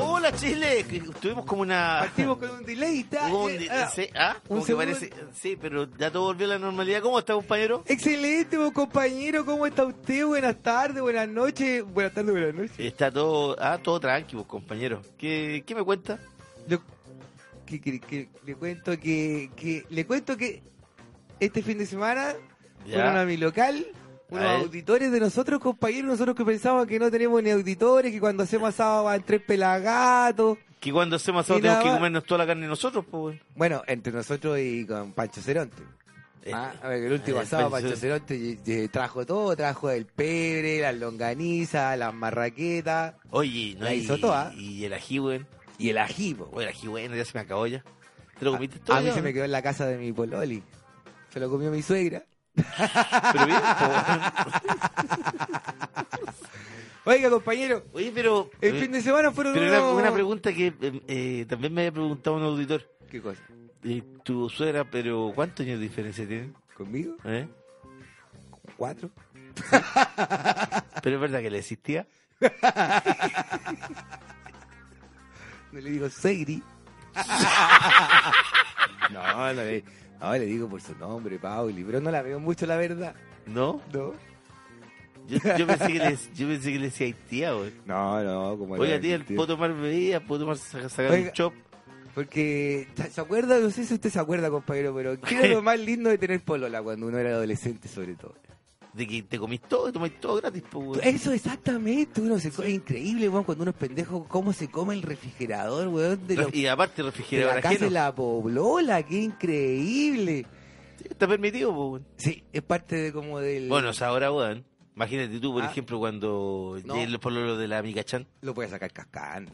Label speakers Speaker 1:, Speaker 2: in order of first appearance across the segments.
Speaker 1: Hola Chile, que tuvimos como una...
Speaker 2: Partimos con un delay. ta-
Speaker 1: hubo un di-
Speaker 2: ah,
Speaker 1: sí, ¿ah? Como
Speaker 2: un
Speaker 1: que
Speaker 2: segundo.
Speaker 1: parece- sí, pero ya todo volvió a la normalidad. ¿Cómo está, compañero?
Speaker 2: Excelente, pues, compañero, ¿cómo está usted? Buenas tardes, buenas noches. Buenas tardes, buenas noches.
Speaker 1: Está todo, ah, todo tranquilo, compañero. ¿Qué, qué me cuenta?
Speaker 2: Yo- que- que- que- le cuento que, que- le cuento que este fin de semana fueron a mi local unos
Speaker 1: A ver.
Speaker 2: auditores de nosotros, compañeros, nosotros que pensábamos que no tenemos ni auditores, que cuando hacemos asado van tres pelagatos.
Speaker 1: Que cuando hacemos asado
Speaker 2: Y
Speaker 1: tenemos
Speaker 2: nada
Speaker 1: que
Speaker 2: más.
Speaker 1: comernos toda la carne nosotros, pues.
Speaker 2: Bueno, entre nosotros y con Pancho Ceronte.
Speaker 1: Eh,
Speaker 2: Ah, a ver, el último
Speaker 1: eh,
Speaker 2: asado,
Speaker 1: Pancho
Speaker 2: Pancho Ceronte y- y trajo todo, trajo el pebre, las longanizas, las marraquetas
Speaker 1: Oye, no
Speaker 2: La
Speaker 1: hay-
Speaker 2: hizo toda.
Speaker 1: Y el ají, weón.
Speaker 2: y el ají. po.
Speaker 1: Oye, el ají, bueno, ya se me acabó ya. ¿Te lo comiste todo?
Speaker 2: Ah, A, a mí
Speaker 1: ya,
Speaker 2: se me
Speaker 1: weón?
Speaker 2: quedó en la casa de mi pololi. Se lo comió mi suegra.
Speaker 1: Pero bien, po, weón.
Speaker 2: Oiga, compañero,
Speaker 1: Oye, pero...
Speaker 2: el fin de semana fueron
Speaker 1: Eh, Pero una,
Speaker 2: unos-
Speaker 1: una pregunta que eh, eh, también me había preguntado un auditor.
Speaker 2: ¿Qué cosa?
Speaker 1: Eh, tu suegra, pero ¿cuántos años de diferencia tienen?
Speaker 2: ¿Conmigo?
Speaker 1: ¿Eh?
Speaker 2: ¿Cuatro?
Speaker 1: Pero es verdad que le existía.
Speaker 2: No le digo Segri. no, no le, no, le digo por su nombre, Pauli. Pero no la veo mucho, la verdad.
Speaker 1: ¿No?
Speaker 2: No,
Speaker 1: Yo, yo pensé, que le, yo pensé que le decía tía, güey.
Speaker 2: no, no como
Speaker 1: Oye,
Speaker 2: la-
Speaker 1: tía, ¿puedo tomar bebidas? ¿Puedo tomar, saca- sacar
Speaker 2: Oiga.
Speaker 1: un chop?
Speaker 2: Porque, ¿se- ¿se acuerda? No sé si usted se acuerda, compañero, pero ¿qué era lo más lindo de tener polola cuando uno era adolescente, sobre todo?
Speaker 1: De que te comís todo y tomás todo gratis, po, güey.
Speaker 2: Eso exactamente, uno se co- es increíble, weón, cuando uno es pendejo, cómo se come el refrigerador, weón, de, los-
Speaker 1: Y aparte,
Speaker 2: de
Speaker 1: refrigerador
Speaker 2: la casa
Speaker 1: ajeno.
Speaker 2: de la poblola, qué increíble.
Speaker 1: Está permitido, po, güey.
Speaker 2: Sí, es parte de como del...
Speaker 1: Bueno, o sea, ahora, güey, imagínate tú, por
Speaker 2: Ah.
Speaker 1: ejemplo, cuando
Speaker 2: No.
Speaker 1: lleguen los pololos de la amiga Chan
Speaker 2: Lo voy a sacar cascando.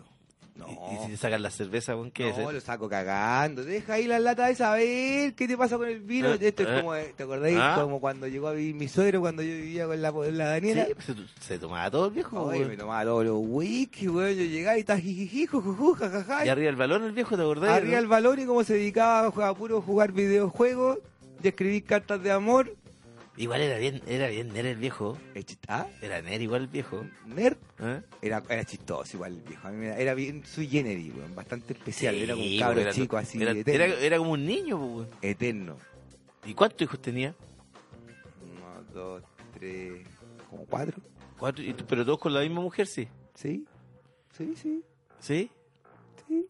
Speaker 2: No,
Speaker 1: y, y si te sacan la cerveza, güey, ¿qué
Speaker 2: no
Speaker 1: haces?
Speaker 2: lo saco cagando. Deja ahí la lata esa, a ver qué te pasa con el vino.
Speaker 1: Eh,
Speaker 2: Esto es
Speaker 1: eh.
Speaker 2: como, ¿te acordáis?
Speaker 1: Ah.
Speaker 2: Como cuando llegó a vivir mi suegro, cuando yo vivía con la, con la Daniela.
Speaker 1: Sí, pues, se, se tomaba todo el viejo,
Speaker 2: Ay,
Speaker 1: güey.
Speaker 2: me tomaba todos los whisky, weón. Yo llegaba y estaba jijiji, jujuju, jajaja.
Speaker 1: Y arriba el balón, el viejo, ¿te acordás?
Speaker 2: Arriba el
Speaker 1: no?
Speaker 2: balón y como se dedicaba a, jugar- a puro jugar videojuegos y escribir cartas de amor.
Speaker 1: Igual era bien, era bien, era el viejo.
Speaker 2: Eh, chist- ¿Ah?
Speaker 1: Era Ner igual el viejo.
Speaker 2: Nerd.
Speaker 1: ¿eh?
Speaker 2: Era, era chistoso igual el viejo. A mí me- era bien sui generis, weón. Bastante especial. era como un
Speaker 1: Sí,
Speaker 2: cabro
Speaker 1: era-
Speaker 2: chico así,
Speaker 1: Era,
Speaker 2: eterno.
Speaker 1: era- era como un niño, po, weón.
Speaker 2: eterno.
Speaker 1: ¿Y cuántos hijos tenía?
Speaker 2: Uno, dos, tres, como cuatro.
Speaker 1: Cuatro, y- pero todos con la misma mujer, sí.
Speaker 2: ¿Sí? Sí, sí,
Speaker 1: ¿Sí?
Speaker 2: sí.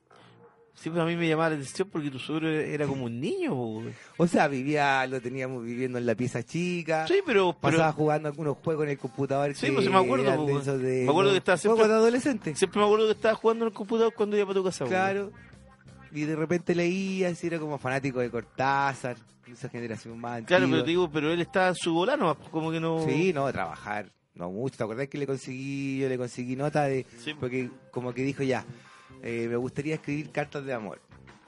Speaker 1: Sí, pero a mí me llamaba la atención porque tu suegro era como un niño, po, weón.
Speaker 2: O sea, vivía, lo teníamos viviendo en la pieza chica.
Speaker 1: Sí, pero. pero
Speaker 2: Ah, Pasaba jugando algunos juegos en el computador.
Speaker 1: Sí,
Speaker 2: que
Speaker 1: pues, sí me acuerdo,
Speaker 2: eran
Speaker 1: pues,
Speaker 2: de
Speaker 1: weón.
Speaker 2: esos de-
Speaker 1: Me acuerdo que estaba siempre-
Speaker 2: Juegos de adolescente.
Speaker 1: siempre me acuerdo que estaba jugando en el computador cuando iba para tu casa, weón.
Speaker 2: Claro. Y de repente leía, si era como fanático de Cortázar, de esa generación más antigua.
Speaker 1: Claro, pero te digo, pero él estaba en su bola nomás, pues, como que no.
Speaker 2: Sí, no, trabajar, no mucho. ¿Te acordás que le conseguí, yo le conseguí nota de...
Speaker 1: Sí.
Speaker 2: Porque como que dijo ya, eh, me gustaría escribir cartas de amor.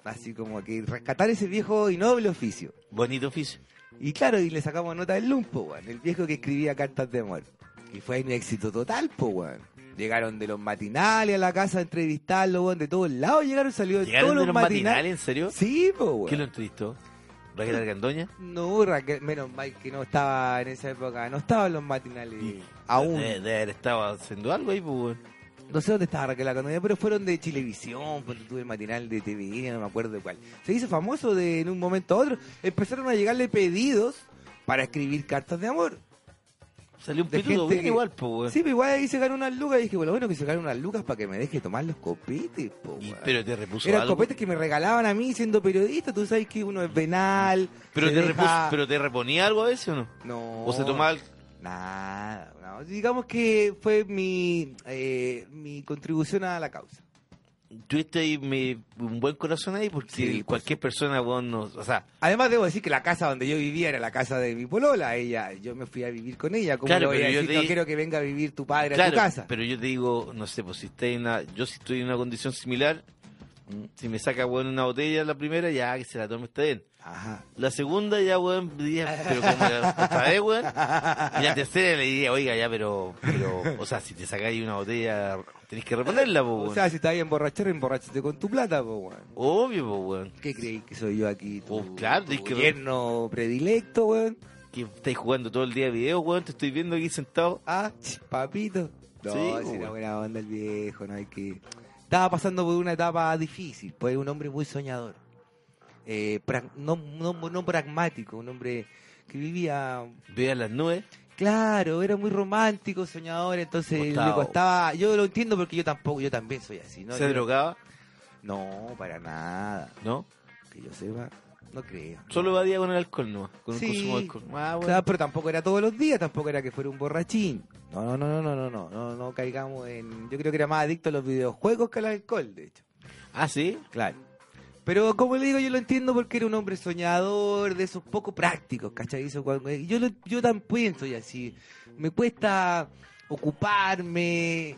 Speaker 2: Así como que rescatar ese viejo y noble oficio.
Speaker 1: Bonito oficio.
Speaker 2: Y claro, y le sacamos nota del Lumpo, weón, el viejo que escribía cartas de amor. Y fue un éxito total, po, weón. Llegaron de los matinales a la casa a entrevistarlo, weón, de todos lados llegaron, salió de
Speaker 1: Llegaron
Speaker 2: todos los,
Speaker 1: de los matinales,
Speaker 2: matinales.
Speaker 1: ¿en serio?
Speaker 2: Sí, po, weón.
Speaker 1: ¿Quién lo entrevistó? Raquel Argandoña.
Speaker 2: No, Raquel, menos mal que no estaba en esa época, no estaba en los matinales aún.
Speaker 1: Debe, debe haber estado haciendo algo ahí, pues, weón.
Speaker 2: No sé dónde estaba Raquel Argandoña, pero fueron de Televisión, porque tuve el matinal de TVN, no me acuerdo cuál. Se hizo famoso de en un momento a otro. Empezaron a llegarle pedidos para escribir cartas de amor.
Speaker 1: Salió un
Speaker 2: De
Speaker 1: pitudo
Speaker 2: gente
Speaker 1: bien
Speaker 2: que-
Speaker 1: igual, pues, weón.
Speaker 2: Sí, pero igual ahí se ganó unas lucas y dije, bueno, bueno que se ganó unas lucas para que me deje tomar los copetes, po,
Speaker 1: Y-
Speaker 2: weón.
Speaker 1: pero te repuso
Speaker 2: Eran
Speaker 1: algo.
Speaker 2: copetes que me regalaban a mí siendo periodista, tú sabes que uno es venal.
Speaker 1: Pero
Speaker 2: se
Speaker 1: te,
Speaker 2: deja-
Speaker 1: repuso- pero te reponía algo a veces o no?
Speaker 2: No.
Speaker 1: O se tomaba el-
Speaker 2: Nada, no. digamos que fue mi, eh, mi contribución a la causa.
Speaker 1: Tuviste ahí me- un buen corazón ahí porque
Speaker 2: Sí, por
Speaker 1: cualquier persona, weón, no, o sea,
Speaker 2: Además debo decir que la casa donde yo vivía era la casa de mi polola, ella, yo me fui a vivir con ella, como
Speaker 1: Claro,
Speaker 2: le voy a
Speaker 1: pero yo
Speaker 2: decir,
Speaker 1: te
Speaker 2: no
Speaker 1: di-
Speaker 2: quiero que venga a vivir tu padre a
Speaker 1: claro,
Speaker 2: tu casa.
Speaker 1: pero yo te digo, no sé, pues si estoy en una, yo si estoy en una condición similar, mm, si me saca, weón, una botella la primera, ya que se la tome, está bien.
Speaker 2: Ajá.
Speaker 1: La segunda ya, weón, diría, pero como la otra vez, weón. Y la tercera le diría, oiga, ya, pero, pero, o sea, si te sacáis una botella, tenés que reponerla, po, weón.
Speaker 2: O sea, si estás ahí emborrachero, emborrachate con tu plata, pues, weón.
Speaker 1: Obvio, po, weón.
Speaker 2: ¿Qué creéis que soy yo aquí? Tu,
Speaker 1: Oh, claro,
Speaker 2: tu
Speaker 1: es que-
Speaker 2: yerno predilecto, weón.
Speaker 1: Que estáis jugando todo el día video, weón, te estoy viendo aquí sentado.
Speaker 2: Ah, ch, papito. No,
Speaker 1: Sí,
Speaker 2: si
Speaker 1: pues,
Speaker 2: era
Speaker 1: bueno.
Speaker 2: buena onda el viejo, no hay que... Estaba pasando por una etapa difícil, pues un hombre muy soñador. Eh, pra- no, no, no pragmático, un hombre que vivía...
Speaker 1: Vean las nubes.
Speaker 2: Claro, era muy romántico, soñador, entonces le
Speaker 1: Costado.
Speaker 2: costaba... Yo lo entiendo porque yo tampoco, yo también soy así, ¿no?
Speaker 1: se
Speaker 2: Yo-
Speaker 1: drogaba,
Speaker 2: No, para nada.
Speaker 1: ¿no?
Speaker 2: Que yo sepa, no creo.
Speaker 1: Solo evadía con el alcohol, ¿no? Con
Speaker 2: Sí.
Speaker 1: el consumo de alcohol. Ah, bueno.
Speaker 2: Claro, pero tampoco era todos los días, tampoco era que fuera un borrachín. No, no, no, no, no, no, no, no, no caigamos en... Yo creo que era más adicto a los videojuegos que al alcohol, de hecho.
Speaker 1: Ah, sí.
Speaker 2: Claro. Pero como le digo, yo lo entiendo porque era un hombre soñador, de esos poco prácticos, ¿cachai? Eso cuando- y Yo, lo- yo también soy así. Me cuesta ocuparme.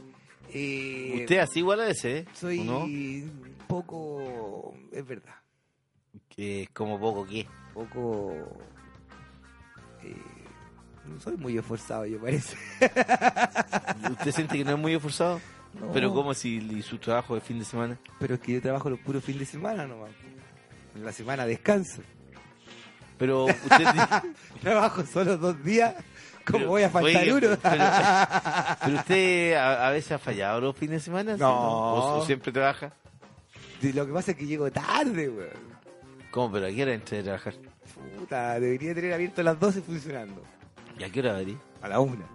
Speaker 2: eh,
Speaker 1: Usted así igual a ese, ¿eh?
Speaker 2: Soy
Speaker 1: ¿O ¿No?
Speaker 2: un poco... Es verdad.
Speaker 1: Que como poco que.
Speaker 2: poco. eh, no soy muy esforzado, yo parece.
Speaker 1: ¿Usted siente que no es muy esforzado?
Speaker 2: No.
Speaker 1: Pero como si li- su trabajo de fin de semana.
Speaker 2: Pero es que yo trabajo los puros fines de semana nomás. En la semana descanso.
Speaker 1: Pero usted...
Speaker 2: Trabajo solo dos días. ¿Cómo
Speaker 1: Pero,
Speaker 2: voy a faltar
Speaker 1: oiga,
Speaker 2: uno?
Speaker 1: pero- pero usted a, a veces ha fallado los fines de semana. ¿sí?
Speaker 2: No.
Speaker 1: ¿O, o siempre trabaja?
Speaker 2: Y Lo que pasa es que llego tarde, weón.
Speaker 1: ¿Cómo? ¿Pero a qué hora entra a trabajar?
Speaker 2: Puta, debería tener abierto a las 12 funcionando.
Speaker 1: ¿Y a qué hora abrí?
Speaker 2: A la una.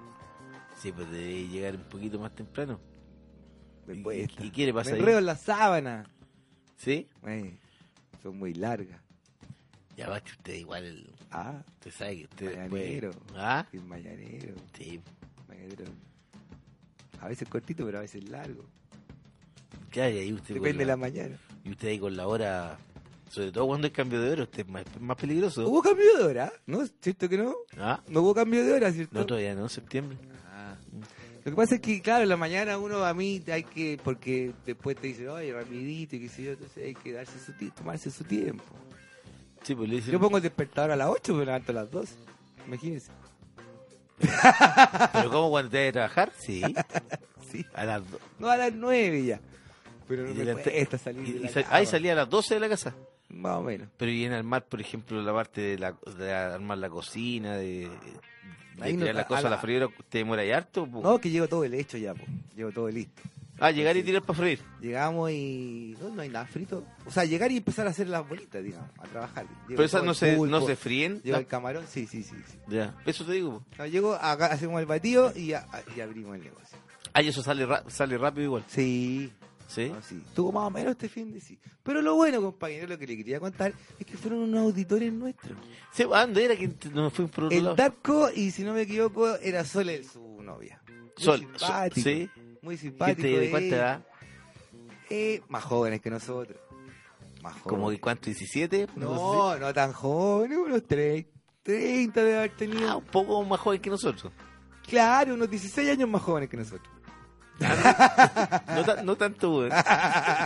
Speaker 1: Sí, pues debe llegar un poquito más temprano.
Speaker 2: Me
Speaker 1: ¿Y-
Speaker 2: cuesta.
Speaker 1: y qué le pasa
Speaker 2: Me
Speaker 1: ahí?
Speaker 2: enredo en la sábana.
Speaker 1: ¿Sí?
Speaker 2: Eh, son muy largas.
Speaker 1: Ya basta usted igual...
Speaker 2: Ah,
Speaker 1: Usted sabe que usted...
Speaker 2: Mañanero.
Speaker 1: puede- ¿Ah?
Speaker 2: es mañanero.
Speaker 1: Sí.
Speaker 2: Mañanero. A veces cortito, pero a veces largo.
Speaker 1: Claro, y ahí usted...
Speaker 2: Depende de
Speaker 1: con
Speaker 2: la mañana.
Speaker 1: Y usted ahí con la hora, sobre todo cuando es cambio de hora, usted es más, más peligroso.
Speaker 2: ¿Hubo cambio de hora? ¿No? ¿Cierto que no?
Speaker 1: Ah,
Speaker 2: No hubo cambio de hora, ¿cierto?
Speaker 1: no, todavía no, septiembre.
Speaker 2: Ah. Lo que pasa es que, claro, en la mañana uno a mí hay que, porque después te dicen, oye, rapidito y qué sé yo, entonces hay que darse su tiempo, tomarse su tiempo.
Speaker 1: Sí, pues le dicen,
Speaker 2: Yo pongo el despertador a las 8, me levanto a las 12. Imagínense.
Speaker 1: ¿pero cómo cuando te vas a trabajar? Sí,
Speaker 2: Sí.
Speaker 1: a las do-
Speaker 2: No, a las 9 ya. Pero no
Speaker 1: y
Speaker 2: me
Speaker 1: durante-
Speaker 2: cuesta salir
Speaker 1: y-
Speaker 2: de
Speaker 1: y
Speaker 2: la
Speaker 1: sal-
Speaker 2: cama.
Speaker 1: Ahí salía a las 12 de la casa.
Speaker 2: Más o menos.
Speaker 1: Pero y en armar, por ejemplo, la parte de, la, de armar la cocina, de, de
Speaker 2: Ahí no ta-
Speaker 1: tirar las cosas
Speaker 2: a
Speaker 1: a
Speaker 2: la-
Speaker 1: la freidora, ¿te demora ahí harto? po?
Speaker 2: No, que llevo todo el hecho ya, po. Llevo todo listo.
Speaker 1: Ah, llegar y tirar para freír.
Speaker 2: Llegamos y no, no hay nada frito. O sea, llegar y empezar a hacer las bolitas, digamos, a trabajar. Llevo
Speaker 1: Pero esas
Speaker 2: todo
Speaker 1: no
Speaker 2: el
Speaker 1: se, no
Speaker 2: pulpo,
Speaker 1: se fríen.
Speaker 2: Llevo
Speaker 1: ¿no?
Speaker 2: el camarón, sí, sí, sí. sí.
Speaker 1: Ya, eso te digo. po.
Speaker 2: No, llego, acá hacemos el batido y, a- y abrimos el negocio.
Speaker 1: Ah, y eso sale, ra- sale rápido igual.
Speaker 2: Sí.
Speaker 1: ¿Sí?
Speaker 2: No, sí. Estuvo más o menos este fin de sí. Pero lo bueno, compañero, lo que le quería contar es que fueron unos auditores nuestros.
Speaker 1: sí ah, ¿dónde era que te- nos fuimos por otro
Speaker 2: El
Speaker 1: lado?
Speaker 2: Darko, y si no me equivoco, era Sol, el- su novia. Muy
Speaker 1: Sol, Sol,
Speaker 2: simpático,
Speaker 1: sí.
Speaker 2: Muy
Speaker 1: Gente
Speaker 2: simpático.
Speaker 1: de
Speaker 2: eh,
Speaker 1: cuánta edad?
Speaker 2: eh, más jóvenes que nosotros. Más jóvenes.
Speaker 1: como que cuánto, 17? Una cosa
Speaker 2: No, no tan joven, unos tre- 30 de haber
Speaker 1: así. Ah,
Speaker 2: tenido.
Speaker 1: un poco más joven que nosotros.
Speaker 2: Claro, unos 16 años más jóvenes que nosotros.
Speaker 1: No, tan- no tanto, weón.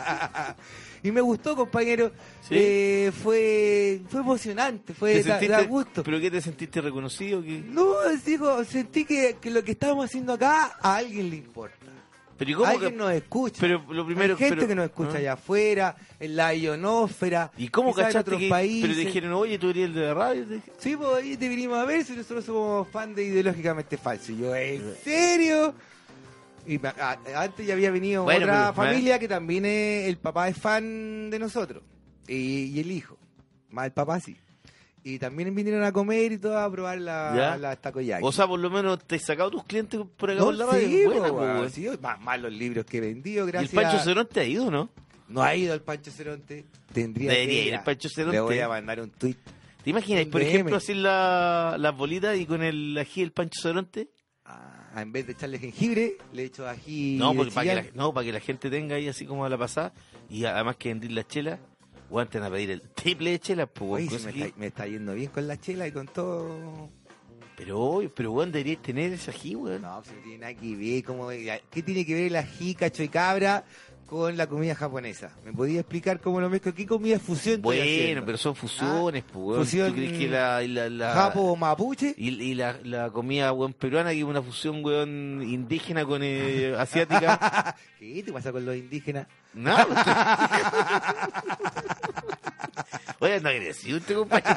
Speaker 2: y me gustó, compañero.
Speaker 1: Sí.
Speaker 2: Eh, fue, fue emocionante, fue
Speaker 1: ¿Te
Speaker 2: da, da gusto.
Speaker 1: ¿Pero qué te sentiste reconocido? ¿Qué?
Speaker 2: No, digo, sentí que, que lo que estábamos haciendo acá a alguien le importa.
Speaker 1: Pero ¿y cómo
Speaker 2: Alguien
Speaker 1: que-
Speaker 2: nos escucha.
Speaker 1: pero lo primero-
Speaker 2: Hay gente
Speaker 1: pero-
Speaker 2: que nos escucha
Speaker 1: ¿Ah?
Speaker 2: allá afuera, en la ionósfera.
Speaker 1: ¿Y cómo
Speaker 2: quizás en
Speaker 1: cachaste
Speaker 2: otros
Speaker 1: que,
Speaker 2: países.
Speaker 1: Pero te dijeron, oye, tú eres el de la radio. Te-
Speaker 2: Sí, pues ahí te vinimos a ver si nosotros somos fan de ideológicamente falso. Y yo, ¿en serio? Y me- a- antes ya había venido
Speaker 1: Bueno,
Speaker 2: otra
Speaker 1: pero- ¿eh?
Speaker 2: familia que también es- el papá es fan de nosotros. Y, y el hijo. Más el papá sí. Y también vinieron a comer y todo a probar
Speaker 1: ¿Ya?
Speaker 2: la, la takoyaki.
Speaker 1: O sea, por lo menos te has sacado tus clientes por acá
Speaker 2: No,
Speaker 1: por la radio.
Speaker 2: sí,
Speaker 1: Buena,
Speaker 2: po,
Speaker 1: po,
Speaker 2: weón,
Speaker 1: weón.
Speaker 2: sí, más, más los libros que he vendido,
Speaker 1: Y el
Speaker 2: gracias.
Speaker 1: Pancho
Speaker 2: a-
Speaker 1: Cerón te ha ido, ¿no?
Speaker 2: No ha ido al Pancho Ceronte. Tendría
Speaker 1: Debería
Speaker 2: que
Speaker 1: ir al Pancho Ceronte.
Speaker 2: Le voy a mandar un tuit.
Speaker 1: ¿Te imaginas, por
Speaker 2: DM.
Speaker 1: ejemplo, hacer la- las bolitas y con el ají del Pancho Ceronte?
Speaker 2: Ah, en vez de echarle jengibre, le echo ají.
Speaker 1: No,
Speaker 2: de
Speaker 1: porque para que, la,
Speaker 2: Chillán.
Speaker 1: no, para que la gente tenga ahí así como a la pasada y además que vendir la chela, weón, te van a pedir el triple de chela, pues, weón,
Speaker 2: Oye, si
Speaker 1: cosa
Speaker 2: me,
Speaker 1: que-
Speaker 2: está, me está yendo bien con la chela y con todo.
Speaker 1: Pero, hoy, pero, weón, deberías tener ese ají, weón.
Speaker 2: No, si no tiene nada que ver. Como, ¿Qué tiene que ver el ají, cacho y cabra con la comida japonesa? ¿Me podía explicar cómo lo mezclo? ¿Qué comida fusión estoy
Speaker 1: bueno,
Speaker 2: haciendo? Ah,
Speaker 1: pero son fusiones, pues, weón.
Speaker 2: fusión
Speaker 1: ¿Tú crees que la... y la, la-
Speaker 2: ¿Japo o mapuche?
Speaker 1: Y, y la, la comida, weón, peruana, que es una fusión, weón, indígena con eh, asiática.
Speaker 2: Ah, ¿Qué te pasa con los indígenas?
Speaker 1: No. Oye, anda agresivo este compañero.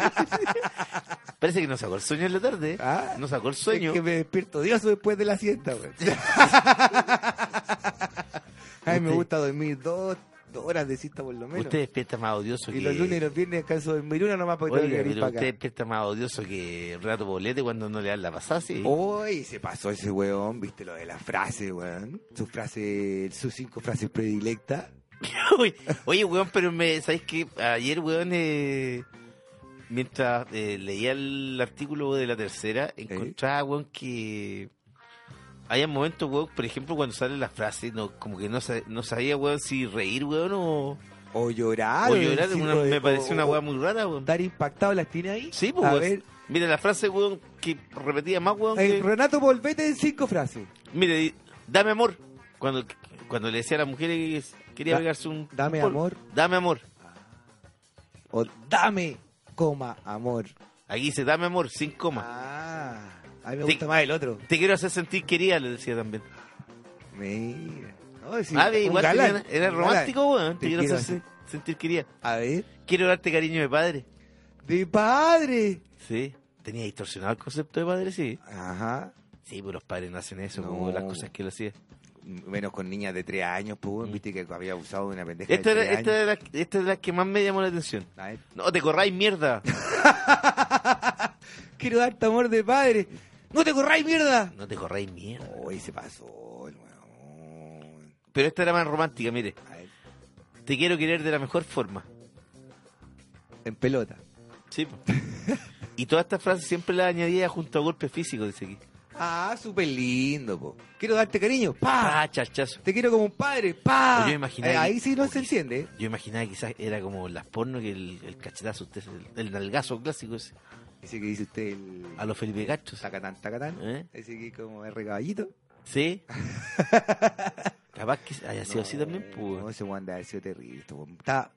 Speaker 1: Parece que no sacó el sueño en la tarde.
Speaker 2: Ah,
Speaker 1: No sacó el sueño.
Speaker 2: Es que me despierto odioso después de la siesta, güey. Ay, me gusta dormir dos, dos horas de siesta por lo menos.
Speaker 1: Usted despierta más odioso
Speaker 2: y
Speaker 1: que...
Speaker 2: los lunes y los viernes descanso dormir una nomás porque tengo
Speaker 1: Oiga,
Speaker 2: que venir
Speaker 1: pero
Speaker 2: para acá.
Speaker 1: usted despierta más odioso que Rato Poblete cuando no le dan la pasada, sí.
Speaker 2: Oh, Uy, se pasó ese weón, viste lo de la frase, weón. Sus frases, sus cinco frases predilectas.
Speaker 1: Uy, Oye, weón, pero me, ¿sabes qué? Ayer, weón, eh, mientras eh, leía el artículo de la tercera, encontraba, weón, que hay momentos, weón, por ejemplo, cuando sale la frase, no, como que no, sa- no sabía, weón, si reír, weón, o,
Speaker 2: O llorar.
Speaker 1: o llorar.
Speaker 2: Ah, decir-
Speaker 1: una-
Speaker 2: o-
Speaker 1: me pareció
Speaker 2: o-
Speaker 1: una weá
Speaker 2: o
Speaker 1: muy rara, weón.
Speaker 2: Estar impactado, las tiene ahí.
Speaker 1: Sí, pues,
Speaker 2: A
Speaker 1: weón.
Speaker 2: ver,
Speaker 1: Mira, la frase, weón, que repetía más, weón,
Speaker 2: eh,
Speaker 1: que...
Speaker 2: Renato, volvete en cinco frases.
Speaker 1: Mire, di- dame amor. Cuando, cuando le decía a la mujer que quería
Speaker 2: Da-
Speaker 1: pegarse un...
Speaker 2: dame
Speaker 1: un polvo.
Speaker 2: amor.
Speaker 1: Dame amor.
Speaker 2: O dame, coma, amor.
Speaker 1: Aquí dice, dame amor, sin coma.
Speaker 2: Ah, a mí me
Speaker 1: Sí.
Speaker 2: gusta más el otro.
Speaker 1: Te quiero hacer sentir querida, le decía también.
Speaker 2: Mira. No, sí,
Speaker 1: ah, ve,
Speaker 2: un
Speaker 1: igual
Speaker 2: galán,
Speaker 1: tenía- era
Speaker 2: un galán.
Speaker 1: romántico, weón. Te, quiero,
Speaker 2: quiero
Speaker 1: hacer
Speaker 2: hacer-
Speaker 1: se- sentir querida.
Speaker 2: A ver.
Speaker 1: Quiero darte cariño de padre.
Speaker 2: De padre.
Speaker 1: Sí. Tenía distorsionado el concepto de padre, sí.
Speaker 2: Ajá.
Speaker 1: Sí, pero los padres no hacen eso,
Speaker 2: No.
Speaker 1: como las cosas que él hacía.
Speaker 2: Menos con niñas de tres años, pues, weón, viste que había abusado de una pendeja.
Speaker 1: Esta
Speaker 2: de
Speaker 1: Mm. era,
Speaker 2: tres
Speaker 1: esta,
Speaker 2: años.
Speaker 1: era, esta era la que más me llamó la atención.
Speaker 2: A ver.
Speaker 1: No, te corráis mierda.
Speaker 2: Quiero darte amor de padre. ¡No te corráis, mierda!
Speaker 1: No te corráis mierda.
Speaker 2: Hoy se pasó el weón.
Speaker 1: Pero esta era más romántica, mire.
Speaker 2: A ver,
Speaker 1: Te quiero querer de la mejor forma.
Speaker 2: En pelota.
Speaker 1: Sí. po. y toda esta frase siempre la añadía junto a golpes físicos, dice aquí.
Speaker 2: Ah, súper lindo, po. Quiero darte cariño. ¡Pa!
Speaker 1: Ah, charchazo.
Speaker 2: Te quiero como un padre. ¡Pa!
Speaker 1: Yo imaginé-
Speaker 2: Eh, ahí sí no se enciende. ¿eh?
Speaker 1: Yo imaginaba que quizás era como las porno que el, el cachetazo, usted, el, el nalgazo clásico ese,
Speaker 2: Ese que dice usted el.
Speaker 1: a los Felipe Cacho.
Speaker 2: Tacatán, tacatán.
Speaker 1: ¿Eh?
Speaker 2: Ese que como el recaballito.
Speaker 1: ¿Sí? Capaz que haya sido así también, pues.
Speaker 2: No,
Speaker 1: weón.
Speaker 2: ese weón debe haber sido terrible. este weón. Está-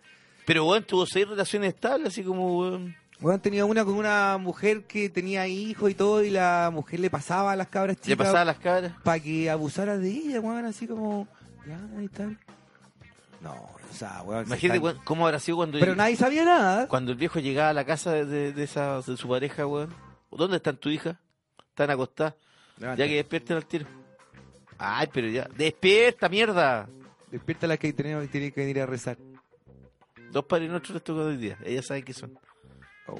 Speaker 1: Pero bueno, tuvo seis relaciones estables, así como, weón.
Speaker 2: Weón tenía una con una mujer que tenía hijos y todo, y la mujer le pasaba a las cabras chicas.
Speaker 1: Le pasaba las cabras.
Speaker 2: para que abusara de ella, weón, así como, ya, y tal. No, o sea, weón. se
Speaker 1: Imagínate
Speaker 2: Pues, están-
Speaker 1: weón, cómo habrá sido cuando,
Speaker 2: Pero nadie sabía nada.
Speaker 1: cuando el viejo llegaba a la casa de, de- de esa, de su pareja, weón. ¿Dónde están tu hija? Están acostadas.
Speaker 2: Ah,
Speaker 1: Ya que despierten al tiro. Ay, pero ya. ¡Despierta, mierda!
Speaker 2: Despierta la que tenemos y tiene que venir a rezar.
Speaker 1: Dos padres nuestros les tocó hoy día. Ellas saben qué son.
Speaker 2: Oh.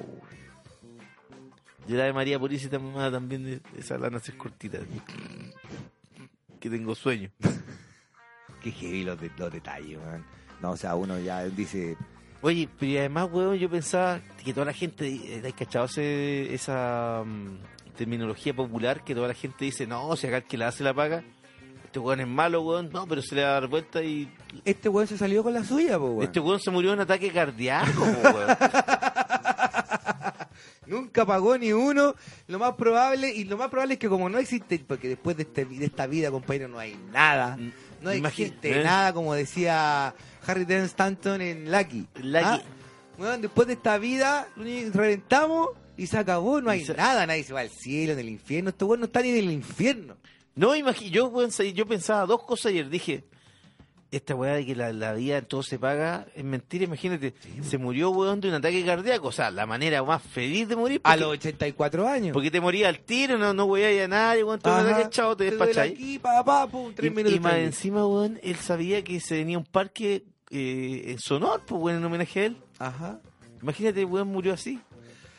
Speaker 1: Yo la de María Purísima mamá también, de- esa lana es cortita. Que tengo sueño.
Speaker 2: Qué heavy los, de- los detalles, weón. No, o sea, uno ya dice,
Speaker 1: Oye, pero y además, weón, yo pensaba que toda la gente, eh, ¿hay cachado ese- esa mm, terminología popular que toda la gente dice, no, si acá el que la hace la paga, este weón es malo, weón, no, pero se le va a dar vuelta y
Speaker 2: este weón se salió con la suya, po, weón.
Speaker 1: este weón se murió de un ataque cardíaco, po, weón.
Speaker 2: Nunca pagó ni uno. Lo más probable, y lo más probable es que como no existe, porque después de, este, de esta vida, compañero, no hay nada. No
Speaker 1: Imagín-
Speaker 2: existe
Speaker 1: Mm, ¿eh?
Speaker 2: nada, como decía Harry Dean Stanton en Lucky.
Speaker 1: Lucky.
Speaker 2: Bueno, después de esta vida, lo único que reventamos y se acabó. No
Speaker 1: Y
Speaker 2: hay
Speaker 1: se-
Speaker 2: nada, nadie se va al cielo, en el infierno. Este weón no está ni en el infierno.
Speaker 1: No, imagi- yo, weón, sabí- yo pensaba dos cosas ayer. Dije, esta weá de que la, la vida en todo se paga es mentira. Imagínate, se murió, weón, de un ataque cardíaco. O sea, la manera más feliz de morir.
Speaker 2: A
Speaker 1: porque-
Speaker 2: los 84 años.
Speaker 1: Porque te moría al tiro, no, no weáis a nadie, weón. Te
Speaker 2: Ajá.
Speaker 1: ataque, chao, te
Speaker 2: Te duele
Speaker 1: despacháis.
Speaker 2: aquí, pa, pa, pum, tres
Speaker 1: Y-
Speaker 2: minutos.
Speaker 1: Y más
Speaker 2: tres
Speaker 1: encima, weón, él sabía que se venía un parque eh, en sonor, pues, weón, en homenaje a él.
Speaker 2: minutos. Ajá.
Speaker 1: Imagínate, el weón murió así.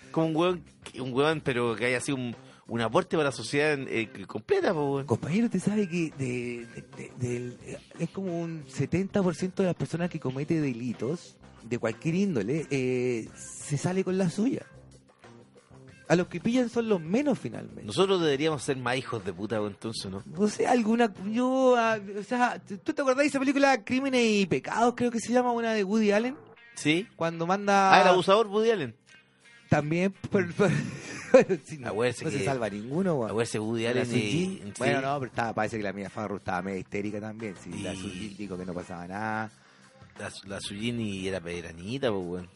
Speaker 1: Como un weón, un weón pero que haya sido un, un aporte para la sociedad eh, completa, pues, weón.
Speaker 2: Compañero, usted sabe que de- de- de- del- es como un 70% de las personas que cometen delitos de cualquier índole eh, se sale con la suya. A los que pillan son los menos finalmente.
Speaker 1: Nosotros deberíamos ser más hijos de puta, weón, entonces, ¿no?
Speaker 2: No sé, alguna. Yo. ah, o sea, ¿tú te acordás de esa película Crímenes y Pecados? Creo que se llama una de Woody Allen.
Speaker 1: ¿Sí?
Speaker 2: Cuando manda.
Speaker 1: Ah, el abusador Woody Allen.
Speaker 2: También. pero- pero- bueno, sí, no,
Speaker 1: Acuérdese
Speaker 2: no se
Speaker 1: que-
Speaker 2: salva ninguno, weón.
Speaker 1: Acuérdese, Woody
Speaker 2: La
Speaker 1: Allen
Speaker 2: Sujin,
Speaker 1: y... sí.
Speaker 2: Bueno, no, pero estaba, parece que la mía Farro estaba medio histérica también. Sí, la
Speaker 1: Y-
Speaker 2: Sujin dijo que no pasaba nada.
Speaker 1: La, la Sujin y era pedranita, pues, weón.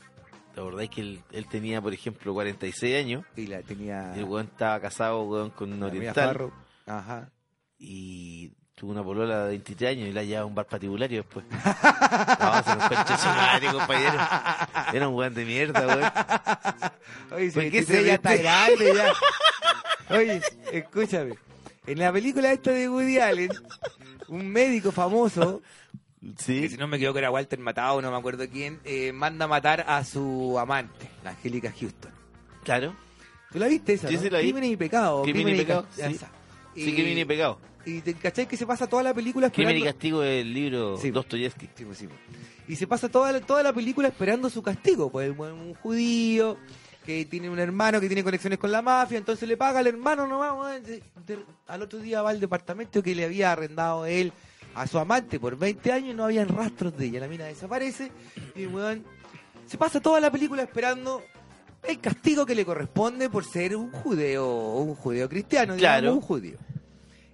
Speaker 1: ¿Te acordáis que él, él tenía, por ejemplo, 46 años?
Speaker 2: Y la tenía.
Speaker 1: El weón estaba casado, weón, con un
Speaker 2: Ah. la mía
Speaker 1: oriental.
Speaker 2: Farro. Ajá.
Speaker 1: y tuvo una polola de 23 años y la llevaba a un bar patibulario después. no, se nos fue el chacho madre, compañero. Era un weón de mierda, weón.
Speaker 2: Oye,
Speaker 1: ¿Por
Speaker 2: si
Speaker 1: qué se
Speaker 2: 23 ya
Speaker 1: ríe?
Speaker 2: está grande ya. Oye, escúchame. En la película esta de Woody Allen, un médico famoso, que si
Speaker 1: Sí.
Speaker 2: no me equivoco era Walter Matado, no me acuerdo quién, eh, manda a matar a su amante, la Angélica Houston.
Speaker 1: Claro.
Speaker 2: ¿Tú la viste esa?
Speaker 1: Sí,
Speaker 2: no?
Speaker 1: sí la vi.
Speaker 2: Crímenes y pecados.
Speaker 1: Crímenes y pecados, sí.
Speaker 2: venir
Speaker 1: Sí que viene pegado.
Speaker 2: Y te cachai que se pasa toda la película esperando.
Speaker 1: Crimen y castigo del libro
Speaker 2: Sí.
Speaker 1: Dostoyevsky.
Speaker 2: Sí, pues, sí, pues. Y se pasa toda la, toda la película esperando su castigo. Pues un, un judío que tiene un hermano que tiene conexiones con la mafia, entonces le paga al hermano nomás. weón. De- de- al otro día va al departamento que le había arrendado él a su amante por 20 años y no habían rastros de ella. La mina desaparece y el weón se pasa toda la película esperando el castigo que le corresponde por ser un judeo, un judeo cristiano, digamos,
Speaker 1: Claro.
Speaker 2: un judío.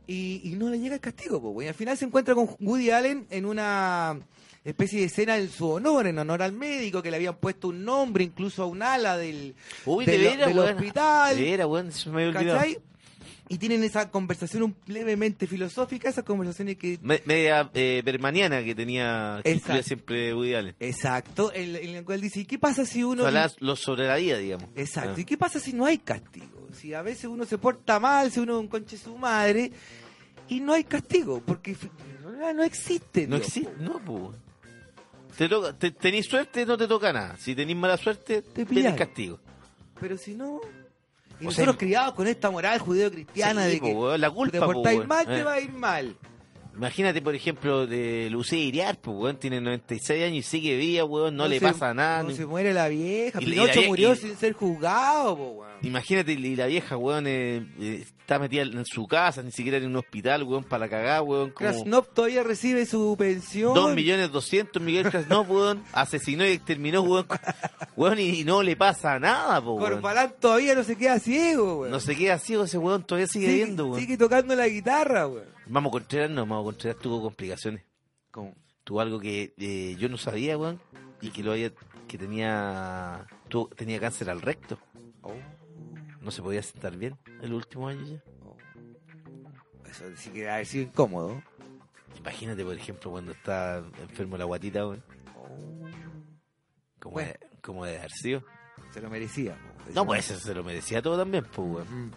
Speaker 2: Y, y no le llega el castigo, po, güey. Al final se encuentra con Woody Allen en una especie de escena en su honor, en honor al médico, que le habían puesto un nombre, incluso a un ala del,
Speaker 1: Uy,
Speaker 2: del-
Speaker 1: de veras,
Speaker 2: del
Speaker 1: weón.
Speaker 2: hospital.
Speaker 1: De veras, weón, se me había olvidado.
Speaker 2: ¿Cachai? Y tienen esa conversación un- levemente filosófica, esas conversaciones que
Speaker 1: Me- media eh, bermaniana que tenía
Speaker 2: Exacto.
Speaker 1: que incluía siempre Woody Allen.
Speaker 2: Exacto, en, en la cual dice, ¿y qué pasa si uno...
Speaker 1: Ojalá los sobre la vida, digamos. Ah.
Speaker 2: Exacto, ¿y qué pasa si no hay castigo? Si a veces uno se porta mal, si uno es un conche su madre, y no hay castigo, porque fi- no existe.
Speaker 1: No
Speaker 2: Dios.
Speaker 1: existe, no, pues. Te toca, te, tenís suerte, no te toca nada. Si tenís mala suerte,
Speaker 2: Te
Speaker 1: tenés
Speaker 2: pillaron.
Speaker 1: castigo.
Speaker 2: Pero si no... Y
Speaker 1: O sea,
Speaker 2: nosotros criados con esta moral judeo-cristiana
Speaker 1: Sí,
Speaker 2: de
Speaker 1: po,
Speaker 2: que
Speaker 1: weón, la
Speaker 2: si te
Speaker 1: culpa, po,
Speaker 2: portáis
Speaker 1: weón.
Speaker 2: mal,
Speaker 1: Eh.
Speaker 2: te va a ir mal.
Speaker 1: Imagínate, por ejemplo, de Lucía Iriar, pues, weón, tiene 96 años y sigue viva, weón, no, le
Speaker 2: se-
Speaker 1: pasa nada.
Speaker 2: No
Speaker 1: ni-
Speaker 2: se muere la vieja.
Speaker 1: Y la- y la
Speaker 2: Pinocho
Speaker 1: vie-
Speaker 2: murió
Speaker 1: y-
Speaker 2: sin ser juzgado, po, weón.
Speaker 1: Imagínate, y la vieja, weón, eh, eh, está metida en su casa, ni siquiera en un hospital, weón, para la cagada, weón, como
Speaker 2: Krasnov todavía recibe su pensión.
Speaker 1: 2 millones 200, Miguel Krasnov, weón, asesinó y exterminó, weón, con- weón, y, y no le pasa nada, po, weón.
Speaker 2: Corbalán todavía no se queda ciego, weón.
Speaker 1: No se queda ciego ese weón, todavía sigue
Speaker 2: Sigue-
Speaker 1: viendo, weón.
Speaker 2: sigue tocando la guitarra, weón.
Speaker 1: Mamo Contreras no, Mamo Contreras tuvo complicaciones. Tuvo algo que eh, yo no sabía, weón, y que lo había, que tenía, tuvo- tenía cáncer al recto.
Speaker 2: Oh,
Speaker 1: No se podía sentar bien el último año ya.
Speaker 2: oh. Eso sí que ha sido incómodo.
Speaker 1: Imagínate, por ejemplo, cuando está enfermo la guatita, weón.
Speaker 2: Oh,
Speaker 1: Como,
Speaker 2: Bueno.
Speaker 1: de, como de haber sido.
Speaker 2: Se lo merecía. weón.
Speaker 1: No, pues eso se lo merecía todo también, pues, weón.
Speaker 2: Mm,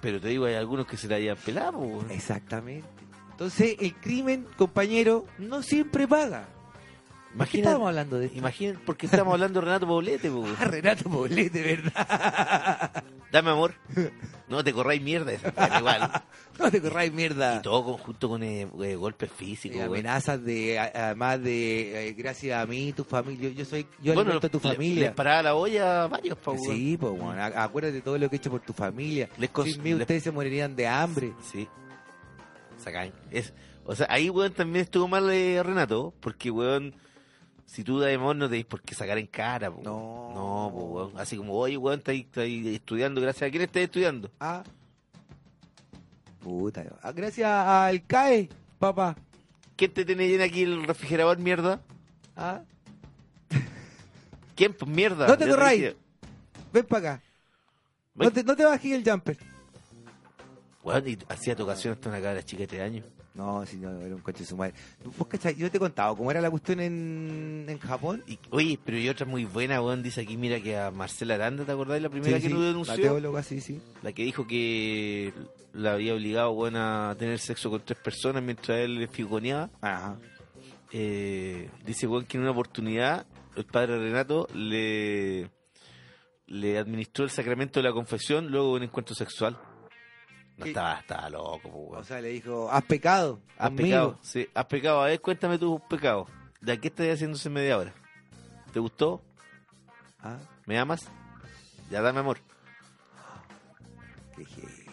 Speaker 1: Pero te digo, hay algunos que se la hayan pelado, pues, weón.
Speaker 2: Exactamente. Entonces, el crimen, compañero, no siempre paga. ¿Por qué
Speaker 1: Imagínate,
Speaker 2: estábamos hablando de esto?
Speaker 1: imagínate por qué estamos hablando de Renato Poblete, pues,
Speaker 2: Ah,
Speaker 1: weón.
Speaker 2: Renato Poblet, de verdad.
Speaker 1: Dame amor. No te corráis mierda. esa weá, Igual.
Speaker 2: no te corráis mierda.
Speaker 1: Y todo con- junto con eh, eh, golpes físicos,
Speaker 2: Eh,
Speaker 1: weón.
Speaker 2: amenazas de, a- además de, eh, gracias a mí, tu familia. Yo, yo soy, yo alimento a tu
Speaker 1: le-
Speaker 2: familia.
Speaker 1: les paraba la olla a varios, pues, weón.
Speaker 2: Sí, pues, bueno, a- acuérdate de todo lo que he hecho por tu familia.
Speaker 1: Les cons-
Speaker 2: Sin mí
Speaker 1: les-
Speaker 2: ustedes se morirían de hambre.
Speaker 1: Sí. Sacan. Es, o sea, ahí, weón, también estuvo mal eh, Renato, porque, weón, si tú das amor no te por qué sacar en cara, pues, po.
Speaker 2: No.
Speaker 1: No, po, weón. Así como, oye, weón, estás estudiando, gracias a quién estás estudiando.
Speaker 2: Ah. Puta, ah, gracias al CAE, papá.
Speaker 1: ¿Quién te tiene lleno aquí el refrigerador, mierda?
Speaker 2: Ah,
Speaker 1: ¿Quién, pues, mierda?
Speaker 2: No te
Speaker 1: Ya
Speaker 2: corráis.
Speaker 1: dije.
Speaker 2: ven para acá. No
Speaker 1: Ven.
Speaker 2: te, no te bajes el jumper.
Speaker 1: Weón, y hacía tocación hasta una cabra chica de tres años.
Speaker 2: No, si no, era un coche de su madre. ¿Vos cachai? Yo te he contado cómo era la cuestión en, en Japón.
Speaker 1: Y, oye, pero hay otra muy buena, weón. Dice aquí, mira que a Marcela Aranda, ¿te acordás? La primera
Speaker 2: Sí,
Speaker 1: que
Speaker 2: sí,
Speaker 1: lo denunció.
Speaker 2: La teóloga, sí, sí.
Speaker 1: La que dijo que la había obligado, weón, a tener sexo con tres personas mientras él le figoneaba.
Speaker 2: Ajá.
Speaker 1: Eh, dice weón que en una oportunidad el padre Renato le, le administró el sacramento de la confesión luego de un encuentro sexual. No
Speaker 2: ¿Qué?
Speaker 1: estaba, estaba loco, pues,
Speaker 2: O
Speaker 1: weón.
Speaker 2: sea, le dijo, has pecado.
Speaker 1: Has
Speaker 2: conmigo".
Speaker 1: pecado, sí, has pecado. A ver, cuéntame tus pecados. ¿De a qué estás haciéndose media hora? ¿Te gustó?
Speaker 2: Ah,
Speaker 1: ¿Me amas? Ya dame amor.
Speaker 2: qué genio.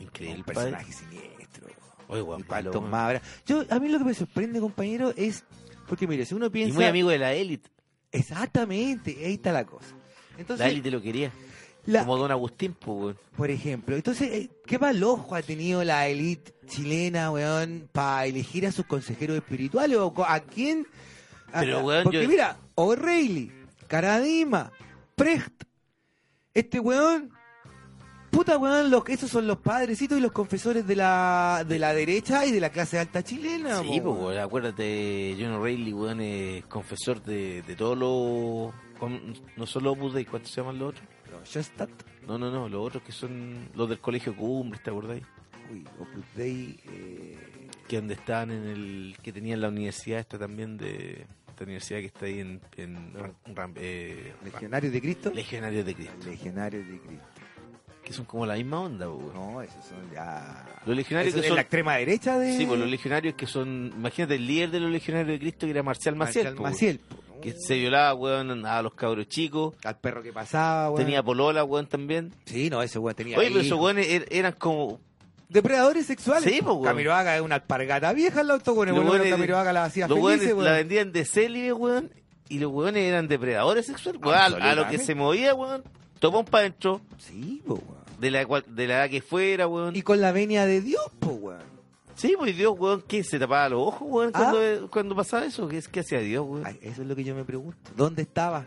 Speaker 1: Increíble,
Speaker 2: un
Speaker 1: padre.
Speaker 2: personaje siniestro.
Speaker 1: Oye, weón,
Speaker 2: Y
Speaker 1: malo,
Speaker 2: cuanto
Speaker 1: weón.
Speaker 2: más habrá- Yo, a mí lo que me sorprende, compañero, es. Porque mire, si uno
Speaker 1: Y
Speaker 2: piensa.
Speaker 1: muy amigo de la élite.
Speaker 2: Exactamente, ahí está la cosa.
Speaker 1: La
Speaker 2: Entonces,
Speaker 1: élite lo quería.
Speaker 2: la-
Speaker 1: Como Don Agustín, pues, weón.
Speaker 2: por ejemplo, entonces, eh, ¿qué mal ojo ha tenido la élite chilena, weón, para elegir a sus consejeros espirituales? ¿O co- a quién? A-
Speaker 1: Pero,
Speaker 2: a-
Speaker 1: weón,
Speaker 2: porque
Speaker 1: yo-
Speaker 2: mira, O'Reilly, Caradima, Precht, este weón. Puta weón, los, esos son los padrecitos y los confesores de la, de la derecha y de la clase alta chilena.
Speaker 1: Sí,
Speaker 2: po,
Speaker 1: pues, weón, acuérdate, John O'Reilly, weón, es confesor de, de todos los. con- No solo Opus Dei, ¿cuántos se llaman los otros?
Speaker 2: Los Shostak,
Speaker 1: No, no, no, los otros que son los del colegio Cumbres, ¿te acordáis?
Speaker 2: uy, Opus Dei, eh,
Speaker 1: Que donde estaban en el. que tenían la universidad esta también de. esta universidad que está ahí en. en Ram- Ram- eh, Ram-
Speaker 2: Legionarios de Cristo.
Speaker 1: Legionarios de Cristo.
Speaker 2: Legionarios de Cristo.
Speaker 1: Que son como la misma onda, pues, weón.
Speaker 2: No, esos son ya.
Speaker 1: Los legionarios
Speaker 2: Eso
Speaker 1: que
Speaker 2: es
Speaker 1: son-
Speaker 2: la extrema derecha de.
Speaker 1: Sí, pues los legionarios que son. Imagínate, el líder de los legionarios de Cristo que era Marcial Maciel.
Speaker 2: Marcial
Speaker 1: po, weón.
Speaker 2: Maciel, po, ¿no?
Speaker 1: Que se violaba, weón, a los cabros chicos.
Speaker 2: Al perro que pasaba, weón.
Speaker 1: Tenía polola, weón, también.
Speaker 2: Sí, no, ese weón tenía.
Speaker 1: Oye, pero
Speaker 2: hijos.
Speaker 1: esos weones er- eran como.
Speaker 2: Depredadores sexuales.
Speaker 1: Sí, po, weón.
Speaker 2: Camiroaga es una alpargata vieja al auto con el
Speaker 1: los
Speaker 2: weón.
Speaker 1: weones-
Speaker 2: Camiroaga la hacía
Speaker 1: los
Speaker 2: felices,
Speaker 1: weones
Speaker 2: weón.
Speaker 1: la vendían de célibe, weón. Y los weones eran depredadores sexuales. weón. A- a lo que
Speaker 2: Absolutamente.
Speaker 1: se movía, weón. Tomó un pancho
Speaker 2: Sí, po, weón.
Speaker 1: de la, cual- de la edad que fuera, weón.
Speaker 2: Y con la venia de Dios, po, weón.
Speaker 1: Sí, pues Dios, weón, que se tapaba los ojos, weón,
Speaker 2: Ah.
Speaker 1: cuando, eh, cuando pasaba eso. ¿Qué, qué hacía Dios, weón?
Speaker 2: Ay, eso es lo que yo me pregunto. ¿Dónde estaba?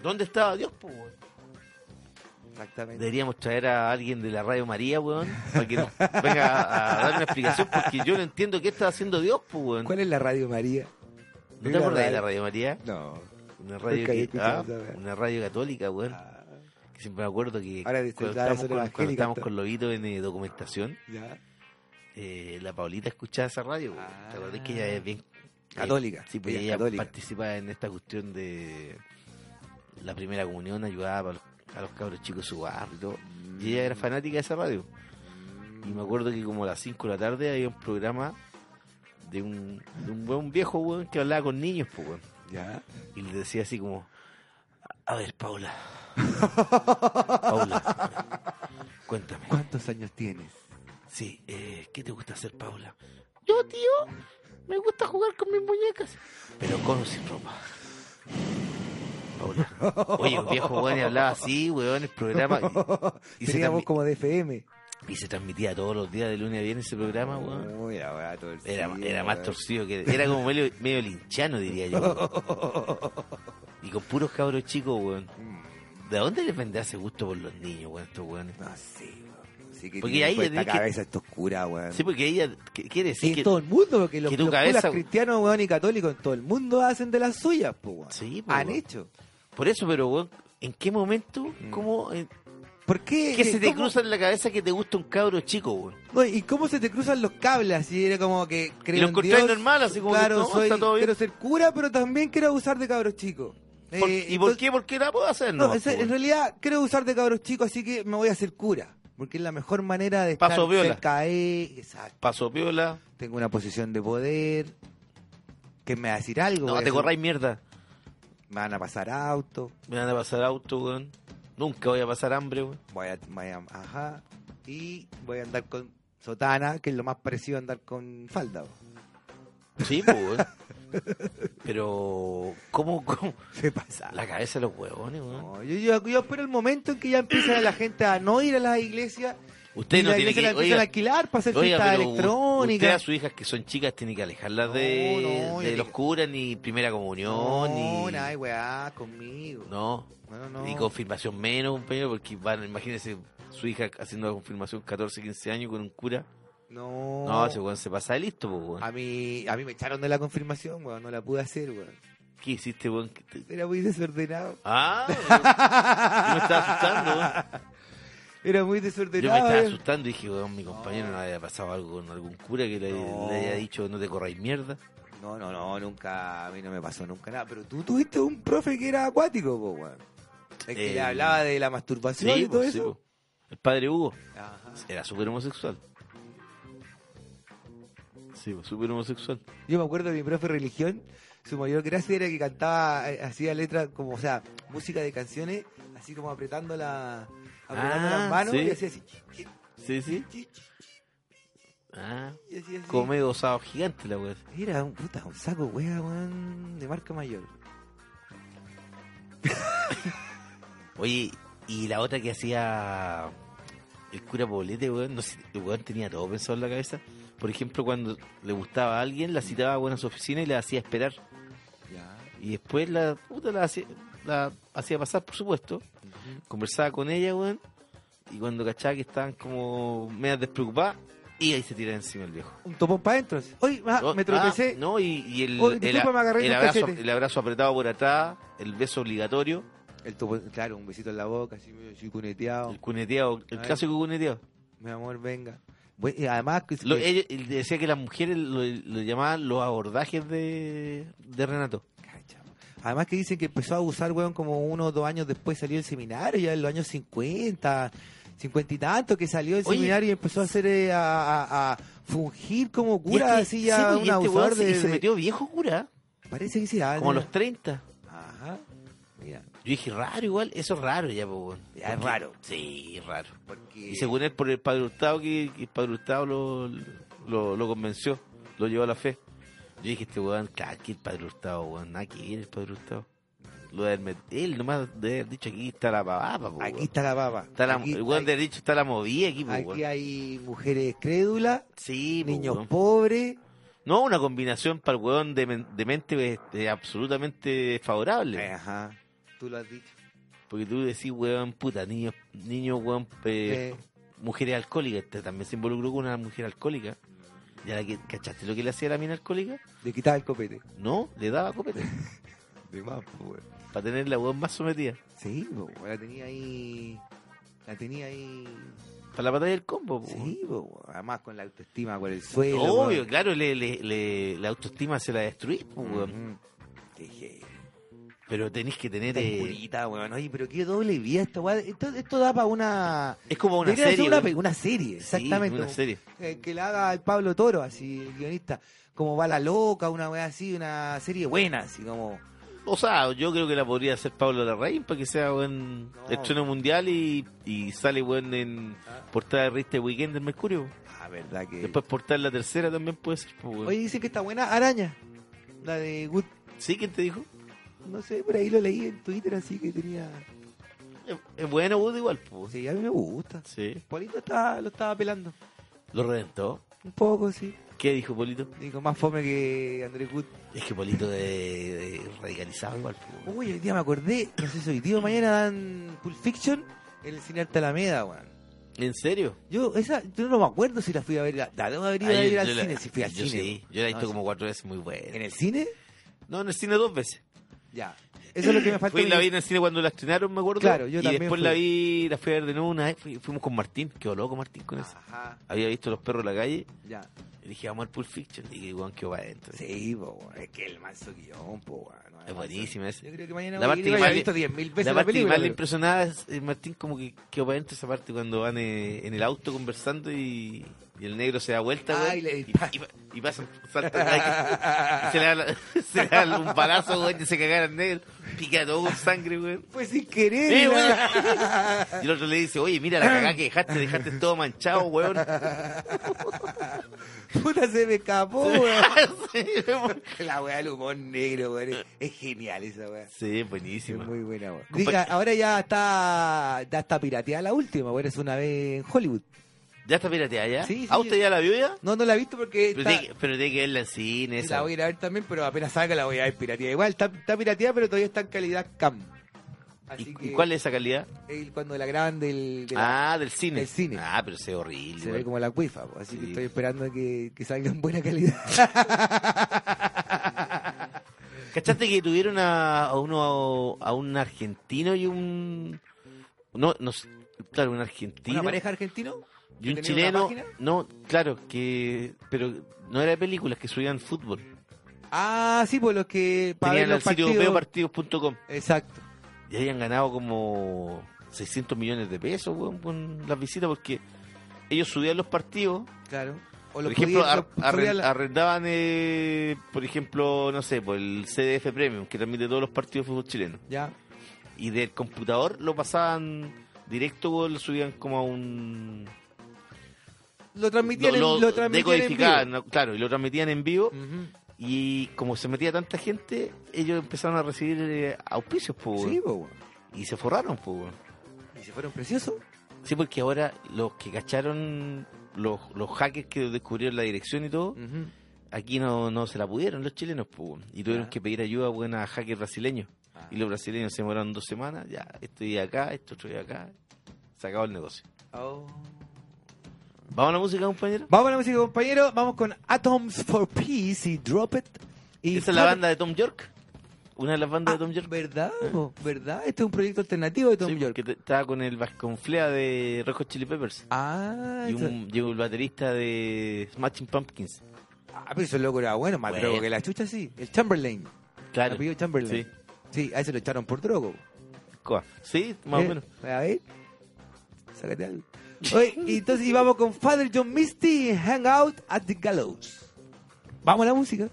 Speaker 1: ¿Dónde estaba Dios, pues, weón?
Speaker 2: Exactamente.
Speaker 1: Deberíamos traer a alguien de la Radio María, weón, para que nos venga a, a dar una explicación, porque yo no entiendo qué está haciendo Dios, pues, weón.
Speaker 2: ¿Cuál es la Radio María?
Speaker 1: ¿No te acordás de la Radio María?
Speaker 2: No.
Speaker 1: Una radio,
Speaker 2: Nunca había
Speaker 1: que-
Speaker 2: escuchado
Speaker 1: ah,
Speaker 2: esa weá.
Speaker 1: una radio católica, weón.
Speaker 2: Ah,
Speaker 1: Que siempre me acuerdo que
Speaker 2: Ahora dice,
Speaker 1: cuando
Speaker 2: ah,
Speaker 1: estábamos,
Speaker 2: son
Speaker 1: con, cuando
Speaker 2: evangélicas,
Speaker 1: estábamos
Speaker 2: todo.
Speaker 1: con Lobito en eh, documentación,
Speaker 2: ya.
Speaker 1: eh, la Paulita escuchaba esa radio. weón.
Speaker 2: Ah.
Speaker 1: ¿Te acordás que ella es bien eh,
Speaker 2: Católica.
Speaker 1: sí, pues
Speaker 2: Ella es
Speaker 1: ella
Speaker 2: católica.
Speaker 1: participaba en esta cuestión de la primera comunión, ayudaba a los, a los cabros chicos de su barrio y todo. Y
Speaker 2: Mm.
Speaker 1: ella era fanática de esa radio. Y me acuerdo que como a las 5 de la tarde había un programa de un, de un buen viejo weón que hablaba con niños, pues, weón.
Speaker 2: Ya.
Speaker 1: Y le decía así como, a ver, Paula. Paula, cuéntame.
Speaker 2: ¿Cuántos años tienes?
Speaker 1: Sí, eh, ¿qué te gusta hacer, Paula? Yo, tío, me gusta jugar con mis muñecas. Pero con o sin ropa. Paula. Oye, un viejo weón y hablaba así, weón, en el programa. Y, y se,
Speaker 2: Tenía voz
Speaker 1: transmi-
Speaker 2: como de FM.
Speaker 1: y se transmitía todos los días de lunes a viernes ese programa, weón.
Speaker 2: Uy, la weá torcida,
Speaker 1: ¿eh? Era, era más
Speaker 2: weón.
Speaker 1: torcido que... Era como medio, medio linchano, diría yo. weón. Y con puros cabros chicos, weón.
Speaker 2: Mm.
Speaker 1: ¿De dónde les vendrá ese gusto por los niños, weón, estos weones?
Speaker 2: No sé, weón. Sí que
Speaker 1: Porque
Speaker 2: tiene
Speaker 1: ahí
Speaker 2: pues,
Speaker 1: tenés
Speaker 2: la
Speaker 1: que-
Speaker 2: cabeza está oscura, weón.
Speaker 1: Sí, porque ella qu- quiere
Speaker 2: Sí,
Speaker 1: decir
Speaker 2: en
Speaker 1: que...
Speaker 2: todo el mundo, porque los,
Speaker 1: que tu
Speaker 2: los
Speaker 1: cabeza-
Speaker 2: curas cristianos, weón, y católicos en todo el mundo hacen de las suyas, pues, weón.
Speaker 1: Sí, pues,
Speaker 2: Han
Speaker 1: weón.
Speaker 2: hecho.
Speaker 1: Por eso, pero, weón, ¿en qué momento? ¿Cómo? en-
Speaker 2: ¿Por qué?
Speaker 1: ¿Qué se te
Speaker 2: Mm. Eh, cómo-
Speaker 1: cruza en la cabeza que te gusta un cabro chico, weón?
Speaker 2: No, ¿Y cómo se te cruzan los cables? Así era como que creo
Speaker 1: lo
Speaker 2: en
Speaker 1: encontrás
Speaker 2: Dios,
Speaker 1: normal, así como que
Speaker 2: claro,
Speaker 1: no,
Speaker 2: soy,
Speaker 1: está todo bien.
Speaker 2: quiero ser cura, pero también quiero abusar de cabros chicos.
Speaker 1: ¿Por-
Speaker 2: Eh,
Speaker 1: ¿Y por
Speaker 2: entonces-
Speaker 1: qué? ¿Por qué la puedo hacer?
Speaker 2: No,
Speaker 1: No, pues,
Speaker 2: en, se- en realidad quiero usar de cabros chicos, así que me voy a hacer cura. Porque es la mejor manera de
Speaker 1: Paso
Speaker 2: estar
Speaker 1: viola.
Speaker 2: cerca de... Exacto.
Speaker 1: Paso piola.
Speaker 2: Tengo una posición de poder. Que me va a decir algo.
Speaker 1: No,
Speaker 2: voy a
Speaker 1: te
Speaker 2: hacer-
Speaker 1: corráis mierda.
Speaker 2: Me van a pasar auto.
Speaker 1: Me van a pasar auto, weón. Nunca voy a pasar hambre, weón.
Speaker 2: Voy a, voy a- Ajá. Y voy a andar con sotana, que es lo más parecido a andar con falda. bo.
Speaker 1: Sí, pues, weón. Pero, ¿cómo, cómo?
Speaker 2: Se pasa.
Speaker 1: La cabeza de los huevones, weón.
Speaker 2: No, yo, yo- yo espero el momento en que ya empiece la gente a no ir a las iglesias
Speaker 1: Usted
Speaker 2: y
Speaker 1: no
Speaker 2: la
Speaker 1: tiene
Speaker 2: iglesia
Speaker 1: que...
Speaker 2: la empiezan a
Speaker 1: oiga,
Speaker 2: alquilar para hacer
Speaker 1: Oiga,
Speaker 2: fiestas
Speaker 1: pero u- Usted a
Speaker 2: electrónicas.
Speaker 1: sus hijas que son chicas tiene que alejarlas de,
Speaker 2: No, no,
Speaker 1: de
Speaker 2: yo
Speaker 1: los
Speaker 2: digo-
Speaker 1: curas, ni primera comunión, ni...
Speaker 2: ay, weá, conmigo.
Speaker 1: no,
Speaker 2: No, no.
Speaker 1: ni confirmación menos, compañero, porque van, imagínese su hija haciendo la confirmación 14, 15 años con un cura.
Speaker 2: No.
Speaker 1: No, ese weón se pasa de listo, pues, weón.
Speaker 2: A mí, a mí me echaron de la confirmación, weón. No la pude hacer, weón.
Speaker 1: ¿Qué hiciste, weón? ¿Qué te-
Speaker 2: Era muy desordenado.
Speaker 1: Ah, yo me estaba asustando, weón.
Speaker 2: Era muy
Speaker 1: Yo me
Speaker 2: desordenado. eh.
Speaker 1: estaba
Speaker 2: weón.
Speaker 1: asustando y dije, weón, mi compañero no, había pasado algo con algún cura que le,
Speaker 2: No.
Speaker 1: le haya dicho no te corráis mierda.
Speaker 2: No, no, no, nunca, a mí no me pasó nunca nada. Pero tú tuviste un profe que era acuático, po, weón. El que
Speaker 1: Eh,
Speaker 2: le hablaba de la masturbación y
Speaker 1: po,
Speaker 2: todo
Speaker 1: sí,
Speaker 2: eso.
Speaker 1: po. El padre Hugo
Speaker 2: Ajá.
Speaker 1: era súper homosexual. Sí, po, súper homosexual.
Speaker 2: Yo me acuerdo de mi profe de religión, su mayor gracia era que cantaba, eh, hacía letras como, o sea, música de canciones, así como apretando la, apretando
Speaker 1: Ah,
Speaker 2: las manos
Speaker 1: sí.
Speaker 2: y hacía así.
Speaker 1: Sí, sí. Ah,
Speaker 2: y hacía así.
Speaker 1: come dosado gigante la weón.
Speaker 2: Era un puta, un saco wea, weón, de marca mayor.
Speaker 1: Oye, y la otra que hacía el cura Poblete, weón, no sé, el weón tenía todo pensado en la cabeza. Por ejemplo, cuando le gustaba a alguien, la citaba weón, a su oficina y la hacía esperar.
Speaker 2: Ya.
Speaker 1: Y después la puta la hacía, la hacía pasar, por supuesto. Conversaba con ella, weón. Y cuando cachaba que estaban como medias despreocupadas, y ahí se tiraba encima el viejo.
Speaker 2: Un topón para adentro. así. Uy, ma-
Speaker 1: No,
Speaker 2: me tropecé.
Speaker 1: ah, no, y, y el,
Speaker 2: Oh,
Speaker 1: el-
Speaker 2: disculpa, me agarré
Speaker 1: el
Speaker 2: los
Speaker 1: abrazo,
Speaker 2: cachetes.
Speaker 1: el abrazo apretado por atrás, el beso obligatorio,
Speaker 2: El topón, claro, un besito en la boca, así medio chicuneteado.
Speaker 1: el cuneteado, el
Speaker 2: Ay.
Speaker 1: clásico cuneteado.
Speaker 2: Mi amor, venga. Bueno, y además, que-
Speaker 1: Lo- ella- él decía que las mujeres lo, lo llamaban los abordajes de, de Renato.
Speaker 2: Cacha, po. Además que dicen que empezó a abusar, weón, como uno o dos años después salió del seminario, ya en los años 50, 50 y tanto, que salió del
Speaker 1: Oye.
Speaker 2: seminario y empezó a hacer eh, a, a- a fungir como
Speaker 1: Y este-
Speaker 2: cura, así
Speaker 1: sí,
Speaker 2: ya
Speaker 1: pues, y
Speaker 2: un
Speaker 1: este
Speaker 2: abusador
Speaker 1: weón se-
Speaker 2: de,
Speaker 1: y se
Speaker 2: de-
Speaker 1: metió viejo cura,
Speaker 2: Parece que sí, ah,
Speaker 1: como a
Speaker 2: mira.
Speaker 1: los 30.
Speaker 2: Ajá, mira,
Speaker 1: Yo dije, raro igual, eso es raro ya, pues. weón.
Speaker 2: Ya, es raro.
Speaker 1: Sí, raro.
Speaker 2: porque...
Speaker 1: Y según él, por el padre Hurtado, que, que el padre Hurtado lo, lo, lo convenció, lo llevó a la fe. Yo dije, este weón, claro, aquí el padre Hurtado, weón, nada que ver el padre Hurtado. Lo de haber met- él nomás de haber dicho, aquí está la pavapa, pues,
Speaker 2: Aquí
Speaker 1: weón.
Speaker 2: está la baba.
Speaker 1: Está la,
Speaker 2: aquí,
Speaker 1: el weón de haber dicho, está la movida aquí, pues,
Speaker 2: aquí
Speaker 1: weón.
Speaker 2: hay mujeres crédulas,
Speaker 1: Sí, pues,
Speaker 2: niños
Speaker 1: weón.
Speaker 2: pobres.
Speaker 1: No, una combinación para el weón de, men- de mente este, absolutamente favorable.
Speaker 2: Ajá, tú lo has dicho.
Speaker 1: Porque tú decís, weón, puta, niños, niños, weón, eh,
Speaker 2: Eh,
Speaker 1: mujeres alcohólicas. Este también se involucró con una mujer alcohólica. ¿Ya la que, cachaste lo que le hacía a la mina alcohólica?
Speaker 2: le quitaba el copete.
Speaker 1: No, le daba copete.
Speaker 2: De más, po, weón.
Speaker 1: para tener la weón más sometida.
Speaker 2: Sí, po, la tenía ahí. La tenía ahí.
Speaker 1: Para la batalla del combo. po.
Speaker 2: Sí, po, además con la autoestima por el suelo.
Speaker 1: Obvio,
Speaker 2: po.
Speaker 1: claro, le, le- le- la autoestima se la destruís, po, weón.
Speaker 2: Ujú. Dije,
Speaker 1: Pero tenés que tener...
Speaker 2: esta
Speaker 1: eh,
Speaker 2: impurita, weón. Oye, pero qué doble vida esta weá. Esto, esto da para una.
Speaker 1: es como una
Speaker 2: Debería ser
Speaker 1: serie.
Speaker 2: Una,
Speaker 1: weón.
Speaker 2: pe- una serie,
Speaker 1: Sí,
Speaker 2: exactamente.
Speaker 1: una serie.
Speaker 2: Eh, que la haga el Pablo Toro, así, el guionista. Como va la loca, una weá así, una serie buena, así como.
Speaker 1: O sea, yo creo que la podría hacer Pablo Larraín para que sea buen
Speaker 2: No.
Speaker 1: estreno mundial y, y sale buen en
Speaker 2: Ah.
Speaker 1: portada de revista Weekend del Mercurio.
Speaker 2: Ah, verdad que.
Speaker 1: Después portada en la tercera también puede ser. po, weón.
Speaker 2: Oye, dicen que está buena Araña. La de Good.
Speaker 1: ¿Sí? ¿Quién te dijo?
Speaker 2: No sé, por ahí lo leí en Twitter, así que tenía. oh,
Speaker 1: Es, es bueno, Wood igual. po.
Speaker 2: Sí, a mí me gusta.
Speaker 1: Sí.
Speaker 2: Polito estaba, lo estaba pelando.
Speaker 1: Lo reventó.
Speaker 2: Un poco, sí.
Speaker 1: ¿Qué dijo Polito?
Speaker 2: Digo, más fome que Andrés Good.
Speaker 1: Es que Polito de, de radicalizado igual. po.
Speaker 2: Uy, hoy día me acordé. No sé si hoy día o mañana dan Pulp Fiction en el cine Arte Alameda, weón.
Speaker 1: ¿En serio?
Speaker 2: Yo, esa, yo no me acuerdo si la fui a ver. La, la debo haber ido a
Speaker 1: Ah,
Speaker 2: ver al
Speaker 1: la-
Speaker 2: cine, si fui al
Speaker 1: yo
Speaker 2: cine.
Speaker 1: sí, yo la he visto
Speaker 2: No,
Speaker 1: como cuatro veces, muy
Speaker 2: sí. ¿En
Speaker 1: buena.
Speaker 2: el cine?
Speaker 1: No, en el cine dos veces.
Speaker 2: Ya. Eso es lo que me falta.
Speaker 1: Fui y la vi en el cine cuando la estrenaron, me acuerdo.
Speaker 2: Claro, yo
Speaker 1: y
Speaker 2: también
Speaker 1: después
Speaker 2: fui.
Speaker 1: la vi, la fui a ver de nuevo una vez. fui- Fuimos con Martín, quedó loco Martín con eso.
Speaker 2: Ajá,
Speaker 1: Había visto Los Perros de la Calle.
Speaker 2: ya.
Speaker 1: Y dije, vamos al Pulp Fiction. Y dije, weón, qué va adentro.
Speaker 2: Sí, po, weón. Es que el manso guión, po, weón.
Speaker 1: Es buenísima esa.
Speaker 2: Yo creo que mañana voy
Speaker 1: La
Speaker 2: a
Speaker 1: parte
Speaker 2: ir y
Speaker 1: que
Speaker 2: voy a haber
Speaker 1: más
Speaker 2: visto
Speaker 1: le-
Speaker 2: 10.000 veces
Speaker 1: La
Speaker 2: la,
Speaker 1: parte que
Speaker 2: película.
Speaker 1: más le
Speaker 2: pero-
Speaker 1: impresionaba es eh, Martín, como que quedó para adentro esa parte cuando van eh, en el auto conversando y, y el negro se da vuelta,
Speaker 2: Ah,
Speaker 1: weón,
Speaker 2: y le
Speaker 1: y, y pa- y pasa, salta atrás, y se le da, la- se le da un balazo, weón, y se cagara el negro, pica todo con sangre, weón.
Speaker 2: Fue sin querer.
Speaker 1: Sí,
Speaker 2: la-
Speaker 1: Y el otro le dice, oye, mira la cagada que dejaste, dejaste todo manchado, weón.
Speaker 2: Puta, se me escapó, weón.
Speaker 1: Sí, weón.
Speaker 2: La weá del humor negro, weón. Es- Es genial esa weá.
Speaker 1: Sí,
Speaker 2: Es
Speaker 1: buenísima.
Speaker 2: muy buena, weón.
Speaker 1: Compa-
Speaker 2: Diga, ahora ya está, ya está pirateada la última, weón. Es una vez en Hollywood.
Speaker 1: ¿Ya está pirateada ya?
Speaker 2: Sí, sí,
Speaker 1: ¿Ah, usted
Speaker 2: yo-
Speaker 1: ya la vio ya?
Speaker 2: No, no la he visto porque
Speaker 1: Pero
Speaker 2: está-
Speaker 1: tiene, que, pero tiene que verla en
Speaker 2: Sí,
Speaker 1: cine. Pues Esa.
Speaker 2: La voy a ir a ver también, pero apenas salga la voy a ver pirateada. Igual, está, está pirateada, pero todavía está en calidad cam.
Speaker 1: ¿Y,
Speaker 2: Así
Speaker 1: y
Speaker 2: que
Speaker 1: cuál es esa calidad?
Speaker 2: el- cuando la graban del... de la-
Speaker 1: Ah, del cine.
Speaker 2: del cine.
Speaker 1: Ah, pero se ve horrible.
Speaker 2: se
Speaker 1: güey.
Speaker 2: ve como la cuifa, po, así que
Speaker 1: Sí.
Speaker 2: estoy esperando que, que salga en buena calidad.
Speaker 1: ¿Cachaste que tuvieron a, a uno a un argentino y un no, no sé, claro, un argentino
Speaker 2: ¿Una pareja argentino?
Speaker 1: y un
Speaker 2: que tenía una
Speaker 1: chileno.
Speaker 2: página?
Speaker 1: No, claro, que pero no era de películas que subían fútbol.
Speaker 2: Ah, sí, pues los que... para ver
Speaker 1: Tenían el
Speaker 2: los
Speaker 1: sitio
Speaker 2: partidos-
Speaker 1: europeopartidos.com
Speaker 2: Exacto.
Speaker 1: y habían ganado como 600 millones de pesos weón, con las visitas porque ellos subían los partidos
Speaker 2: Claro. O
Speaker 1: Por
Speaker 2: los
Speaker 1: ejemplo,
Speaker 2: podían-
Speaker 1: ar-
Speaker 2: los
Speaker 1: arren-
Speaker 2: podían-
Speaker 1: arrendaban, eh, por ejemplo, no sé, por el CDF Premium, que transmite todos los partidos de fútbol chileno.
Speaker 2: Ya.
Speaker 1: Y del computador lo pasaban directo, weón, lo subían como a un...
Speaker 2: Lo transmitían, en-
Speaker 1: lo-
Speaker 2: lo,
Speaker 1: lo
Speaker 2: transmitían en vivo.
Speaker 1: decodificaban, ¿no? claro, y lo transmitían en vivo.
Speaker 2: Ujú.
Speaker 1: Y como se metía tanta gente, ellos empezaron a recibir eh, auspicios, po, weón.
Speaker 2: Sí, pues, weón.
Speaker 1: y se forraron, po, weón.
Speaker 2: Y se fueron preciosos.
Speaker 1: Sí, porque ahora los que cacharon, los, los hackers que descubrieron la dirección y todo,
Speaker 2: Ujú.
Speaker 1: aquí no, no se la pudieron los chilenos, po, weón. y tuvieron
Speaker 2: Ya.
Speaker 1: que pedir ayuda buena a hackers brasileños.
Speaker 2: Ah.
Speaker 1: Y los brasileños se demoraron dos semanas, ya, estoy acá, esto estoy acá, se acabó el negocio.
Speaker 2: Oh.
Speaker 1: ¿Vamos a la música, compañero?
Speaker 2: Vamos a la música, compañero. Vamos con Atoms for Peace y Drop It. Y Ah,
Speaker 1: Esa es la banda de Tom York, una de las bandas de Tom York.
Speaker 2: ¿Verdad? po? ¿Verdad? Este es un proyecto alternativo de Tom
Speaker 1: Sí,
Speaker 2: York.
Speaker 1: porque te- estaba con el bas- con Flea de Rojo Chili Peppers
Speaker 2: Ah,
Speaker 1: y
Speaker 2: eso-
Speaker 1: un, y un baterista de Smashing Pumpkins.
Speaker 2: ah, pero ese loco era bueno, más
Speaker 1: Bueno.
Speaker 2: drogo que la chucha, sí. El Chamberlain. El
Speaker 1: Claro.
Speaker 2: apellido Chamberlain. Sí. a ese lo echaron por drogo.
Speaker 1: Coa. Sí, más
Speaker 2: Eh,
Speaker 1: o menos.
Speaker 2: A ver. Sácate algo. Oye, y entonces y vamos con Father John Misty y Hang Out at the Gallows. Vamos a la música.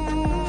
Speaker 3: I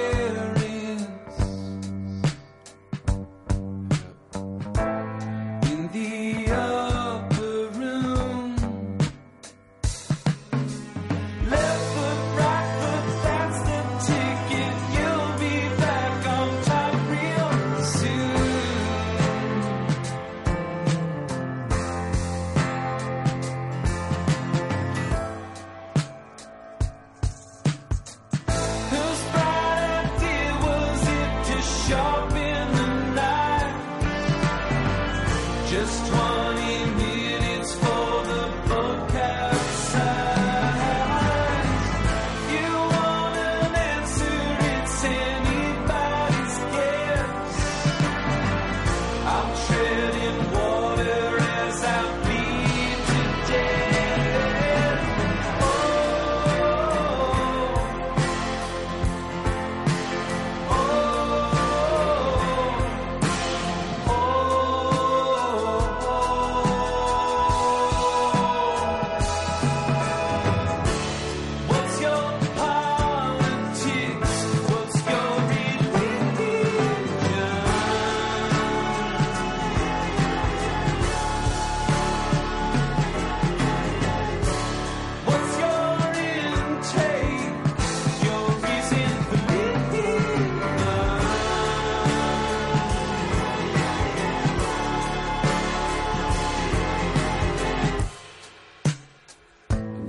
Speaker 3: vegetarians. In the upper room, left foot, right foot, that's the ticket. You'll be back on top real soon. Whose bright idea was it to sharpen the knife? Just 20 minutes for the book outside. You want an answer, it's anybody's guess. I'm treading water as I bleed to death. Oh. oh, What's your politics? What's your religion? What's your intake? Your reason for living?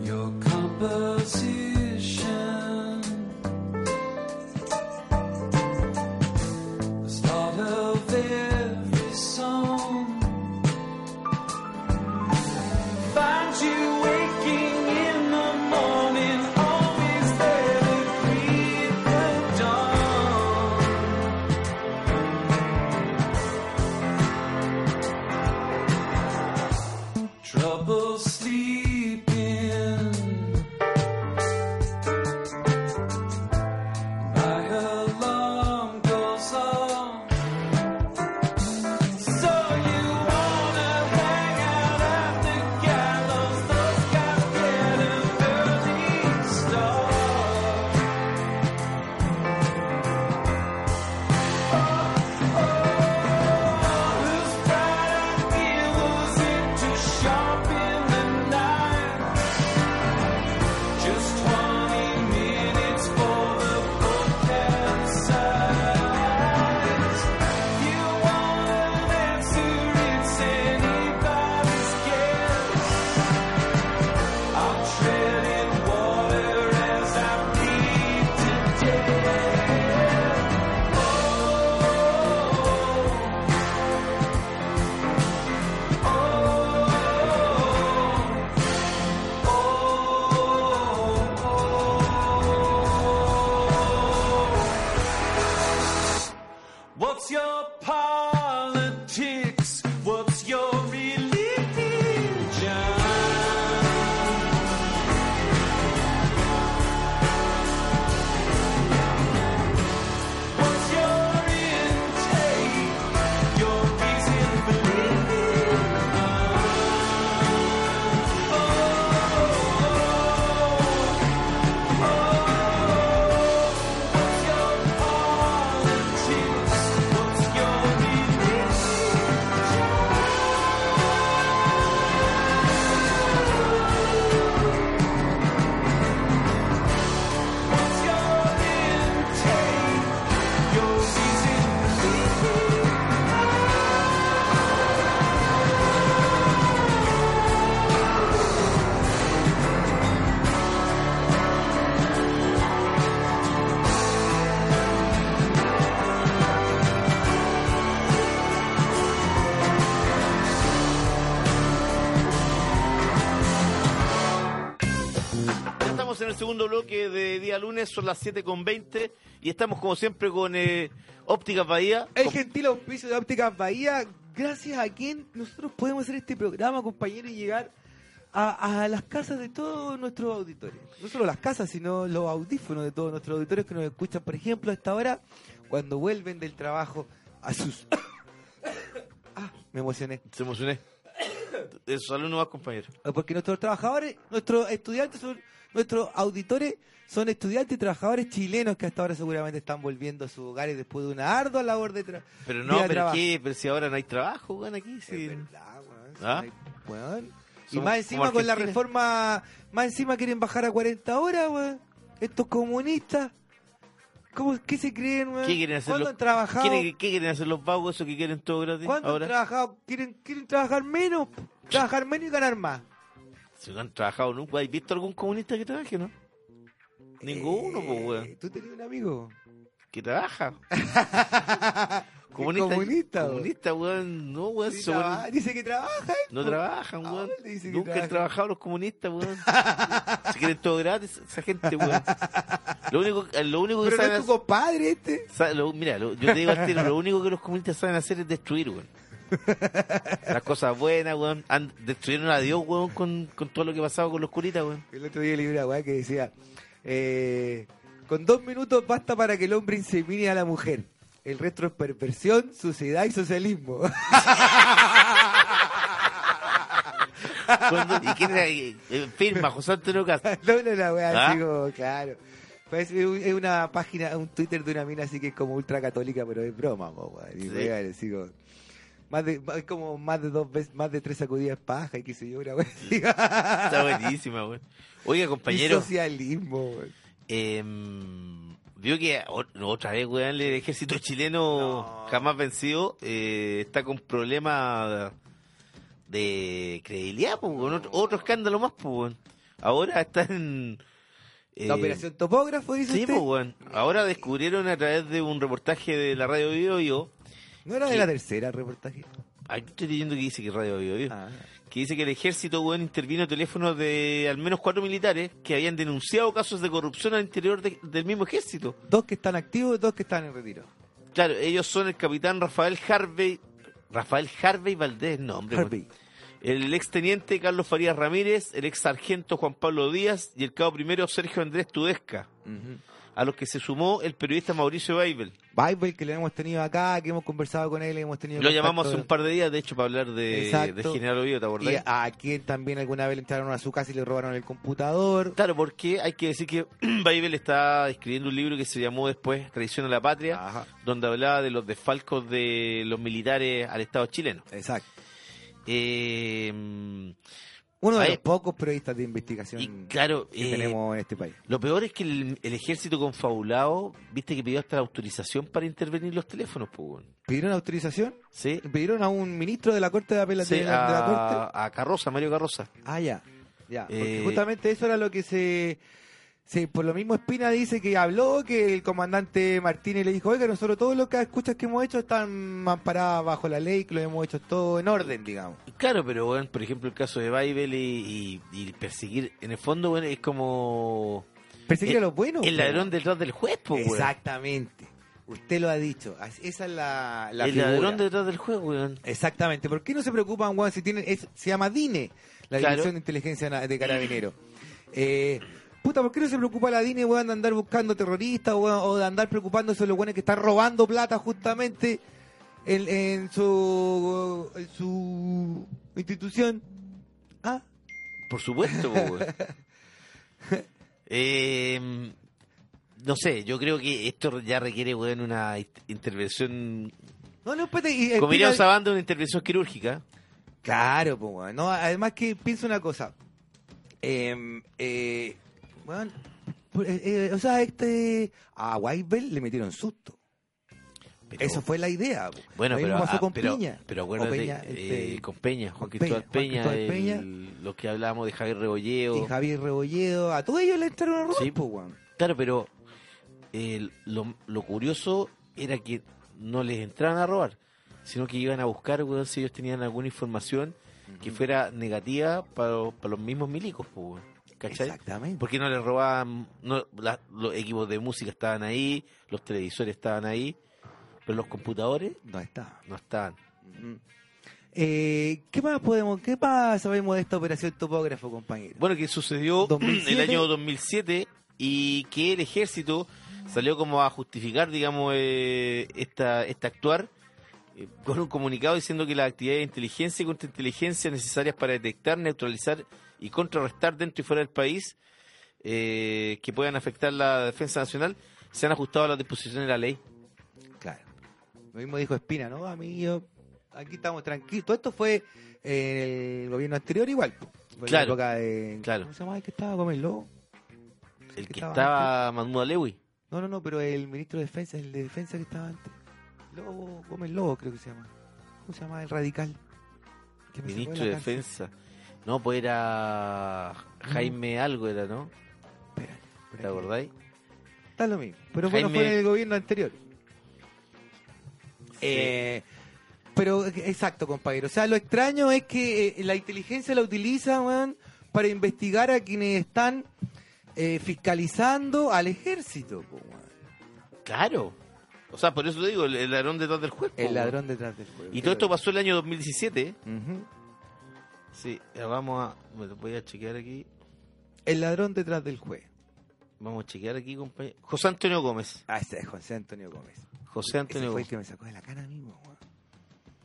Speaker 3: your composition. The start of every song. Find you waking in the morning, always there to greet the dawn. trouble sleeping. My alarm goes off. So you wanna hang out at the gallows? Those guys get an early start. Whose bright idea was it to sharpen the knife? Just 20 minutes for the book outside. You want an answer, it's anybody's guess. I'm treading water as I bleed to death. Oh. What's your politics? What's your religion? What's your intake? Your reason for living? What's your politics? What's your religion? What's your intake? Your reason for living?
Speaker 1: Ya Estamos en el segundo bloque de día lunes, son las 7 con 20 y estamos como siempre con eh, Ópticas Bahía.
Speaker 2: El
Speaker 1: Con-
Speaker 2: gentil auspicio de Ópticas Bahía, gracias a quien nosotros podemos hacer este programa, compañeros, y llegar a, a las casas de todos nuestros auditores. No solo las casas, sino los audífonos de todos nuestros auditores que nos escuchan, por ejemplo, a esta hora, cuando vuelven del trabajo a sus... ah, me emocioné.
Speaker 1: Se emocioné. Eso, alumno más compañero.
Speaker 2: Porque nuestros trabajadores, nuestros estudiantes, son, nuestros auditores son estudiantes y trabajadores chilenos que hasta ahora seguramente están volviendo a sus hogares después de una ardua labor de trabajo.
Speaker 1: Pero no, pero qué, pero si ahora no hay trabajo, weón, aquí. sí. ¿Ah?
Speaker 2: Y
Speaker 1: Somos
Speaker 2: más
Speaker 1: como
Speaker 2: encima con la
Speaker 1: Argentina.
Speaker 2: reforma, más encima quieren bajar a 40 horas, weón. Estos comunistas. ¿Cómo, ¿Qué se creen, weón?
Speaker 1: ¿Qué quieren hacer
Speaker 2: ¿Cuándo
Speaker 1: los
Speaker 2: han trabajado?
Speaker 1: ¿Quieren- ¿Qué quieren hacer los vagos esos que quieren todo gratis
Speaker 2: ¿Cuándo han
Speaker 1: ahora?
Speaker 2: trabajado? ¿Quieren, quieren trabajar menos, po. trabajar menos y ganar más.
Speaker 1: Si no han trabajado nunca, ¿has visto algún comunista que trabaje, no? Ninguno,
Speaker 2: Eh,
Speaker 1: pues, weón.
Speaker 2: Tú tenías un amigo.
Speaker 1: Que trabaja.
Speaker 2: Qué comunista, weón.
Speaker 1: comunista, weón. No, weón.
Speaker 2: Sí,
Speaker 1: se ponen-
Speaker 2: traba- "Ah, Dice que trabaja. ¿eh?
Speaker 1: no trabajan,
Speaker 2: Ah,
Speaker 1: weón.
Speaker 2: él dice que
Speaker 1: Nunca han
Speaker 2: trabaja.
Speaker 1: trabajado los comunistas, weón. Se quieren todo gratis, esa gente, weón. Lo único, eh, lo único que
Speaker 2: Pero no
Speaker 1: saben
Speaker 2: es tu compadre este.
Speaker 1: hacer- sa- lo- mira, lo- yo te digo al tiro, lo único que los comunistas saben hacer es destruir, weón. Las cosas buenas, weón. Han- destruyeron a Dios, weón, con, con todo lo que pasaba con los curitas, weón.
Speaker 2: El otro día leí una weá que decía, eh, con dos minutos basta para que el hombre insemine a la mujer. El resto es perversión, suciedad y socialismo.
Speaker 1: Cuando- ¿Y quién era? Eh, Firma, José Antonio Castro.
Speaker 2: no, no, la weá,
Speaker 1: ¿Ah?
Speaker 2: así como, claro. Pues es un- es una página, un Twitter de una mina así que es como ultra católica, pero es broma, po, weá. Y
Speaker 1: Sí.
Speaker 2: weá, así como, más de, es como más de dos veces, más de tres sacudidas paja y qué sé yo, una weá así.
Speaker 1: Está buenísima, weón. Oiga,
Speaker 2: Y
Speaker 1: compañero,
Speaker 2: socialismo, weón.
Speaker 1: eh, vio que o- otra vez, weón, el ejército chileno jamás vencido eh, está con problemas de credibilidad, pues, weón. Otro, otro escándalo más, pues, weón. Ahora están... eh,
Speaker 2: La operación topógrafo, dice
Speaker 1: Sí,
Speaker 2: usted.
Speaker 1: pues, weón. Ahora descubrieron a través de un reportaje de la radio Bio Bio.
Speaker 2: No era de
Speaker 1: Sí.
Speaker 2: la tercera el reportaje.
Speaker 1: Aquí estoy leyendo que dice que Radio Bio Bio.
Speaker 2: Ah.
Speaker 1: que dice que el ejército weón, intervino teléfonos de al menos cuatro militares que habían denunciado casos de corrupción al interior de- del mismo ejército.
Speaker 2: Dos que están activos, dos que están en retiro.
Speaker 1: Claro, ellos son el capitán Rafael Harvey. Rafael Harvey Valdés, no, hombre. weón.
Speaker 2: Harvey.
Speaker 1: El exteniente Carlos Farías Ramírez, el ex sargento Juan Pablo Díaz y el cabo primero Sergio Andrés Tudesca, a los que se sumó el periodista Mauricio Weibel.
Speaker 2: Bible que lo hemos tenido acá, que hemos conversado con él, hemos tenido.
Speaker 1: Lo llamamos hace
Speaker 2: contacto.
Speaker 1: un par de días, de hecho, para hablar de,
Speaker 2: Exacto.
Speaker 1: de General Oviedo, ¿te acordás?
Speaker 2: Y ah, a quien también alguna vez le entraron a su casa y le robaron el computador.
Speaker 1: Claro, porque hay que decir que Weibel está escribiendo un libro que se llamó después Traición a la Patria,
Speaker 2: Ajá.
Speaker 1: donde hablaba de los desfalcos de los militares al Estado chileno.
Speaker 2: Exacto.
Speaker 1: Eh, mm,
Speaker 2: Uno de
Speaker 1: Ahí-
Speaker 2: los pocos periodistas de investigación
Speaker 1: y claro,
Speaker 2: que
Speaker 1: eh,
Speaker 2: tenemos en este país.
Speaker 1: lo peor es que el, el ejército confabulado, viste que pidió hasta la autorización para intervenir los teléfonos, pues, weón.
Speaker 2: ¿Pidieron autorización?
Speaker 1: ¿sí?
Speaker 2: ¿Pidieron a un ministro de la Corte de Apelación
Speaker 1: Sí,
Speaker 2: de, la- de la Corte?
Speaker 1: a, a Carroza, Mario Carroza.
Speaker 2: Ah, ya. Ya, porque
Speaker 1: Eh,
Speaker 2: justamente eso era lo que se, se- Por lo mismo Espina dice que habló, que el comandante Martínez le dijo, oiga, nosotros todos los escuchas que hemos hecho están amparadas bajo la ley, que lo hemos hecho todo en orden, digamos.
Speaker 1: Claro, pero bueno, por ejemplo, el caso de Weibel y, y- y perseguir, en el fondo, bueno, es como
Speaker 2: Perseguir
Speaker 1: Eh,
Speaker 2: a los buenos.
Speaker 1: el
Speaker 2: po.
Speaker 1: ladrón detrás del juez, pues, weón.
Speaker 2: Exactamente. Usted lo ha dicho. As- Esa es la, la
Speaker 1: el
Speaker 2: figura.
Speaker 1: ladrón detrás del juego, weón.
Speaker 2: Exactamente. ¿Por qué no se preocupan, weón, si tienen... es- se llama DINE, la
Speaker 1: Claro.
Speaker 2: Dirección de Inteligencia Na- de Carabinero. Eh, puta, ¿por qué no se preocupa la DINE, weón, de andar buscando terroristas, weón, o de andar preocupándose de los weones que están robando plata justamente en, en su, en su institución? Ah,
Speaker 1: Por supuesto, po, weón. Eh, no sé, yo creo que esto ya requiere, weón, una in- intervención.
Speaker 2: no, no, espérate. y
Speaker 1: Como diría
Speaker 2: Espina-
Speaker 1: Osabanda, una intervención quirúrgica.
Speaker 2: Claro, pues, weón. No, además que pienso una cosa. Eh, eh, weón, pu- eh, eh, o sea, este. A Weibel le metieron susto.
Speaker 1: Pero-
Speaker 2: Eso fue la idea. po.
Speaker 1: Bueno,
Speaker 2: Lo mismo
Speaker 1: pero,
Speaker 2: pasó
Speaker 1: ah,
Speaker 2: con
Speaker 1: pero,
Speaker 2: Piña.
Speaker 1: pero
Speaker 2: O
Speaker 1: acuérdate,
Speaker 2: Peña,
Speaker 1: eh,
Speaker 2: este,
Speaker 1: con Peña, Juan
Speaker 2: con
Speaker 1: Cristóbal Peña,
Speaker 2: Peña, Juan Cristóbal
Speaker 1: el- los que hablábamos de Javier Rebolleo.
Speaker 2: y Javier Rebolledo, a todos ellos le entraron a robar,
Speaker 1: Sí.
Speaker 2: po, weón.
Speaker 1: Claro, pero el- lo, lo curioso era que no les entraban a robar, sino que iban a buscar weón, si ellos tenían alguna información que fuera negativa para, para los mismos milicos. po, weón. ¿Cachai?
Speaker 2: Exactamente.
Speaker 1: Porque no les robaban, no, la- los equipos de música estaban ahí, los televisores estaban ahí, pero los computadores
Speaker 2: No está.
Speaker 1: no estaban.
Speaker 2: Ujú. Eh, ¿Qué más podemos, qué más sabemos de esta operación topógrafo, compañero?
Speaker 1: Bueno, que sucedió
Speaker 2: 2007.
Speaker 1: el año 2007 y que el ejército salió como a justificar, digamos, eh, esta, este actuar eh, con un comunicado diciendo que las actividades de inteligencia y contrainteligencia necesarias para detectar, neutralizar y contrarrestar dentro y fuera del país eh, que puedan afectar la defensa nacional se han ajustado a las disposiciones de la ley.
Speaker 2: Claro. Lo mismo dijo Espina, ¿no? A mí yo, aquí estamos tranquilos. Todo esto fue en el gobierno anterior igual. po. Fue en
Speaker 1: Claro,
Speaker 2: la época de-
Speaker 1: claro.
Speaker 2: ¿Cómo se llama el que estaba? Gómez Lobo.
Speaker 1: El que
Speaker 2: estaba
Speaker 1: estaba Mahmoud Alewi.
Speaker 2: No, no, no, pero el ministro de Defensa, el de Defensa que estaba antes. Lobo, Gómez Lobo creo que se llama. ¿Cómo se llama el radical? Que me sacó
Speaker 1: Ministro
Speaker 2: la
Speaker 1: de
Speaker 2: cárcel.
Speaker 1: Defensa. No, pues era Jaime algo, era, ¿no?
Speaker 2: Mm. Espera,
Speaker 1: ¿Te
Speaker 2: espera que-
Speaker 1: acordáis?
Speaker 2: Está lo mismo. Pero bueno,
Speaker 1: Jaime-
Speaker 2: fue en el gobierno anterior. Eh, pero eh, exacto, compañero. O sea, lo extraño es que eh, la inteligencia la utiliza, weón, para investigar a quienes están eh, fiscalizando al ejército, po, weón.
Speaker 1: Claro. O sea, por eso lo digo, el, el ladrón detrás del juez. po,
Speaker 2: El ladrón detrás del juego.
Speaker 1: weón. Oh. Y todo esto pasó el año 2017.
Speaker 2: Ujú.
Speaker 1: Sí, eh, vamos a... bueno, voy a chequear aquí.
Speaker 2: El ladrón detrás del juez.
Speaker 1: Vamos a chequear aquí, compañero. José Antonio Gómez.
Speaker 2: Ah, ese es José Antonio Gómez.
Speaker 1: José
Speaker 2: Ese
Speaker 1: Antonio
Speaker 2: fue el
Speaker 1: Gómez.
Speaker 2: que me sacó de la cara, amigo. weón.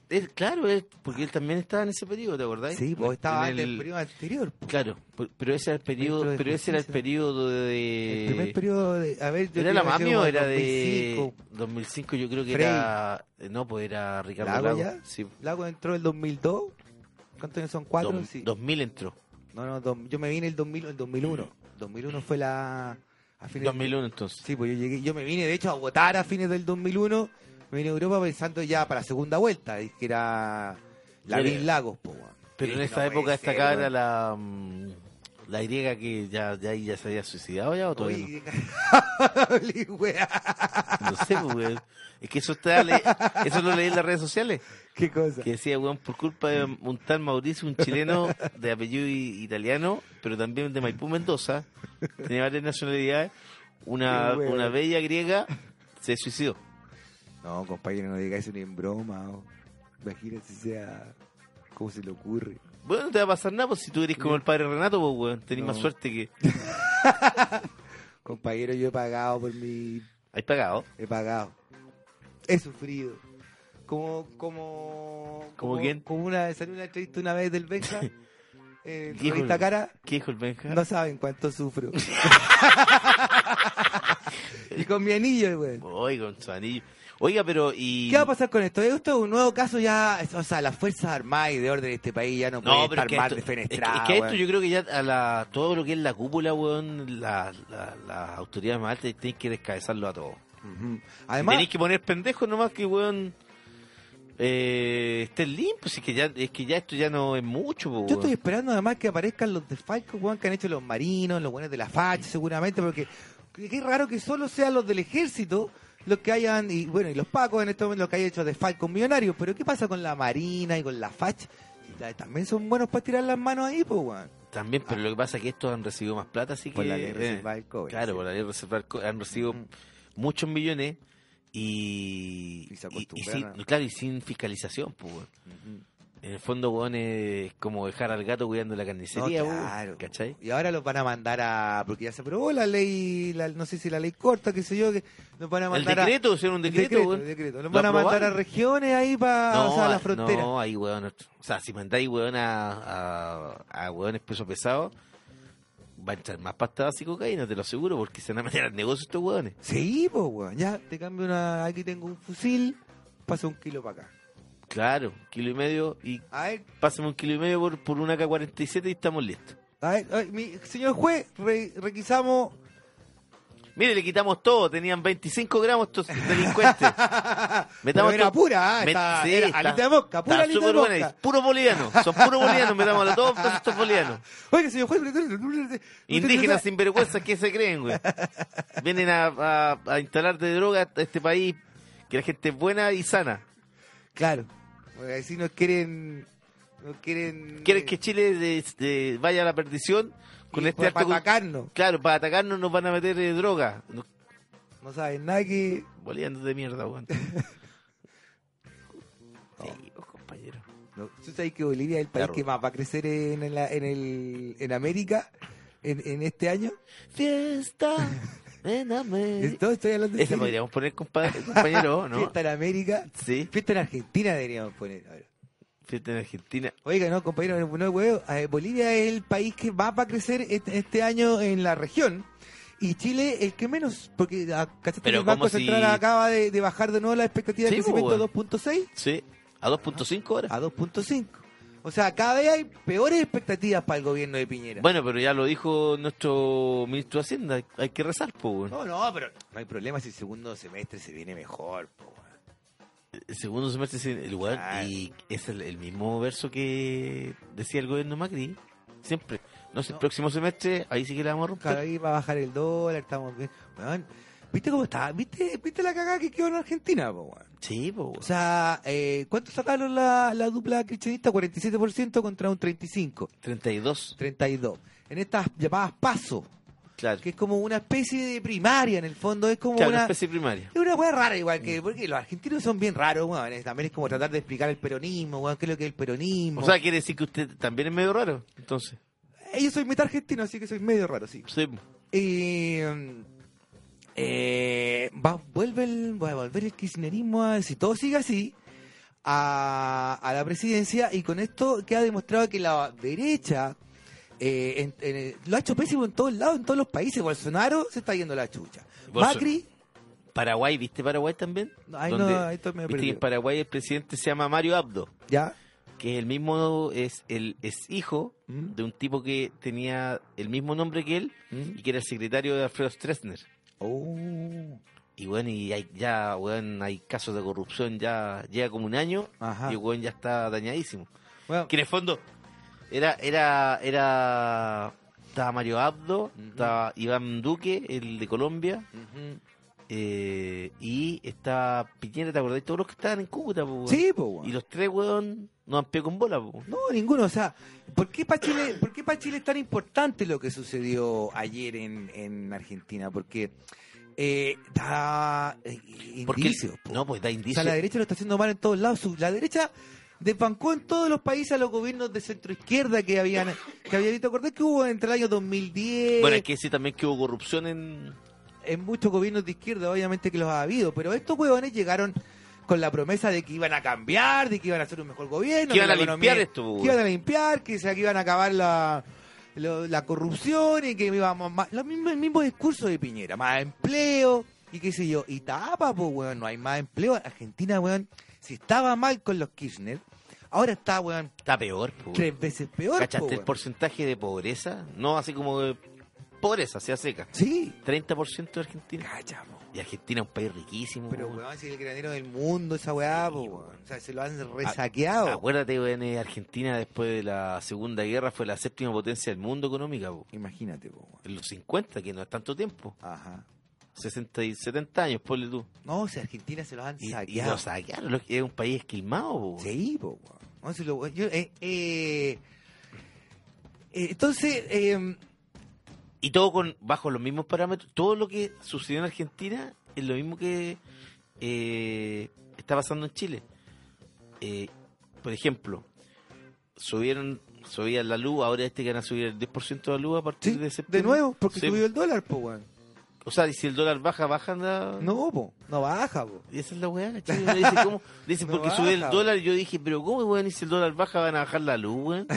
Speaker 1: Él, claro, él- porque él también estaba en ese periodo, ¿te acordáis?
Speaker 2: Sí, pues estaba en
Speaker 1: En
Speaker 2: el, periodo anterior. po.
Speaker 1: Claro, por- pero ese era el
Speaker 2: Ministro
Speaker 1: periodo,
Speaker 2: de
Speaker 1: pero ese era el
Speaker 2: Justicia.
Speaker 1: periodo de...
Speaker 2: El primer periodo de. A ver, yo
Speaker 1: eh, ¿Era la
Speaker 2: creo que
Speaker 1: mami
Speaker 2: como
Speaker 1: o era
Speaker 2: 2005.
Speaker 1: de 2005? Yo creo que
Speaker 2: Frey.
Speaker 1: era... eh, No, pues era Ricardo
Speaker 2: ¿Lago
Speaker 1: Lago.
Speaker 2: ya?
Speaker 1: Sí.
Speaker 2: Lago entró el 2002. ¿Cuántos años son? ¿Cuatro?
Speaker 1: Dos-
Speaker 2: sí.
Speaker 1: 2000 entró.
Speaker 2: No, no, dos- yo me vine el, 2000, el 2001. 2001 fue la... A fines
Speaker 1: 2001 entonces.
Speaker 2: Sí, pues yo llegué, yo me vine de hecho a votar a fines del 2001. Me vine a Europa pensando ya para la segunda vuelta, y que era la
Speaker 1: Era-
Speaker 2: Bill Lagos, po, weón.
Speaker 1: Pero en
Speaker 2: Sí, no
Speaker 1: esa
Speaker 2: puede
Speaker 1: época
Speaker 2: ser,
Speaker 1: destacaba
Speaker 2: weón.
Speaker 1: era la... mm, La griega que ya, ya, ahí ya se había suicidado ya o todavía no?
Speaker 2: Oye, qué- weá.
Speaker 1: No sé, pues, weón. Es que eso está le- eso lo leí en las redes sociales.
Speaker 2: Qué cosa.
Speaker 1: Que decía, weón, por culpa de un tal Mauricio, un chileno de apellido i- italiano, pero también de Maipú Mendoza, tenía varias nacionalidades, una,
Speaker 2: Qué weón.
Speaker 1: una bella griega se suicidó.
Speaker 2: No, compañero, no diga eso ni en broma. o- Imagínate sea cómo se le ocurre.
Speaker 1: Bueno, no te va a pasar nada pues, si tú eres como el padre Renato, pues, weón, tenés
Speaker 2: No.
Speaker 1: más suerte que...
Speaker 2: Compañero, yo he pagado por mi
Speaker 1: Hay pagado.
Speaker 2: He pagado. He sufrido. Como, como.
Speaker 1: ¿Como quién?
Speaker 2: Como una, salió una entrevista una vez del Benja. eh,
Speaker 1: Híjole.
Speaker 2: con esta cara.
Speaker 1: ¿Qué dijo el Benja?
Speaker 2: No saben cuánto sufro. y con mi anillo, güey.
Speaker 1: Voy con su anillo. Oiga, pero y...
Speaker 2: ¿Qué va a pasar con esto? Esto es un nuevo caso ya. O sea, las Fuerzas Armadas y de Orden de este país ya no,
Speaker 1: No,
Speaker 2: pueden
Speaker 1: pero
Speaker 2: estar
Speaker 1: es que,
Speaker 2: más
Speaker 1: esto, es que- es
Speaker 2: defenestradas.
Speaker 1: que a esto
Speaker 2: güey.
Speaker 1: yo creo que ya a la, todo lo que es la cúpula, weón, la- la- las autoridades más altas tienen que descabezarlo a todos.
Speaker 2: Ujú.
Speaker 1: Además,
Speaker 2: Además,
Speaker 1: tenéis que poner pendejos nomás que, weón, eh, estén limpios. Es que, ya, es que ya esto ya no es mucho, pues,
Speaker 2: Yo
Speaker 1: po, weón.
Speaker 2: estoy esperando además que aparezcan los de Falco, weón, que han hecho los marinos, los buenos de la facha, seguramente, porque qué qué raro que solo sean los del ejército los que hayan, y bueno, y los pacos en este momento los que hayan hecho de Falco millonarios, pero ¿qué pasa con la marina y con la facha? Y la- También son buenos para tirar las manos ahí, pues, weón.
Speaker 1: También, pero lo que pasa es que estos han recibido más plata, así
Speaker 2: Por
Speaker 1: que...
Speaker 2: la ley reservada
Speaker 1: eh,
Speaker 2: del cobre,
Speaker 1: Claro,
Speaker 2: sí.
Speaker 1: por la ley reservada del cobre. Han recibido muchos millones y...
Speaker 2: Y se
Speaker 1: sin,
Speaker 2: acostumbran a-
Speaker 1: Claro, y sin fiscalización, pues, weón. En el fondo, weón, es como dejar al gato cuidando la carnicería,
Speaker 2: No,
Speaker 1: weón,
Speaker 2: claro.
Speaker 1: ¿Cachai?
Speaker 2: Y ahora los van a mandar a, porque ya se aprobó la ley, la- no sé si la ley corta, qué sé yo, que nos van a
Speaker 1: El
Speaker 2: mandar a-
Speaker 1: decreto, hicieron un
Speaker 2: el
Speaker 1: decreto,
Speaker 2: decreto,
Speaker 1: weón.
Speaker 2: el decreto. Los
Speaker 1: Lo
Speaker 2: van a mandar a
Speaker 1: aprobaron.
Speaker 2: regiones ahí para, o sea, a
Speaker 1: ah,
Speaker 2: la frontera.
Speaker 1: No, ahí, weón. O sea, si mandáis, weón, a, a, a weones peso pesado, va a entrar más pasta básica cocaína, te lo aseguro, porque se van a meter al negocio estos weones.
Speaker 2: Sí, pues, weón. Ya, te cambio una. Aquí tengo un fusil, pasa un kilo para acá.
Speaker 1: Claro, kilo y medio, y
Speaker 2: A ver,
Speaker 1: pásame un kilo y medio por, por una K-47 y estamos listos.
Speaker 2: a ver, a ver, mi señor juez, re- requisamos.
Speaker 1: Mire, le quitamos todo, tenían 25 gramos estos delincuentes.
Speaker 2: Pero era
Speaker 1: todo-
Speaker 2: pura, ah,
Speaker 1: met-
Speaker 2: está-
Speaker 1: sí,
Speaker 2: era
Speaker 1: está-
Speaker 2: alita de mosca, pura
Speaker 1: está
Speaker 2: alita de
Speaker 1: súper buena,
Speaker 2: mosca.
Speaker 1: es puro boliviano, son puros bolivianos, metámoslo todo, entonces estos bolivianos.
Speaker 2: Oiga, señor juez, usted-
Speaker 1: Indígenas
Speaker 2: usted-
Speaker 1: sinvergüenzas que se creen, güey. Vienen a, a, a instalar de droga a este país que la gente es buena y sana.
Speaker 2: Claro. Porque si nos quieren. Nos quieren. eh,
Speaker 1: Quieren que Chile de- de- vaya a la perdición con
Speaker 2: y
Speaker 1: este
Speaker 2: para-
Speaker 1: acto
Speaker 2: para
Speaker 1: cul-
Speaker 2: atacarnos.
Speaker 1: Claro, para atacarnos nos van a meter eh, droga. Nos-
Speaker 2: No saben nada que.
Speaker 1: Bolivianos de mierda, güey.
Speaker 2: Oh.
Speaker 1: Sí, pues, compañero.
Speaker 2: No, ¿Tú sabes que Bolivia es el país
Speaker 1: Claro.
Speaker 2: que más va a crecer en, la- en, el, en América en, en este año?
Speaker 1: Fiesta Ven a me-
Speaker 2: Esto estoy hablando
Speaker 1: Esa podríamos poner, compadre, compañero, ¿no?
Speaker 2: Fiesta en América.
Speaker 1: Sí,
Speaker 2: Fiesta en Argentina deberíamos poner. ahora.
Speaker 1: fiesta en Argentina.
Speaker 2: Oiga, no, compañero, no no, huevo. Eh, Bolivia es el país que más va a crecer este, este año en la región. Y Chile el que menos, porque ah, ¿cachaste que
Speaker 1: Pero
Speaker 2: el Banco
Speaker 1: ¿cómo si-
Speaker 2: Central acaba de, de bajar de nuevo la expectativa
Speaker 1: Sí, pues,
Speaker 2: de
Speaker 1: po,
Speaker 2: crecimiento a
Speaker 1: weón.
Speaker 2: 2.6
Speaker 1: Sí, a 2.5 horas.
Speaker 2: a 2.5. O sea, cada vez hay peores expectativas para el gobierno de Piñera.
Speaker 1: Bueno, pero ya lo dijo nuestro ministro de Hacienda, hay- hay que rezar, po, weón.
Speaker 2: No, no, pero no hay problema si el segundo semestre se viene mejor. po, weón.
Speaker 1: El segundo semestre es el lugar
Speaker 2: Claro.
Speaker 1: y es el, el mismo verso que decía el gobierno Macri, siempre. No sé, el próximo semestre, ahí sí que la vamos a romper.
Speaker 2: Claro, ahí va a bajar el dólar, estamos bien. Weón, ¿Viste cómo está? ¿Viste, ¿Viste la cagada que quedó en Argentina? Po, weón?
Speaker 1: Sí, po, weón.
Speaker 2: O sea, eh, ¿cuánto sacaron la, la dupla cristianista? 47% contra un 35,
Speaker 1: 32,
Speaker 2: 32. En estas llamadas PASO,
Speaker 1: claro.
Speaker 2: que es como una especie de primaria en el fondo, es como
Speaker 1: Claro,
Speaker 2: una...
Speaker 1: especie primaria.
Speaker 2: Es una weá rara igual que, porque los argentinos son bien raros, weón. es- También es como tratar de explicar el peronismo, weón, qué es lo que es el peronismo.
Speaker 1: O sea, quiere decir que usted también es medio raro, entonces.
Speaker 2: Eh, yo soy mitad argentino, así que soy medio raro, sí.
Speaker 1: Sí,
Speaker 2: Y, mm, eh, va, vuelve el, va a volver el kirchnerismo, a- si todo sigue así, a, a la presidencia. Y con esto queda demostrado que la derecha eh, en- en- lo ha hecho pésimo en todos lados, en todos los países. Bolsonaro se está yendo a la chucha.
Speaker 1: Bolso-
Speaker 2: Macri,
Speaker 1: Paraguay, ¿viste Paraguay también?
Speaker 2: No, ahí
Speaker 1: Donde-
Speaker 2: no, ahí estoy medio
Speaker 1: Viste que
Speaker 2: perdido.
Speaker 1: en Paraguay el presidente se llama Mario Abdo,
Speaker 2: ya.
Speaker 1: que es el mismo, es el es hijo
Speaker 2: ¿Mm?
Speaker 1: de un tipo que tenía el mismo nombre que él
Speaker 2: ¿Mm?
Speaker 1: y que era el secretario de Alfredo Stroessner.
Speaker 2: Oh,
Speaker 1: Y bueno, y hay, ya, weón, hay casos de corrupción, ya llega como un año
Speaker 2: Ajá.
Speaker 1: y el weón ya está dañadísimo.
Speaker 2: Bueno,
Speaker 1: Que en el fondo era, era, era, estaba Mario Abdo,
Speaker 2: Ujú.
Speaker 1: estaba Iván Duque, el de Colombia,
Speaker 2: ujú.
Speaker 1: eh, y está Piñera, ¿te acordás? Todos los que estaban en Cúcuta, po, weón.
Speaker 2: Sí, pues, po, weón.
Speaker 1: Y los tres, weón, no han pegado con bola, po.
Speaker 2: No, ninguno. O sea, ¿por qué para Chile, por qué pa' Chile es tan importante lo que sucedió ayer en, en Argentina? Porque eh, da eh,
Speaker 1: Porque,
Speaker 2: indicios. po.
Speaker 1: no, pues da
Speaker 2: o
Speaker 1: indicios.
Speaker 2: sea, la derecha lo está haciendo mal en todos lados. Su- La derecha desbancó en todos los países a los gobiernos de centro izquierda que habían que había visto acordás que hubo entre el año 2010
Speaker 1: Bueno, hay que decir también que hubo corrupción en...
Speaker 2: en muchos gobiernos de izquierda obviamente que los ha habido pero estos huevones llegaron con la promesa de que iban a cambiar de que iban a hacer un mejor gobierno
Speaker 1: Que iban
Speaker 2: la
Speaker 1: a
Speaker 2: economía-
Speaker 1: limpiar esto, pues. po,
Speaker 2: que iban
Speaker 1: weón.
Speaker 2: a limpiar, que, se, que iban a acabar la, lo- la corrupción y que íbamos más. Lo mismo, el mismo discurso de Piñera, más empleo y qué sé yo. Y tapa, pues, weón, no hay más empleo. Argentina, weón, si estaba mal con los Kirchner, ahora está, weón,
Speaker 1: Está peor, po, weón.
Speaker 2: tres veces peor. pues, po,
Speaker 1: ¿Cachaste el
Speaker 2: weón.
Speaker 1: porcentaje de pobreza? No así como de pobreza, sea seca.
Speaker 2: Sí,
Speaker 1: 30% de Argentina.
Speaker 2: cachamos.
Speaker 1: Y Argentina es un país riquísimo.
Speaker 2: Pero,
Speaker 1: weón.
Speaker 2: weón, si es el granero del mundo, esa weá, po, weón. O sea, se lo
Speaker 1: Ah,
Speaker 2: han resaqueado.
Speaker 1: Acuérdate, weón, eh, Argentina después de la Segunda Guerra fue la séptima potencia del mundo económica, po.
Speaker 2: Imagínate, po, weón.
Speaker 1: En los 50, que no es tanto tiempo.
Speaker 2: Ajá.
Speaker 1: 60 y 70 años, ponle tú.
Speaker 2: No, si Argentina se los han
Speaker 1: Y, y
Speaker 2: saqueado.
Speaker 1: lo saquearon. lo- Es un país esquilmado, po.
Speaker 2: Sí, po, weón. No, si lo- yo, eh, eh, eh, entonces, eh,
Speaker 1: Y todo con bajo los mismos parámetros. Todo lo que sucedió en Argentina es lo mismo que eh, está pasando en Chile. Eh, por ejemplo, subieron subían la luz, ahora este que van a subir el 10% de la luz a partir
Speaker 2: sí,
Speaker 1: de
Speaker 2: de
Speaker 1: septiembre.
Speaker 2: nuevo, porque
Speaker 1: Sí.
Speaker 2: subió el dólar, po, weón.
Speaker 1: O sea, y si el dólar baja, bajan la...
Speaker 2: No, po, no baja, po.
Speaker 1: Y esa es la weá, ¿cachai? Uno dice, ¿cómo? Dice,
Speaker 2: No
Speaker 1: porque sube el
Speaker 2: baja,
Speaker 1: dólar. Y yo dije, pero ¿cómo, weón? Y si el dólar baja, van a bajar la luz, weón.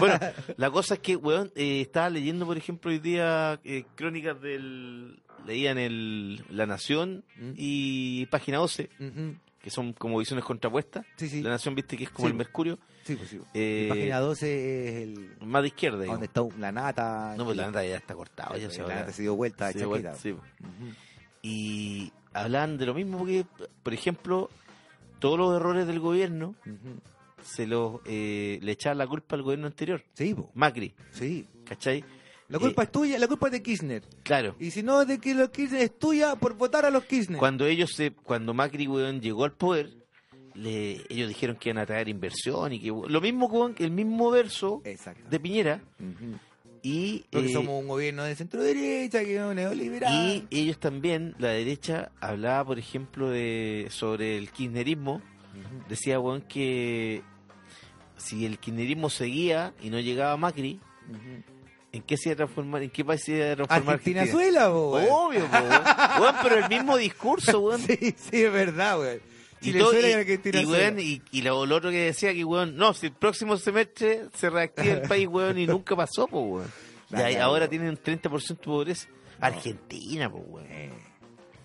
Speaker 1: bueno, la cosa es que, weón, eh, estaba leyendo, por ejemplo, hoy día eh, crónicas del. Leían el La Nación
Speaker 2: Mm.
Speaker 1: y Página 12,
Speaker 2: Ujú.
Speaker 1: que son como visiones contrapuestas.
Speaker 2: Sí, sí.
Speaker 1: La Nación, viste, que es como
Speaker 2: Sí.
Speaker 1: el Mercurio,
Speaker 2: Sí, pues sí. po.
Speaker 1: Eh,
Speaker 2: Página 12 es el.
Speaker 1: más de izquierda, digamos.
Speaker 2: Donde está la nata. pues,
Speaker 1: No, pues la nata ya está cortada, ya se
Speaker 2: La
Speaker 1: va a-
Speaker 2: nata se dio vuelta,
Speaker 1: se
Speaker 2: chaqueta. Mm-hmm.
Speaker 1: dio vuelta, sí, po. Y hablaban de lo mismo, porque, por ejemplo, todos los errores del gobierno
Speaker 2: Ujú, ujú.
Speaker 1: se los eh, le echaba la culpa al gobierno anterior,
Speaker 2: Sí, po,
Speaker 1: Macri,
Speaker 2: sí.
Speaker 1: ¿cachai?
Speaker 2: La
Speaker 1: Eh.
Speaker 2: culpa es tuya, la culpa es de Kirchner.
Speaker 1: Claro.
Speaker 2: Y si no es de que los Kirchner, es tuya por votar a los Kirchner.
Speaker 1: Cuando ellos se, cuando Macri weón, llegó al poder, le- ellos dijeron que iban a traer inversión y que lo mismo con el mismo verso
Speaker 2: Exacto.
Speaker 1: de Piñera
Speaker 2: Ujú.
Speaker 1: y
Speaker 2: Porque
Speaker 1: eh,
Speaker 2: Eh. somos un gobierno de centro derecha, que es un
Speaker 1: y
Speaker 2: neoliberal.
Speaker 1: ellos también la derecha hablaba por ejemplo de sobre el kirchnerismo,
Speaker 2: Ujú.
Speaker 1: decía weón, que si el kirchnerismo seguía y no llegaba Macri,
Speaker 2: Ujú.
Speaker 1: ¿En qué se iba a transformar? ¿En qué país se iba a transformar
Speaker 2: Argentina Suela,
Speaker 1: Obvio, po, weón. Weón, pero el mismo discurso, weón.
Speaker 2: Sí, sí, es verdad, weón.
Speaker 1: Y,
Speaker 2: Chile
Speaker 1: todo-
Speaker 2: suela y
Speaker 1: y-
Speaker 2: Argentina
Speaker 1: y,
Speaker 2: suela.
Speaker 1: weón, y- y lo, lo otro que decía que, weón, no, si el próximo semestre se reactiva el país, weón, y nunca pasó, po, weón. Y ahí-
Speaker 2: Claro,
Speaker 1: ahora
Speaker 2: weón.
Speaker 1: tienen 30% de pobreza. Argentina, po, weón.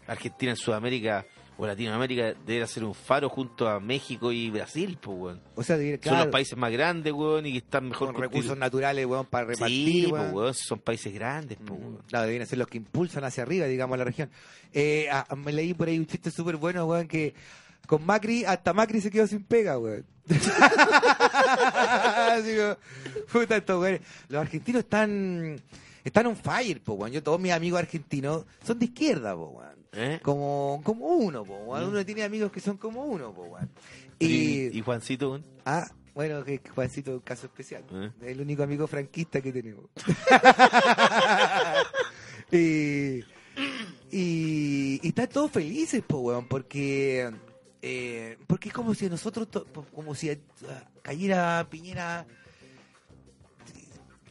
Speaker 1: Argentina en Sudamérica o Latinoamérica debería ser un faro junto a México y Brasil, po, weón.
Speaker 2: O sea, de-
Speaker 1: Son
Speaker 2: claro,
Speaker 1: los países más grandes, weón, y que están mejor
Speaker 2: con
Speaker 1: constitu-
Speaker 2: recursos naturales, weón, para repartir,
Speaker 1: Sí, pues, po,
Speaker 2: weón.
Speaker 1: weón, son países grandes, po,
Speaker 2: Mm,
Speaker 1: weón.
Speaker 2: Claro, deben ser los que impulsan hacia arriba, digamos, a la región. Eh, ah, me leí por ahí un chiste súper bueno, weón, que con Macri, hasta Macri se quedó sin pega, weón. Así como, puta, estos weones. Los argentinos están, están on fire, po, weón. Yo, todos mis amigos argentinos son de izquierda, po, weón.
Speaker 1: ¿Eh? Mm.
Speaker 2: Como, como uno, po, weón. Uno tiene amigos que son como uno, po, weón.
Speaker 1: Y,
Speaker 2: Y,
Speaker 1: y Juancito, weón.
Speaker 2: ah, bueno, que que Juancito es un caso especial.
Speaker 1: ¿Eh?
Speaker 2: Es el único amigo franquista que tenemos. y, y, y están todos felices, po, weón, porque, eh, porque es como si nosotros, to- po- como si eh, cayera Piñera.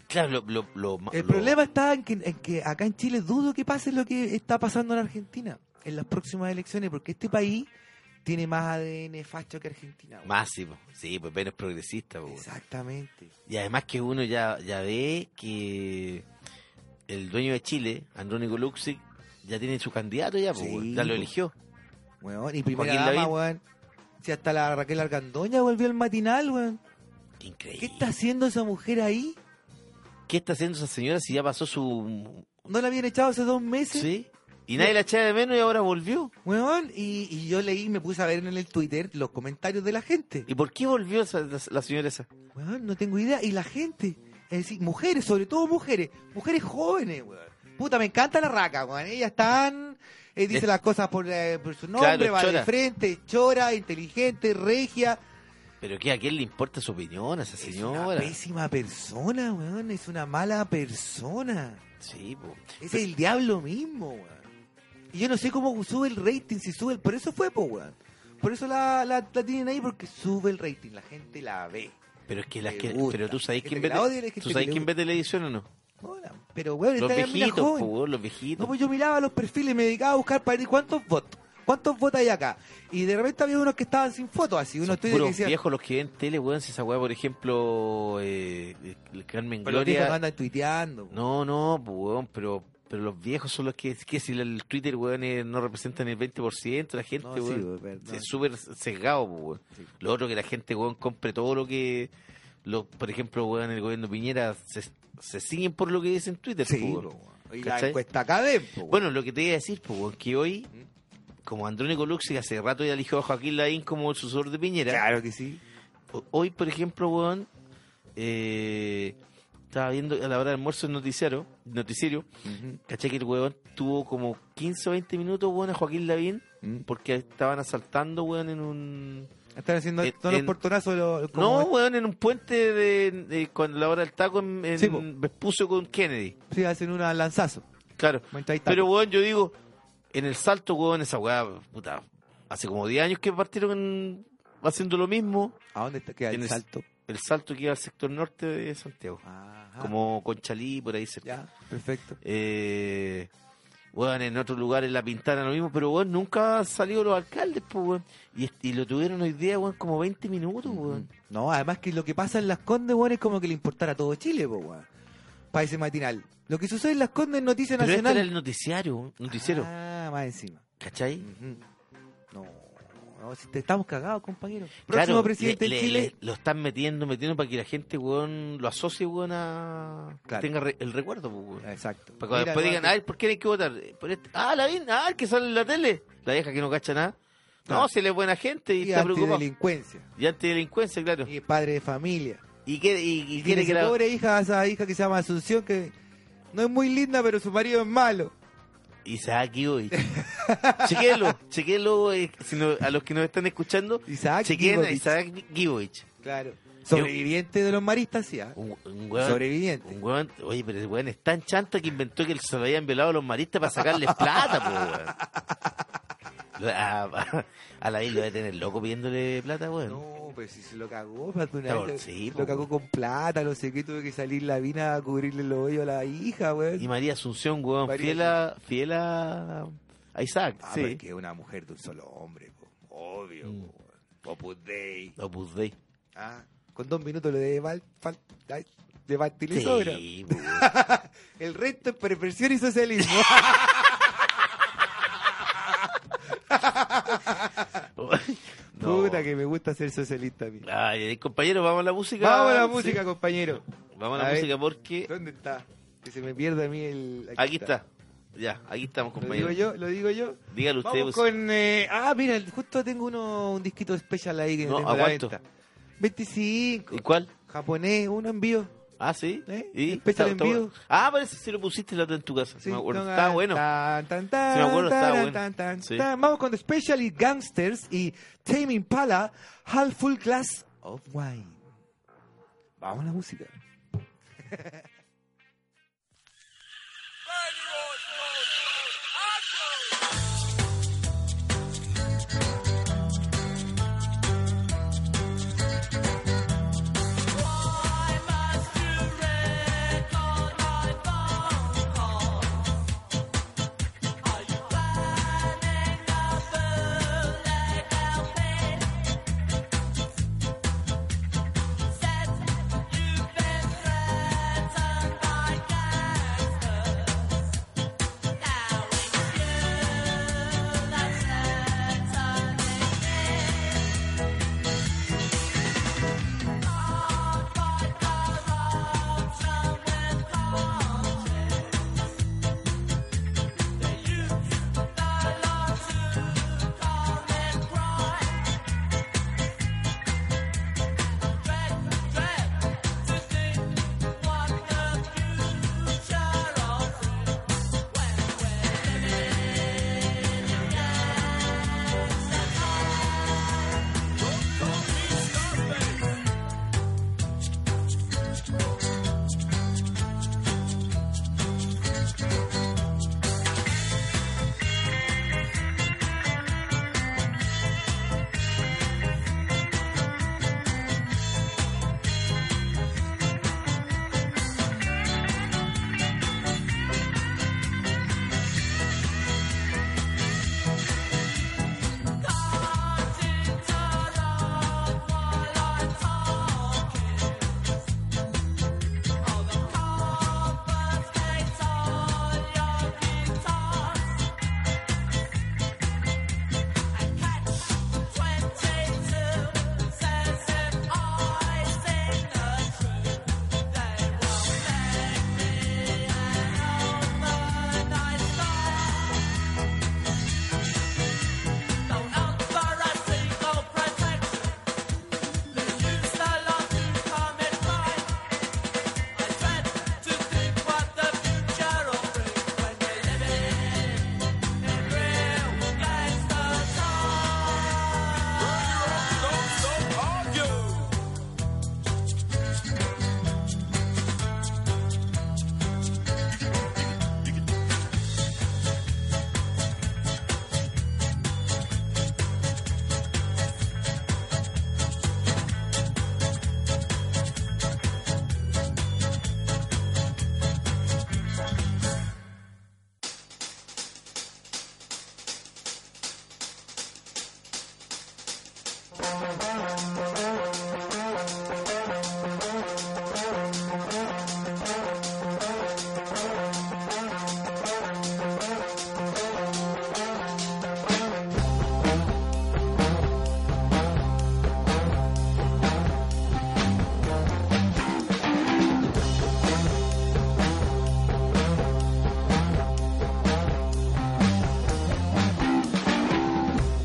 Speaker 1: Claro, lo, lo, lo-
Speaker 2: El
Speaker 1: lo-
Speaker 2: problema está en que, en que acá en Chile dudo que pase lo que está pasando en Argentina en las próximas elecciones, porque este país tiene más ADN facho que Argentina. weón.
Speaker 1: Máximo, sí, pues menos progresista. po, weón.
Speaker 2: Exactamente.
Speaker 1: Y además que uno ya, ya ve que el dueño de Chile, Andrónico Luxic, ya tiene su candidato ya, po,
Speaker 2: Sí, pues.
Speaker 1: weón. ya lo
Speaker 2: po.
Speaker 1: eligió.
Speaker 2: Weón, y primera
Speaker 1: Joaquín
Speaker 2: dama, weón.
Speaker 1: Lavín.
Speaker 2: Si hasta la Raquel Argandoña volvió al matinal, weón.
Speaker 1: Increíble.
Speaker 2: ¿Qué está haciendo esa mujer ahí?
Speaker 1: haciendo esa señora si ya pasó su...
Speaker 2: ¿No la habían echado hace dos meses?
Speaker 1: Sí. Y nadie la echaba de menos y ahora volvió.
Speaker 2: Weón, y, y yo leí, me puse a ver en el Twitter los comentarios de la gente.
Speaker 1: ¿Y por qué volvió esa- la, la señora esa?
Speaker 2: Weón, no tengo idea. Y la gente, es decir, mujeres, sobre todo mujeres, mujeres jóvenes, weón. Puta, me encanta la raca, weón. Ellas están, eh, dice
Speaker 1: Es-
Speaker 2: las cosas por, eh, por su nombre,
Speaker 1: Claro,
Speaker 2: va de
Speaker 1: chora.
Speaker 2: frente, chora, inteligente, regia.
Speaker 1: Pero que a quién le importa su opinión a esa
Speaker 2: Es una
Speaker 1: señora.
Speaker 2: pésima persona, weón. Es una mala persona.
Speaker 1: Sí, po.
Speaker 2: Es el diablo mismo, weón. Y yo no sé cómo sube el rating, si sube el... Por eso fue, po, weón. Por eso la, la, la tienen ahí, porque sube el rating. La gente la ve.
Speaker 1: Pero es que las
Speaker 2: Me
Speaker 1: que,
Speaker 2: gusta.
Speaker 1: pero tú sabes
Speaker 2: Gente
Speaker 1: quién
Speaker 2: que
Speaker 1: ve,
Speaker 2: la odia y la gente
Speaker 1: tú
Speaker 2: que
Speaker 1: sabes
Speaker 2: le
Speaker 1: quién
Speaker 2: gusta.
Speaker 1: ve televisión o no.
Speaker 2: Hola. Pero, weón,
Speaker 1: Los
Speaker 2: está la mina
Speaker 1: viejitos, po,
Speaker 2: joven.
Speaker 1: weón, los viejitos.
Speaker 2: No, pues yo miraba los perfiles, me dedicaba a buscar para ver cuántos votos. ¿Cuántos votos hay acá? Y de repente había unos que estaban sin fotos, así. Unos tuyos que
Speaker 1: puros
Speaker 2: decían...
Speaker 1: viejos los que ven tele, weón, si esa weá, por ejemplo, eh, eh, Carmen
Speaker 2: Pero los viejos no
Speaker 1: Gloria.
Speaker 2: andan tuiteando. weón.
Speaker 1: No, no, pues, weón, pero, pero los viejos son los que, que si el Twitter, weón, eh, no representan el 20% de la gente,
Speaker 2: No, sí,
Speaker 1: este, weón.
Speaker 2: weón, perdón.
Speaker 1: es súper sesgado, pues, weón. Lo otro que la gente, weón, compre todo lo que, lo, por ejemplo, weón, el gobierno Piñera se, se siguen por lo que dicen en Twitter,
Speaker 2: Sí,
Speaker 1: pues, weón.
Speaker 2: po, weón. Y la
Speaker 1: ¿Cachai?
Speaker 2: encuesta acá ven, po, weón.
Speaker 1: Bueno, lo que te iba a decir, pues, weón, que hoy,
Speaker 2: ¿Mm?
Speaker 1: como Andrónico Luxi hace rato ya eligió a Joaquín Lavín como el sucesor de Piñera.
Speaker 2: Claro que sí.
Speaker 1: O- Hoy, por ejemplo, weón, eh, estaba viendo a la hora del almuerzo el noticiero, noticiero, caché que el weón tuvo como 15 o 20 minutos, weón, a Joaquín Lavín,
Speaker 2: Mm.
Speaker 1: porque estaban asaltando, weón, en un...
Speaker 2: Están haciendo
Speaker 1: En-
Speaker 2: todos los
Speaker 1: en-
Speaker 2: portonazos. Los,
Speaker 1: No,
Speaker 2: como-
Speaker 1: weón, en un puente de, de- cuando la hora del taco en, en
Speaker 2: Sí, po.
Speaker 1: Vespucio con Kennedy,
Speaker 2: Sí, hacen un lanzazo.
Speaker 1: claro.
Speaker 2: Mientras ahí está.
Speaker 1: Pero, weón, yo digo, en el salto, weón, esa weá, puta, hace como 10 años que partieron haciendo lo mismo,
Speaker 2: ¿A dónde está, queda el
Speaker 1: Tienes-
Speaker 2: salto?
Speaker 1: el salto que iba al sector norte de Santiago.
Speaker 2: Ah. Ajá.
Speaker 1: como Conchalí, por ahí cerca.
Speaker 2: Ya, perfecto.
Speaker 1: Eh, weón, en otros lugares la pintaron lo mismo, pero weón, nunca salió los alcaldes, pues, weón. Y, est- y lo tuvieron hoy día, weón, como 20 minutos,
Speaker 2: Mm.
Speaker 1: weón.
Speaker 2: No, además que lo que pasa en Las Condes, weón, es como que le importara a todo Chile, po, weón. Para ese matinal. Lo que sucede en Las Condes es Noticia
Speaker 1: Pero este
Speaker 2: Nacional.
Speaker 1: era el noticiario, noticiero,
Speaker 2: Ah, Mm. más encima.
Speaker 1: ¿cachai?
Speaker 2: Ujú. No, no, si te estamos cagados, compañero.
Speaker 1: Claro,
Speaker 2: Próximo presidente
Speaker 1: le-
Speaker 2: de
Speaker 1: le-
Speaker 2: Chile.
Speaker 1: le- lo están metiendo, metiendo para que la gente, weón, lo asocie, weón, a...
Speaker 2: Claro.
Speaker 1: Tenga re- el recuerdo, pues, weón.
Speaker 2: Exacto.
Speaker 1: Para que
Speaker 2: Mira,
Speaker 1: después
Speaker 2: no,
Speaker 1: digan,
Speaker 2: que-
Speaker 1: ay, ¿por qué hay que votar? Eh, por este- Ah, la vi, ah, el que sale en la tele. La vieja que no cacha nada. No,
Speaker 2: Claro.
Speaker 1: si él es buena gente y,
Speaker 2: y
Speaker 1: está preocupado.
Speaker 2: antidelincuencia.
Speaker 1: Y antidelincuencia, claro.
Speaker 2: Y padre de familia.
Speaker 1: ¿Y, qué, y, y
Speaker 2: Y
Speaker 1: quiere
Speaker 2: tiene
Speaker 1: que
Speaker 2: su
Speaker 1: la...
Speaker 2: pobre hija, esa hija que se llama Asunción, que no es muy linda, pero su marido es malo.
Speaker 1: Isaac y hoy. chequenlo, chequenlo eh, si no- a los que nos están escuchando.
Speaker 2: Isaac
Speaker 1: chequen a
Speaker 2: Gibovich.
Speaker 1: Isaac Gibovich.
Speaker 2: Claro. Sobreviviente de los maristas, sí. ¿ah?
Speaker 1: Un, un weón.
Speaker 2: Sobreviviente.
Speaker 1: un weón- oye, pero el weón es tan chanta que inventó que se lo habían violado a los maristas para sacarles plata, po, weón. A, a, a la isla debe tener loco pidiéndole plata, weón.
Speaker 2: No, pero si se lo cagó, más de una
Speaker 1: Claro,
Speaker 2: vez,
Speaker 1: sí,
Speaker 2: lo
Speaker 1: po.
Speaker 2: cagó con plata, no sé qué, tuve que salir la vina a cubrirle los hoyos a la hija, weón.
Speaker 1: Y María Asunción, weón,
Speaker 2: María
Speaker 1: fiel a, fiel a a Isaac,
Speaker 2: Ah,
Speaker 1: sí.
Speaker 2: porque es una mujer de un solo hombre, po. obvio,
Speaker 1: Mm.
Speaker 2: po, weón. Opus Dei.
Speaker 1: Opus Dei.
Speaker 2: Ah, con dos minutos lo de Val, fal- ay, de Valtilí sobra.
Speaker 1: Sí, po, weón.
Speaker 2: El resto es perversión y socialismo.
Speaker 1: No.
Speaker 2: Puta que me gusta ser socialista a mí.
Speaker 1: Ay, eh, compañero, vamos a la música.
Speaker 2: Vamos a la
Speaker 1: Sí.
Speaker 2: música, compañero.
Speaker 1: Vamos a la
Speaker 2: A ver.
Speaker 1: música porque
Speaker 2: ¿Dónde está? Que se me pierda a mí el...
Speaker 1: aquí está. Ya, aquí estamos,
Speaker 2: Lo digo
Speaker 1: compañero.
Speaker 2: yo, lo digo yo.
Speaker 1: Dígale usted.
Speaker 2: Vamos
Speaker 1: pues.
Speaker 2: con... eh, ah, mira, justo tengo uno, un disquito especial ahí que
Speaker 1: No,
Speaker 2: tengo a la
Speaker 1: ¿a cuánto?
Speaker 2: venta. 25.
Speaker 1: ¿Y cuál?
Speaker 2: Japonés, uno envío.
Speaker 1: Ah, sí.
Speaker 2: ¿Eh?
Speaker 1: ¿Y?
Speaker 2: Especial
Speaker 1: Está- está
Speaker 2: envío.
Speaker 1: bueno. Ah, parece que se lo pusiste la otra en tu casa.
Speaker 2: Sí, ah,
Speaker 1: me acuerdo.
Speaker 2: tan,
Speaker 1: Está bueno.
Speaker 2: tan, tan, tan,
Speaker 1: Sí, me acuerdo, estaba
Speaker 2: tan,
Speaker 1: bueno.
Speaker 2: tan, tan,
Speaker 1: Sí.
Speaker 2: tan. Vamos con The Specialist Gangsters y Tame Impala, Half Full Glass of Wine. Vamos a la música.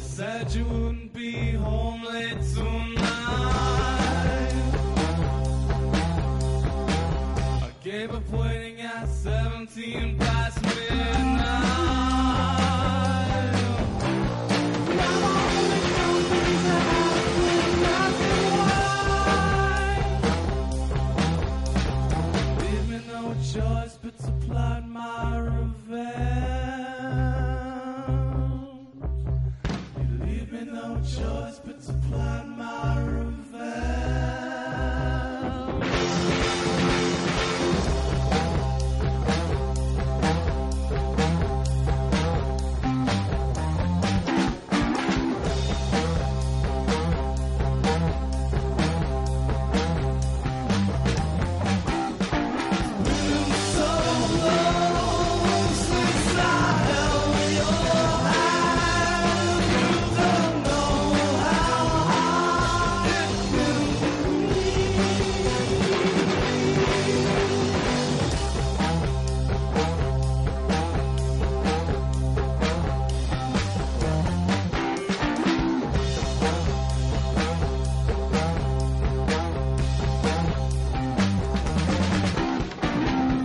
Speaker 4: Said you wouldn't be home late tonight.
Speaker 3: choice but to plan my revenge.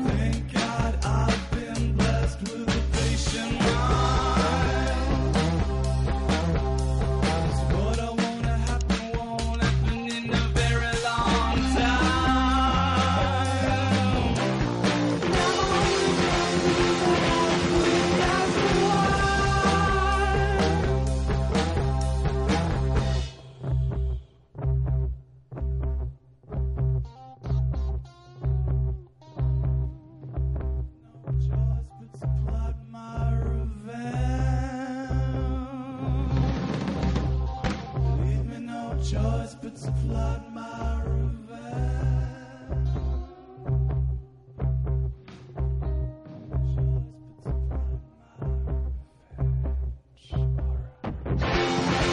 Speaker 3: Thank God I've been blessed with a patient mind. It's what I wanna happen won't happen in a very long time. Choice but to plot my revenge. Leave me no choice but to plot my revenge. Choice but to plot my revenge. Alright.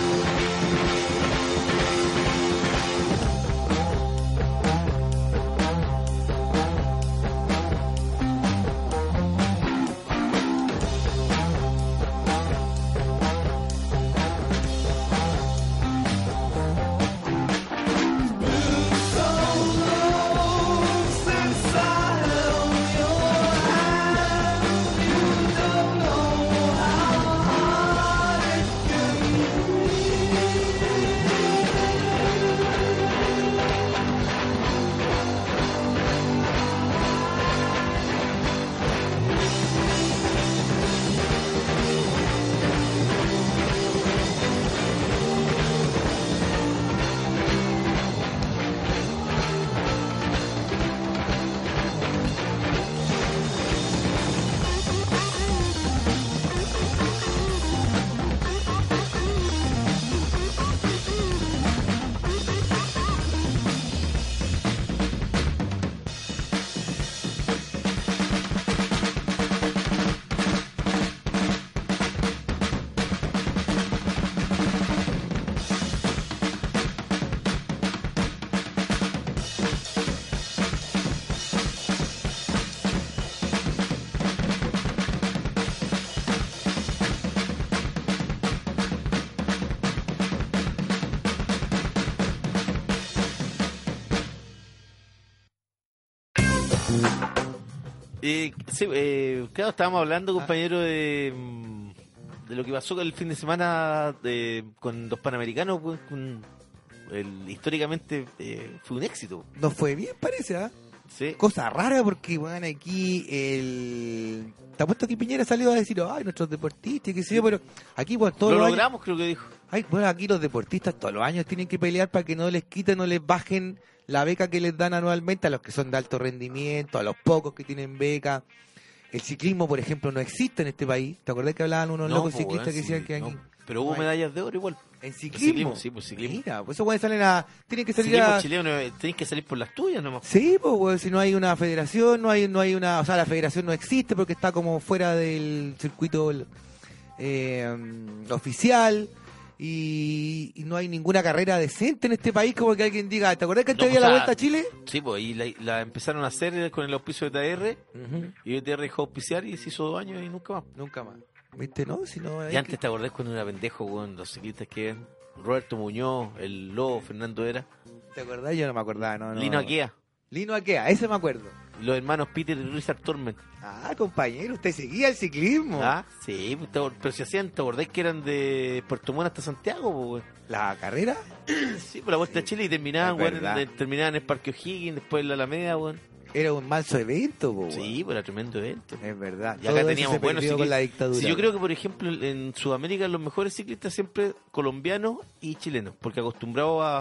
Speaker 1: Eh, sí, eh, claro, estábamos
Speaker 2: Ah.
Speaker 1: hablando, compañero, de, mm, de lo que pasó el fin de semana de- con los panamericanos. pues, con el- históricamente eh, fue un éxito.
Speaker 2: No fue bien, parece, ¿ah?
Speaker 1: Sí,
Speaker 2: Cosa rara porque, bueno, aquí el... Te apuesto que Piñera salió a decir, ay, nuestros deportistas, y qué sé yo, pero aquí, bueno, todos
Speaker 1: lo
Speaker 2: los años-
Speaker 1: logramos, creo que dijo.
Speaker 2: Ay, bueno, aquí los deportistas todos los años tienen que pelear para que no les quiten, no les bajen la beca que les dan anualmente a los que son de alto rendimiento, a los pocos que tienen beca. El ciclismo, por ejemplo, no existe en este país. ¿Te acordás que hablaban unos locos
Speaker 1: pues,
Speaker 2: ciclistas
Speaker 1: weón,
Speaker 2: que decían
Speaker 1: sí,
Speaker 2: que
Speaker 1: no.
Speaker 2: aquí...
Speaker 1: Pero hubo
Speaker 2: no hay.
Speaker 1: medallas de oro igual.
Speaker 2: ¿En
Speaker 1: Ciclismo,
Speaker 2: ciclismo?
Speaker 1: sí, pues, ciclismo.
Speaker 2: Mira, pues esos güeyes salen a... Tienen que salir
Speaker 1: Ciclismo
Speaker 2: a...
Speaker 1: chileno, eh, tenés que salir por las tuyas nomás.
Speaker 2: Sí, pues, güey, si no hay una federación, no hay, no hay una, o sea, la federación no existe porque está como fuera del circuito eh, oficial y, y no hay ninguna carrera decente en este país como que alguien diga, ¿te acordás que este
Speaker 1: No,
Speaker 2: día
Speaker 1: o
Speaker 2: la
Speaker 1: sea,
Speaker 2: vuelta a Chile?
Speaker 1: Sí, pues, y la, la empezaron a hacer eh, con el auspicio de TR. Y ETR dejó auspiciar y se hizo dos años y nunca más.
Speaker 2: Nunca más. ¿Viste? No, si no... hay
Speaker 1: Y antes
Speaker 2: que-
Speaker 1: te acordás cuando era pendejo, weón, los ciclistas que eran Roberto Muñoz, el Lobo, Fernando Era,
Speaker 2: ¿Te acordás? Yo no me acordaba, Ah, no, no.
Speaker 1: Lino Aquea,
Speaker 2: Lino Aquea, ese me acuerdo.
Speaker 1: los hermanos Peter y Richard Torment.
Speaker 2: Ah, compañero, usted seguía el ciclismo.
Speaker 1: Ah, sí, pues, te acor- pero si hacían, te acordás que eran de Puerto Montt hasta Santiago, po, weón.
Speaker 2: ¿La carrera?
Speaker 1: Sí, por la vuelta a Chile y terminaban,
Speaker 2: es
Speaker 1: weón, en,
Speaker 2: verdad.
Speaker 1: de- terminaban en el Parque O'Higgins, después en la Alameda, weón.
Speaker 2: Era un manso evento, po, Oh, weón.
Speaker 1: Sí, pues era tremendo evento.
Speaker 2: Es verdad.
Speaker 1: Y acá teníamos buenos ciclistas. Sí, yo creo que, por ejemplo, en- en Sudamérica los mejores ciclistas siempre colombianos y chilenos, porque acostumbrados a,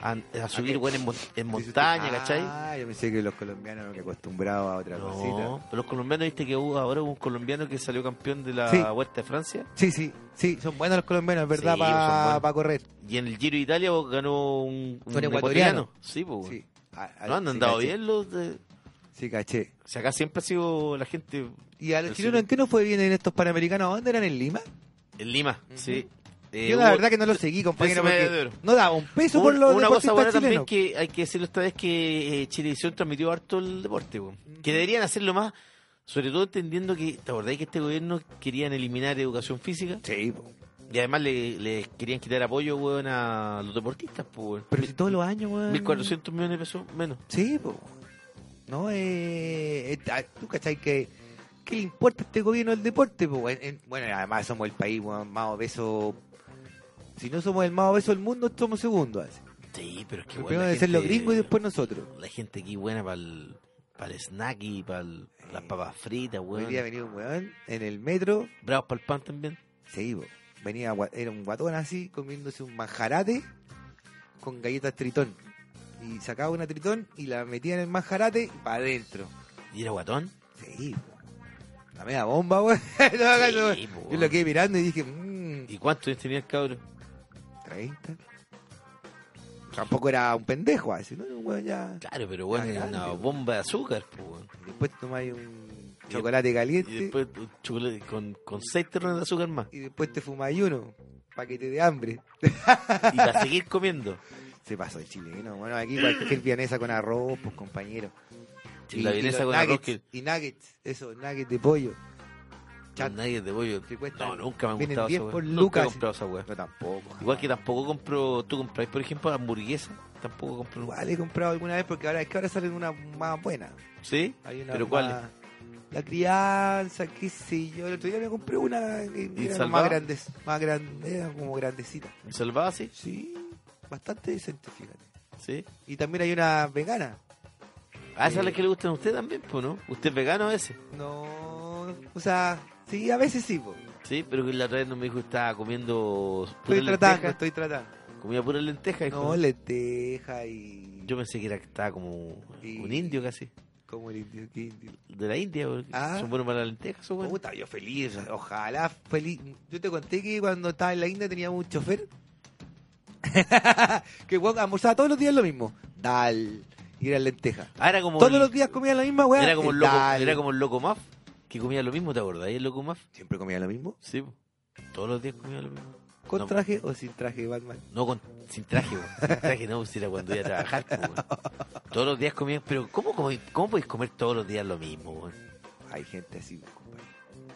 Speaker 1: a- a subir bueno, en, mon- en montaña, ¿cachai?
Speaker 2: Ah, yo pensé que los colombianos eran acostumbrados a otra
Speaker 1: No,
Speaker 2: cosita.
Speaker 1: pero los colombianos, viste que hubo- ahora hubo un colombiano que salió campeón de la
Speaker 2: Sí.
Speaker 1: Vuelta de Francia
Speaker 2: Sí, sí, sí, son buenos los colombianos, es verdad,
Speaker 1: Sí, pues, son
Speaker 2: para
Speaker 1: buenos.
Speaker 2: correr.
Speaker 1: y en el Giro de Italia ganó un, un
Speaker 2: Fue un ecuatoriano.
Speaker 1: ecuatoriano. Sí, pues.
Speaker 2: Sí. Ah, ah,
Speaker 1: No han
Speaker 2: sí,
Speaker 1: andado
Speaker 2: caché.
Speaker 1: bien los de.
Speaker 2: Sí, caché.
Speaker 1: O sea, acá siempre ha sido la gente
Speaker 2: ¿Y a los
Speaker 1: Pero
Speaker 2: chilenos
Speaker 1: sí.
Speaker 2: en qué no fue bien en estos panamericanos? ¿Dónde eran? ¿En Lima?
Speaker 1: en Lima, sí. Eh,
Speaker 2: yo la
Speaker 1: hubo-
Speaker 2: verdad que no lo seguí, compañero,
Speaker 1: décima de
Speaker 2: porque
Speaker 1: oro.
Speaker 2: no daba un peso
Speaker 1: Un-
Speaker 2: por los
Speaker 1: una cosa
Speaker 2: deportistas
Speaker 1: buena
Speaker 2: chilenos.
Speaker 1: también que hay que decirlo esta vez que eh, Chilevisión transmitió harto el deporte, po. que deberían hacerlo más, sobre todo entendiendo que, ¿te acordáis que este gobierno querían eliminar educación física?
Speaker 2: Sí, po.
Speaker 1: Y además le, le querían quitar apoyo, weón, a los deportistas, pues.
Speaker 2: pero si todos los años, weón.
Speaker 1: 1.400 millones de pesos menos.
Speaker 2: Sí, po. No, eh, eh, ah, tú cachai que... ¿Qué le importa a este gobierno el deporte? po? En- en- bueno, además somos el país weón, más obeso... Si no somos el más obeso del mundo, somos segundos. así.
Speaker 1: Sí, pero es que,
Speaker 2: Lo
Speaker 1: weón,
Speaker 2: Primero
Speaker 1: la
Speaker 2: deben ser los
Speaker 1: gente-
Speaker 2: gringos y después nosotros.
Speaker 1: La gente aquí buena para el, snack y para las papas fritas,
Speaker 2: Hoy día
Speaker 1: weón.
Speaker 2: venía un weón en el metro,
Speaker 1: Bravos para el pan también.
Speaker 2: se iba. Venía, gua- era un guatón así, comiéndose un manjarate con galletas tritón. Y sacaba una tritón y la metía en el manjarate y para adentro.
Speaker 1: ¿Y era guatón?
Speaker 2: Sí, po. la media bomba, weón. No, hagas eso, weón.
Speaker 1: Sí, po,
Speaker 2: Yo
Speaker 1: weón.
Speaker 2: lo quedé mirando y dije, mmm,
Speaker 1: ¿Y cuántos años tenía el cabro?
Speaker 2: 30. Tampoco era un pendejo, así, ¿no? Era un weón ya.
Speaker 1: Claro, pero bueno,
Speaker 2: Ah,
Speaker 1: era
Speaker 2: grande,
Speaker 1: una
Speaker 2: weón.
Speaker 1: bomba de azúcar, pues, weón.
Speaker 2: Después tomáis un
Speaker 1: Y
Speaker 2: chocolate
Speaker 1: Y
Speaker 2: caliente y después,
Speaker 1: después un chocolate con, con seis terrones de azúcar más.
Speaker 2: te fumáis uno, pa' que te dé hambre.
Speaker 1: Y para seguir comiendo.
Speaker 2: Se pasó el chileno. Bueno, aquí cualquier vienesa con arroz, pues compañero.
Speaker 1: Y la vienesa
Speaker 2: los
Speaker 1: con
Speaker 2: nuggets,
Speaker 1: arroz que
Speaker 2: Y nuggets, eso, nuggets de pollo. Chat.
Speaker 1: con nuggets de pollo.
Speaker 2: Te cuesta-
Speaker 1: No, nunca me han
Speaker 2: vienen
Speaker 1: gustado
Speaker 2: 10
Speaker 1: esa weá.
Speaker 2: por
Speaker 1: Nunca
Speaker 2: lucas.
Speaker 1: he comprado esa weá.
Speaker 2: No, tampoco.
Speaker 1: Igual que tampoco compro, tú compras, por ejemplo, hamburguesa. Tampoco compro nunca.
Speaker 2: Igual he comprado alguna vez porque ahora es que ahora salen una más buena.
Speaker 1: ¿Sí?
Speaker 2: Hay una
Speaker 1: ¿Pero
Speaker 2: más-
Speaker 1: cuál?
Speaker 2: La crianza, qué sé yo. El otro día me compré una que era
Speaker 1: salvaba?
Speaker 2: más grande, más grande, era como grandecita.
Speaker 1: ¿Salvada, sí?
Speaker 2: Sí, bastante decente, fíjate.
Speaker 1: ¿Sí?
Speaker 2: Y también hay una vegana.
Speaker 1: Ah, esa es la que le gustan a usted también, pues, ¿no? Usted es vegano ese.
Speaker 2: No, o sea, sí, a veces sí, po.
Speaker 1: Sí, pero que la otra vez no me dijo que estaba comiendo pura
Speaker 2: Estoy tratando,
Speaker 1: lenteja.
Speaker 2: estoy tratando.
Speaker 1: Comía pura lenteja. hijo.
Speaker 2: No, lenteja y.
Speaker 1: Yo pensé que era que estaba como
Speaker 2: Y-
Speaker 1: un indio casi.
Speaker 2: Como el indio, qué indio.
Speaker 1: De la India, porque
Speaker 2: Ah.
Speaker 1: son buenos para las lentejas, son buenos.
Speaker 2: Puta, yo feliz, ojalá feliz. Yo te conté que cuando estaba en la India teníamos un chofer. que weón, almorzaba todos los días lo mismo. Dal. Y era lenteja.
Speaker 1: Ah, era como
Speaker 2: Todos
Speaker 1: el-
Speaker 2: los días comía la misma weá.
Speaker 1: Era como
Speaker 2: el
Speaker 1: el loco,
Speaker 2: dal.
Speaker 1: era como el loco Maf, que comía lo mismo, ¿te acordás? ¿Y el loco Maf?
Speaker 2: Siempre comía lo mismo.
Speaker 1: Sí, po. todos los días comía lo mismo.
Speaker 2: ¿Con
Speaker 1: No.
Speaker 2: traje o sin traje, Batman?
Speaker 1: No, con, sin traje, po. sin traje no, si era cuando iba a trabajar. po, weón. todos los días comía, pero ¿cómo, comí- cómo podéis comer todos los días lo mismo? weón?
Speaker 2: Hay gente así, pues, compadre.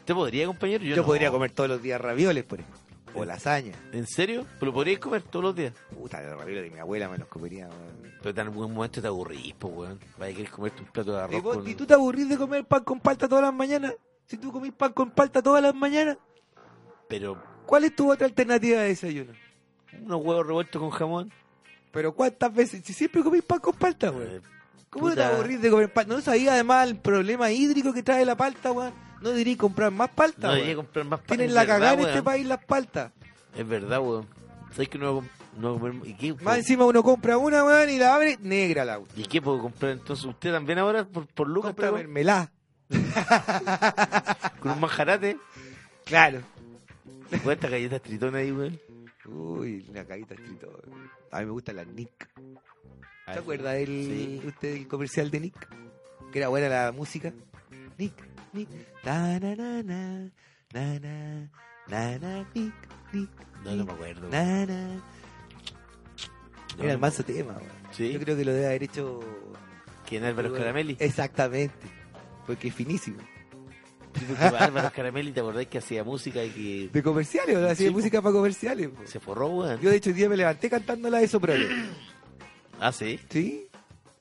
Speaker 1: ¿Te podría, compañero? Yo,
Speaker 2: Yo,
Speaker 1: no.
Speaker 2: podría comer todos los días ravioles, por ejemplo. O lasaña.
Speaker 1: ¿En serio? ¿Pero podríais comer todos los días?
Speaker 2: Puta, los ravioles de mi abuela me los comería. weón.
Speaker 1: Pero en algún momento te aburrís, pues, weón. Vaya, querés comerte un plato de
Speaker 2: Y
Speaker 1: arroz
Speaker 2: vos,
Speaker 1: con...
Speaker 2: ¿Y tú te aburrís de comer pan con palta todas las mañanas? Si tú comís pan con palta todas las mañanas,
Speaker 1: Pero
Speaker 2: ¿cuál es tu otra alternativa de desayuno?
Speaker 1: unos huevos revueltos con jamón.
Speaker 2: Pero ¿cuántas veces? Si siempre comís pan con palta, weón.
Speaker 1: eh,
Speaker 2: ¿Cómo no te
Speaker 1: puta.
Speaker 2: aburrís de comer palta? ¿No sabía además el problema hídrico que trae la palta, weón? ¿No dirías comprar más palta,
Speaker 1: No
Speaker 2: weón?
Speaker 1: debería comprar más pan,
Speaker 2: Tienen
Speaker 1: es
Speaker 2: la
Speaker 1: verdad,
Speaker 2: cagada en
Speaker 1: weón.
Speaker 2: este país las paltas.
Speaker 1: Es verdad, weón. ¿Sabes que no voy a com- no voy a comer? ¿Y qué,
Speaker 2: Más
Speaker 1: po?
Speaker 2: encima uno compra una, weón, y la abre, negra la weón.
Speaker 1: ¿Y qué puedo comprar entonces? ¿Usted también ahora por, por Lucas
Speaker 2: Compra
Speaker 1: está con-
Speaker 2: mermelada.
Speaker 1: con un manjarate?
Speaker 2: Claro.
Speaker 1: ¿Y ¿Cuántas galletas tritonas ahí, weón?
Speaker 2: Uy, la caguita estrito. A mí me gusta la Nick. ¿Se
Speaker 1: A ver.
Speaker 2: acuerda del,
Speaker 1: Sí.
Speaker 2: usted del comercial de Nick? Que era buena la música. Nick, Nick. Ta na na na, na na, na na, Nick, Nick.
Speaker 1: No, no me acuerdo. weón.
Speaker 2: Na na. era
Speaker 1: No,
Speaker 2: el
Speaker 1: no me-
Speaker 2: manso tema, weón.
Speaker 1: Sí.
Speaker 2: Yo creo que lo debe haber hecho.
Speaker 1: ¿Quién Álvaro Caramelli?
Speaker 2: Exactamente. Porque es finísimo.
Speaker 1: Sí, porque Álvaro Caramelli, ¿te acordás que hacía música y
Speaker 2: De comerciales, ¿no? Así de
Speaker 1: Sí,
Speaker 2: música para comerciales. po.
Speaker 1: que se forró, weón?
Speaker 2: Yo, de hecho, hoy día me levanté cantando la de Soprano.
Speaker 1: Ah, sí.
Speaker 2: Sí,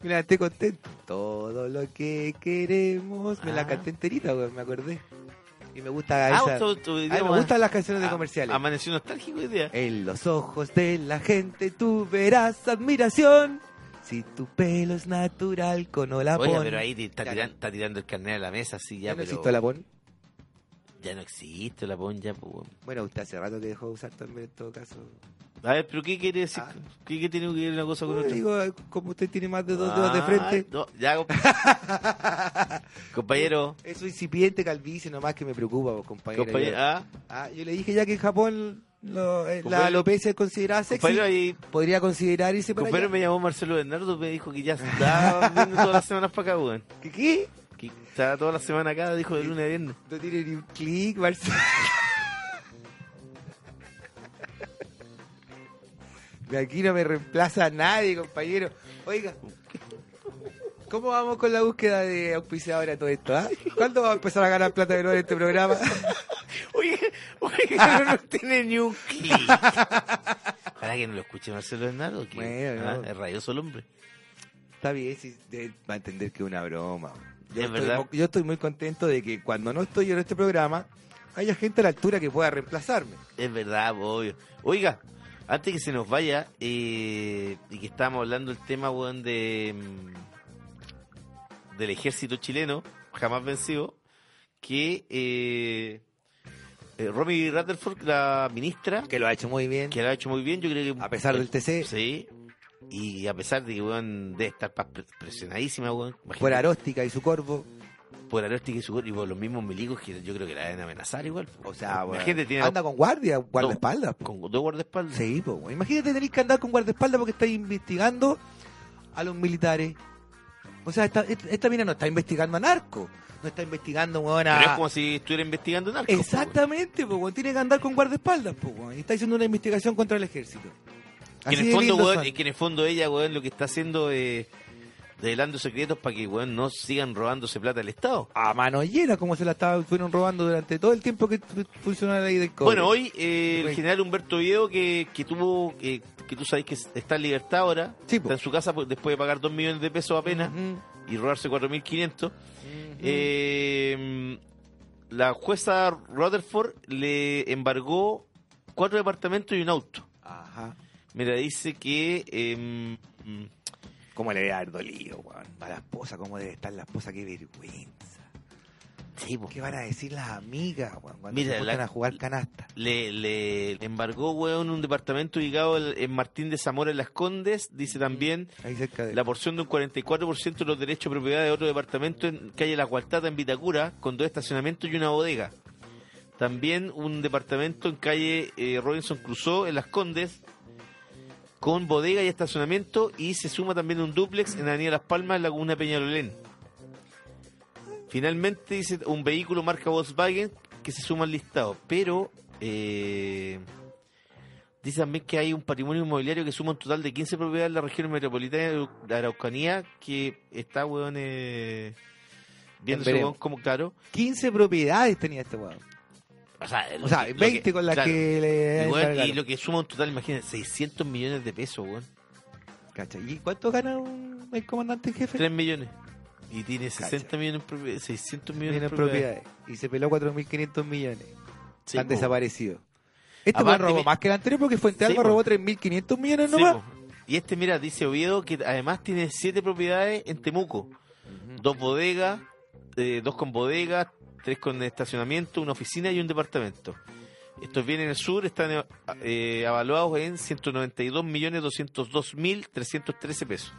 Speaker 2: me la canté contento. Todo lo que queremos. Me la
Speaker 1: Ah.
Speaker 2: canté enterita, weón, me acordé. Y me gusta
Speaker 1: Ah,
Speaker 2: esa.
Speaker 1: tu- tu
Speaker 2: A mí
Speaker 1: idioma.
Speaker 2: me gustan las canciones de
Speaker 1: Ah,
Speaker 2: comerciales.
Speaker 1: Amaneció nostálgico hoy día.
Speaker 2: En los ojos de la gente tú verás admiración. Si tu pelo es natural con Olapón.
Speaker 1: Oye, pero ahí te- está,
Speaker 2: Ya
Speaker 1: tiran-
Speaker 2: no-
Speaker 1: está tirando el carnet a la mesa, sí,
Speaker 2: Ya
Speaker 1: ya,
Speaker 2: no
Speaker 1: pero
Speaker 2: existe Olapón.
Speaker 1: ya no existe la pon ya, pues, weón.
Speaker 2: Bueno, usted hace rato que dejó de usar también en todo caso.
Speaker 1: A ver, pero ¿qué quiere decir?
Speaker 2: Ah.
Speaker 1: ¿Qué, qué tiene que ver una cosa con
Speaker 2: No,
Speaker 1: otra?
Speaker 2: digo, eh, como usted tiene más de dos dedos de
Speaker 1: Ah,
Speaker 2: frente.
Speaker 1: no, ya, compa- compañero,
Speaker 2: Eso incipiente calvicie nomás que me preocupa, vos, compañero.
Speaker 1: compañero,
Speaker 2: Yo-
Speaker 1: ah,
Speaker 2: Ah, yo le dije ya que en Japón lo- eh,
Speaker 1: Compañero-
Speaker 2: la alopecia es considerada sexy.
Speaker 1: compañero, ahí,
Speaker 2: Podría considerar irse para
Speaker 1: compañero
Speaker 2: allá.
Speaker 1: me llamó Marcelo Bernardo, me dijo que ya estaba viendo todas las semanas para acá, weón.
Speaker 2: ¿Qué? qué?
Speaker 1: Que estaba toda la semana acá, dijo de lunes a viernes.
Speaker 2: No tiene ni un clic, Marcelo. De aquí no me reemplaza nadie, compañero. Oiga, ¿cómo vamos con la búsqueda de auspiciador a todo esto? ah? ¿Cuándo vamos a empezar a ganar plata de nuevo en este programa?
Speaker 1: Oye, oye, no, no tiene ni un clic. Para que no lo escuche Marcelo Bernardo, que
Speaker 2: Bueno,
Speaker 1: ah,
Speaker 2: no.
Speaker 1: es rayoso el hombre.
Speaker 2: Está bien, si de- va a entender que es una broma. Yo
Speaker 1: Es
Speaker 2: estoy,
Speaker 1: verdad.
Speaker 2: mo- yo estoy muy contento de que cuando no estoy yo en este programa, haya gente a la altura que pueda reemplazarme.
Speaker 1: Es verdad, po, obvio. Oiga, antes que se nos vaya, eh, y que estábamos hablando del tema, weón, de, mm, del ejército chileno, jamás vencido, que eh, eh, Romy Rutherford, la ministra,
Speaker 2: Que lo ha hecho muy bien.
Speaker 1: que la ha hecho muy bien, yo creo que...
Speaker 2: A pesar del TC.
Speaker 1: Sí, y a pesar de que, weón, debe estar pa- pre- presionadísima, weón. imagínate,
Speaker 2: Por Aróstica y su corvo.
Speaker 1: Por Aróstica y su- y por los mismos milicos que yo creo que la deben amenazar igual. po.
Speaker 2: O sea, bueno,
Speaker 1: Imagínate, tiene
Speaker 2: anda con guardia, guardaespaldas. po.
Speaker 1: con dos guardaespaldas.
Speaker 2: Sí, po, güey. Imagínate tenéis que andar con guardaespaldas porque estáis investigando a los militares. O sea, esta, esta, esta mina no está investigando a narcos. No está investigando, weón, a...
Speaker 1: Pero es como si estuviera investigando narcos. po,
Speaker 2: Exactamente, po, weón. tiene que andar con guardaespaldas, po, weón. y está haciendo una investigación contra el ejército.
Speaker 1: weón. Que en,
Speaker 2: Así
Speaker 1: el
Speaker 2: de
Speaker 1: fondo,
Speaker 2: lindos
Speaker 1: weón,
Speaker 2: son.
Speaker 1: es que en el fondo ella, weón, lo que está haciendo es develando secretos para que, weón, no sigan robándose plata al Estado.
Speaker 2: A mano llena, como se la estaban, fueron robando durante todo el tiempo que fu- funcionó la ley del cobre.
Speaker 1: Bueno, hoy eh, el
Speaker 2: Correcto.
Speaker 1: general Humberto Viedo, que, que tuvo, eh, que tú sabes que está en libertad ahora,
Speaker 2: Sí, po.
Speaker 1: está en su casa pues, después de pagar 2 millones de pesos apenas
Speaker 2: Mm,
Speaker 1: y robarse 4.500.
Speaker 2: mm,
Speaker 1: Eh, la jueza Rutherford le embargó cuatro departamentos y un auto.
Speaker 2: Ajá.
Speaker 1: Mira, dice que... em, mm,
Speaker 2: ¿Cómo le debe haber dolido, weón? A la esposa, ¿cómo debe estar la esposa? ¡Qué vergüenza!
Speaker 1: sí, po.
Speaker 2: ¿Qué van a decir las amigas, weón, cuando
Speaker 1: Mira,
Speaker 2: se juntan
Speaker 1: la-
Speaker 2: a jugar canasta?
Speaker 1: Le, le embargó, weón, un departamento ubicado al- en Martín de Zamora, en Las Condes. Dice también
Speaker 2: Ahí cerca de...
Speaker 1: la porción de un 44% de los derechos de propiedad de otro departamento en calle La Gualtata, en Vitacura, con dos estacionamientos y una bodega. También un departamento en calle eh, Robinson Crusoe, en Las Condes, con bodega y estacionamiento. Y se suma también un dúplex en Avenida Las Palmas, en Laguna Peñalolén. Finalmente dice un vehículo marca Volkswagen que se suma al listado, pero eh, dice también que hay un patrimonio inmobiliario que suma un total de 15 propiedades en la región metropolitana de Arau- de Araucanía que está, weón, eh, viéndose,
Speaker 2: Veremos.
Speaker 1: weón, como claro.
Speaker 2: 15 propiedades tenía este weón.
Speaker 1: O sea,
Speaker 2: O sea, 20 con las que le...
Speaker 1: Y, weón, y
Speaker 2: embargaron.
Speaker 1: lo que suma un total, imagínate, 600 millones de pesos, weón.
Speaker 2: Cacha, ¿Y cuánto gana un, el comandante en jefe?
Speaker 1: 3 millones. Y tiene 60
Speaker 2: Cacha.
Speaker 1: millones, en propiedades, 600 millones
Speaker 2: millones
Speaker 1: de
Speaker 2: en
Speaker 1: propiedades.
Speaker 2: propiedades. Y se peló 4.500 millones.
Speaker 1: Sí,
Speaker 2: Han
Speaker 1: po.
Speaker 2: desaparecido. Este
Speaker 1: Aparte,
Speaker 2: weón robó
Speaker 1: mi-
Speaker 2: más que el anterior porque Fuente
Speaker 1: Sí,
Speaker 2: Alba
Speaker 1: po.
Speaker 2: robó 3.500 millones
Speaker 1: Sí,
Speaker 2: nomás.
Speaker 1: po. y este, mira, dice Oviedo que además tiene siete propiedades en Temuco. Dos bodegas, eh, dos con bodegas, tres con estacionamiento, una oficina y un departamento. Estos bienes en el sur están eh, eh, avaluados en 192.202.313 pesos.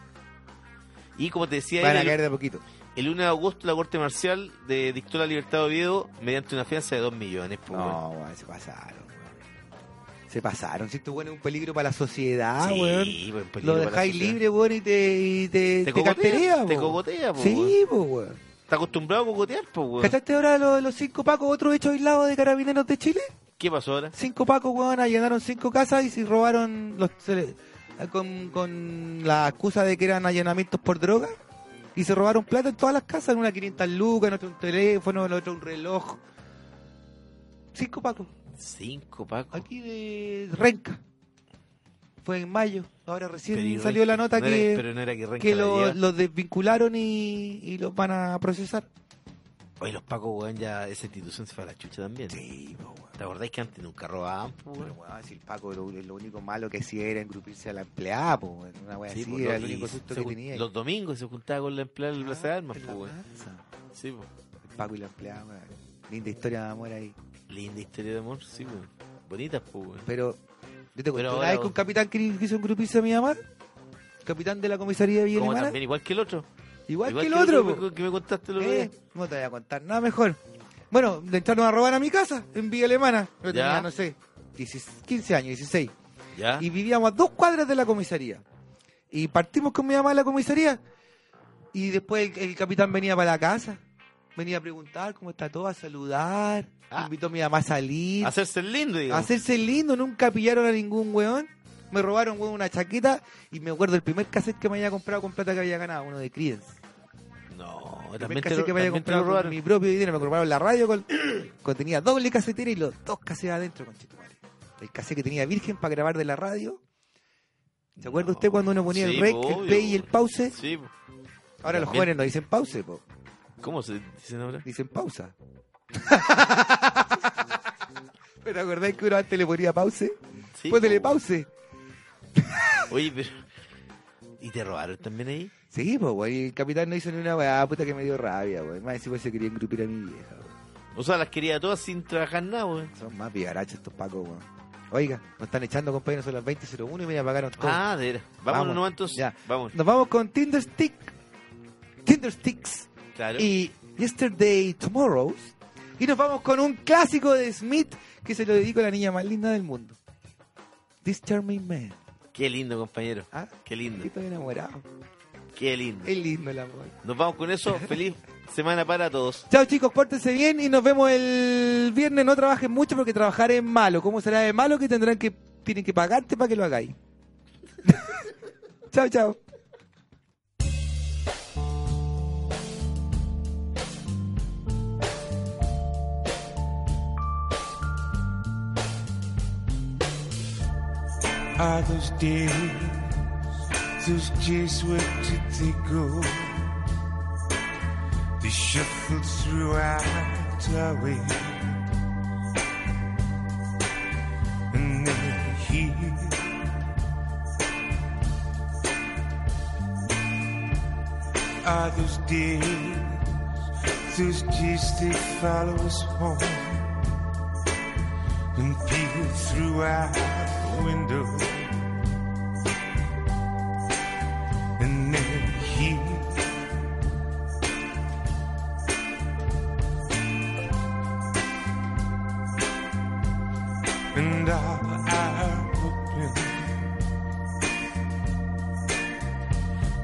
Speaker 1: Y como te decía,
Speaker 2: Van a
Speaker 1: el-
Speaker 2: caer de a poquito.
Speaker 1: el 1 de agosto la Corte Marcial de dictó la libertad de Oviedo mediante una fianza de 2 millones. po, weón.
Speaker 2: No, weón, se pasaron, weón. Se pasaron. Si esto bueno es un peligro para la sociedad,
Speaker 1: Sí,
Speaker 2: Ah, weón.
Speaker 1: weón, peligro
Speaker 2: Lo
Speaker 1: para la
Speaker 2: dejáis
Speaker 1: sociedad.
Speaker 2: libre, weón, y te, y te,
Speaker 1: Te
Speaker 2: te carterea,
Speaker 1: cogotea, te
Speaker 2: weón.
Speaker 1: cogotea, po, weón.
Speaker 2: Sí, po, weón.
Speaker 1: Está acostumbrado a cogotear, po, weón.
Speaker 2: ¿Cachaste ahora lo de los cinco pacos, otro hecho aislado de carabineros de Chile?
Speaker 1: ¿Qué pasó ahora?
Speaker 2: Cinco pacos, weón, allanaron cinco casas y se robaron los se le- con, con la excusa de que eran allanamientos por droga. Y se robaron plata en todas las casas, en una 500 lucas, en otra un teléfono, en otra un reloj. Cinco pacos,
Speaker 1: Cinco, Paco.
Speaker 2: aquí de Renca. Fue en mayo, ahora recién
Speaker 1: Pero y
Speaker 2: salió la
Speaker 1: Renca-
Speaker 2: nota
Speaker 1: no
Speaker 2: que...
Speaker 1: era- pero no era que Renca
Speaker 2: que
Speaker 1: la
Speaker 2: lo-
Speaker 1: lleva.
Speaker 2: los desvincularon y, y los van a procesar.
Speaker 1: Oye, los pacos, weón, ya esa institución se fue a la chucha también.
Speaker 2: Sí, po, weón.
Speaker 1: ¿Te acordáis que antes nunca robaban, po,
Speaker 2: Pero,
Speaker 1: weón?
Speaker 2: weón, si el Paco lo, lo único malo que hacía era engrupirse a la empleada, po, weón. Una weá
Speaker 1: Sí,
Speaker 2: así,
Speaker 1: po,
Speaker 2: era el
Speaker 1: los- y
Speaker 2: único susto
Speaker 1: se
Speaker 2: que
Speaker 1: jun-
Speaker 2: tenía.
Speaker 1: Los domingos se juntaba con la empleada del Plaza de Armas,
Speaker 2: Ah, En
Speaker 1: po,
Speaker 2: la
Speaker 1: weón.
Speaker 2: plaza.
Speaker 1: Sí, po.
Speaker 2: El Paco y la empleada, weón. Linda historia de amor ahí.
Speaker 1: Linda historia de amor, sí, weón. Bonitas, po, weón.
Speaker 2: Pero, yo te conté
Speaker 1: Pero
Speaker 2: una
Speaker 1: ahora
Speaker 2: vez
Speaker 1: vos-
Speaker 2: que un capitán que quiso engrupirse a mi mamá. Capitán de la comisaría de Villa
Speaker 1: Como
Speaker 2: Alemana.
Speaker 1: también, igual que el otro.
Speaker 2: Igual,
Speaker 1: Igual
Speaker 2: que el otro, po.
Speaker 1: que, que me contaste el otro
Speaker 2: Eh, no te voy a contar nada mejor. Bueno, le entraron a robar a mi casa en Villa Alemana. Yo
Speaker 1: Ya.
Speaker 2: tenía, no sé, 16, 15 años, 16.
Speaker 1: día. ¿Ya?
Speaker 2: Y vivíamos a dos cuadras de la comisaría. Y partimos con mi mamá a la comisaría. Y después el, el capitán venía para la casa. Venía a preguntar cómo está todo, a saludar.
Speaker 1: Ah.
Speaker 2: Invitó a mi mamá a salir.
Speaker 1: Hacerse el lindo, digo.
Speaker 2: A hacerse el lindo, nunca pillaron a ningún weón. Me robaron, weón, una chaqueta. Y me acuerdo el primer cassette que me había comprado con plata que había ganado, uno de Creedence.
Speaker 1: No,
Speaker 2: También
Speaker 1: también te, lo-
Speaker 2: que me había
Speaker 1: también te lo
Speaker 2: comprado con
Speaker 1: robaron.
Speaker 2: mi propio dinero, me compraron la radio con, con- tenía doble casetera y los dos casetes adentro, conchetumare. El casete que tenía Virgen para grabar de la radio. ¿Se acuerda
Speaker 1: No.
Speaker 2: usted cuando uno ponía
Speaker 1: Sí,
Speaker 2: el rec,
Speaker 1: po,
Speaker 2: el
Speaker 1: obvio,
Speaker 2: play y el
Speaker 1: po.
Speaker 2: pause?
Speaker 1: Sí, po.
Speaker 2: Ahora los
Speaker 1: También.
Speaker 2: jóvenes no dicen pause, po,
Speaker 1: ¿cómo se dicen ahora?
Speaker 2: dicen pausa. ¿Pero acordáis que uno antes le ponía pause?
Speaker 1: Sí,
Speaker 2: Póntele
Speaker 1: po, weón.
Speaker 2: pause.
Speaker 1: Oye, pero. ¿Y te robaron también ahí?
Speaker 2: Sí, pues, güey. El capitán no hizo ni una weá, puta que me dio rabia, güey. Más encima se quería engrupir a mi vieja, güey.
Speaker 1: O sea, las quería todas sin trabajar nada, weón.
Speaker 2: Son más vigarachos estos pacos, weón. Oiga, nos están echando, compañeros, son las 20.01 y mira, pagaron todo.
Speaker 1: Ah, de veras. Vámonos
Speaker 2: Oh. Vamos.
Speaker 1: nomás entonces.
Speaker 2: Ya.
Speaker 1: Vamos.
Speaker 2: Nos vamos con Tinder Stick. Tinder Sticks
Speaker 1: Claro.
Speaker 2: y Yesterday Tomorrows. Y nos vamos con un clásico de Smith que se lo dedico a la niña más linda del mundo. This Charming Man.
Speaker 1: Qué lindo, compañero.
Speaker 2: ¿Ah?
Speaker 1: Qué lindo.
Speaker 2: Estoy enamorado.
Speaker 1: Qué lindo.
Speaker 2: Es lindo el amor.
Speaker 1: Nos vamos con eso. Feliz semana para todos.
Speaker 2: Chao chicos, pórtense bien y nos vemos el viernes. No trabajen mucho porque trabajar es malo. ¿Cómo será de malo que tendrán que tienen que pagarte para que lo hagáis? chao, chao.
Speaker 5: Are those days, those days where did they go? They shuffled throughout our way, and they're here. Are those days, those days they follow us home? and people through our window and then he and all our open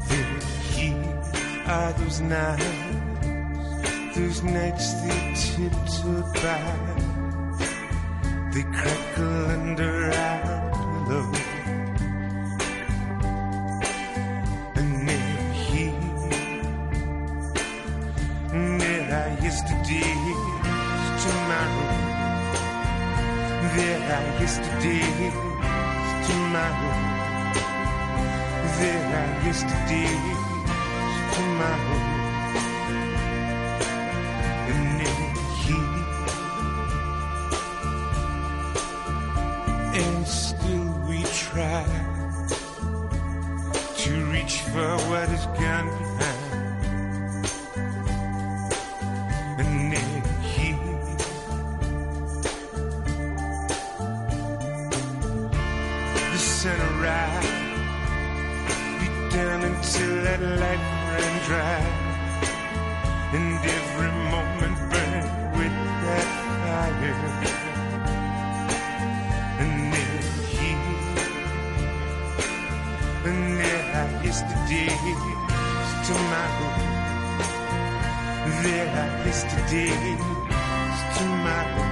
Speaker 5: there he are those nights those nights they tiptoed by they crackle under our pillow. And they're here. And There are yesterdays, tomorrow. There are yesterdays, tomorrow. There are yesterdays, tomorrow. And they're here. and still we try to reach for what is gone behind. And then here, the sun arrived, beat down until that light ran dry, and every moment burned with that fire and then he and there are yesterdays tomorrow there are yesterdays tomorrow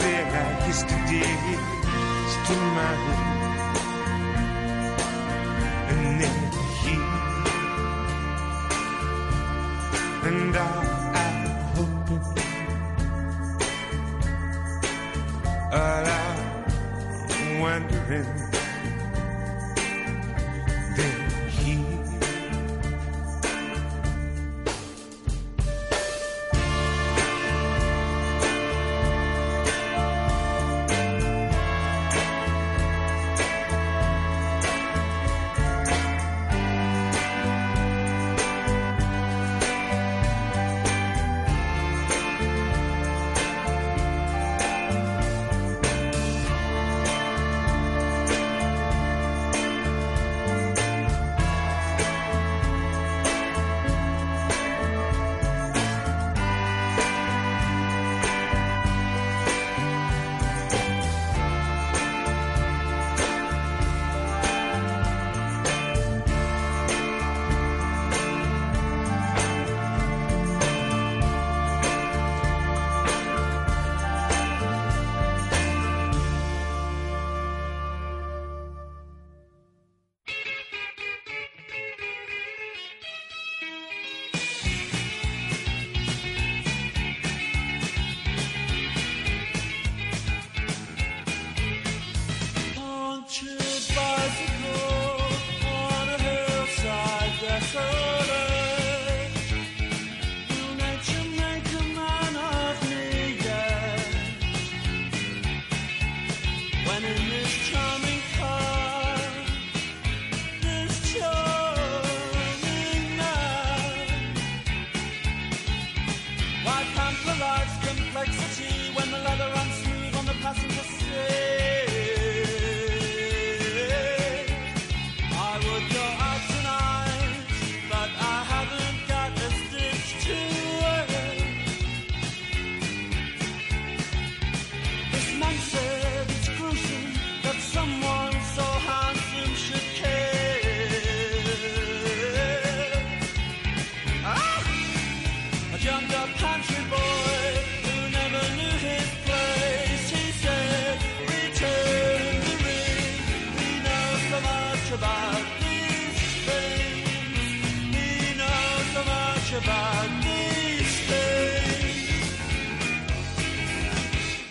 Speaker 5: there are yesterdays tomorrow and then he and all I'm hoping all I'm wondering then he
Speaker 3: when in this charming car, this charming man, why can't the life's complexity when the leather runs smooth on the passenger seat? I would go out tonight, but I haven't got a stitch to wear. This man said it's gruesome that someone so handsome should care. Ah! A young up country boy who never knew his place. He said, Return the ring. He knows so much about these things. He knows so much about these things.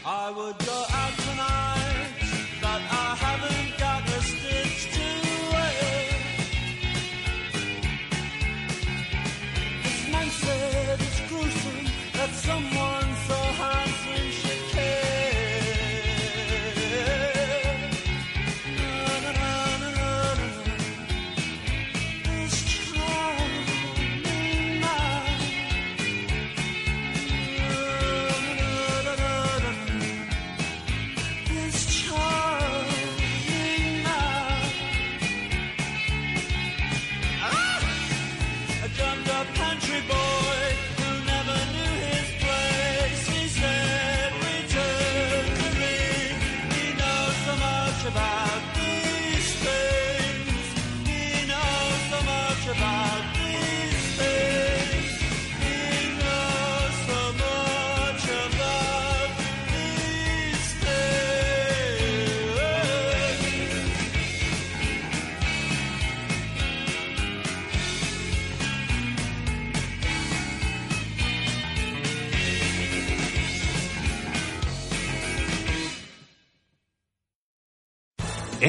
Speaker 3: I would go out tonight, but I haven't got a stitch to wear. This man said it's gruesome that someone so handsome should care. Na, na, na, na, na, na. This charming man this charming man. Ah! A drummed up country boy who never knew his place. He said, Return to me. He knows so much about these things. He knows so much about these things. He knows so much about these things.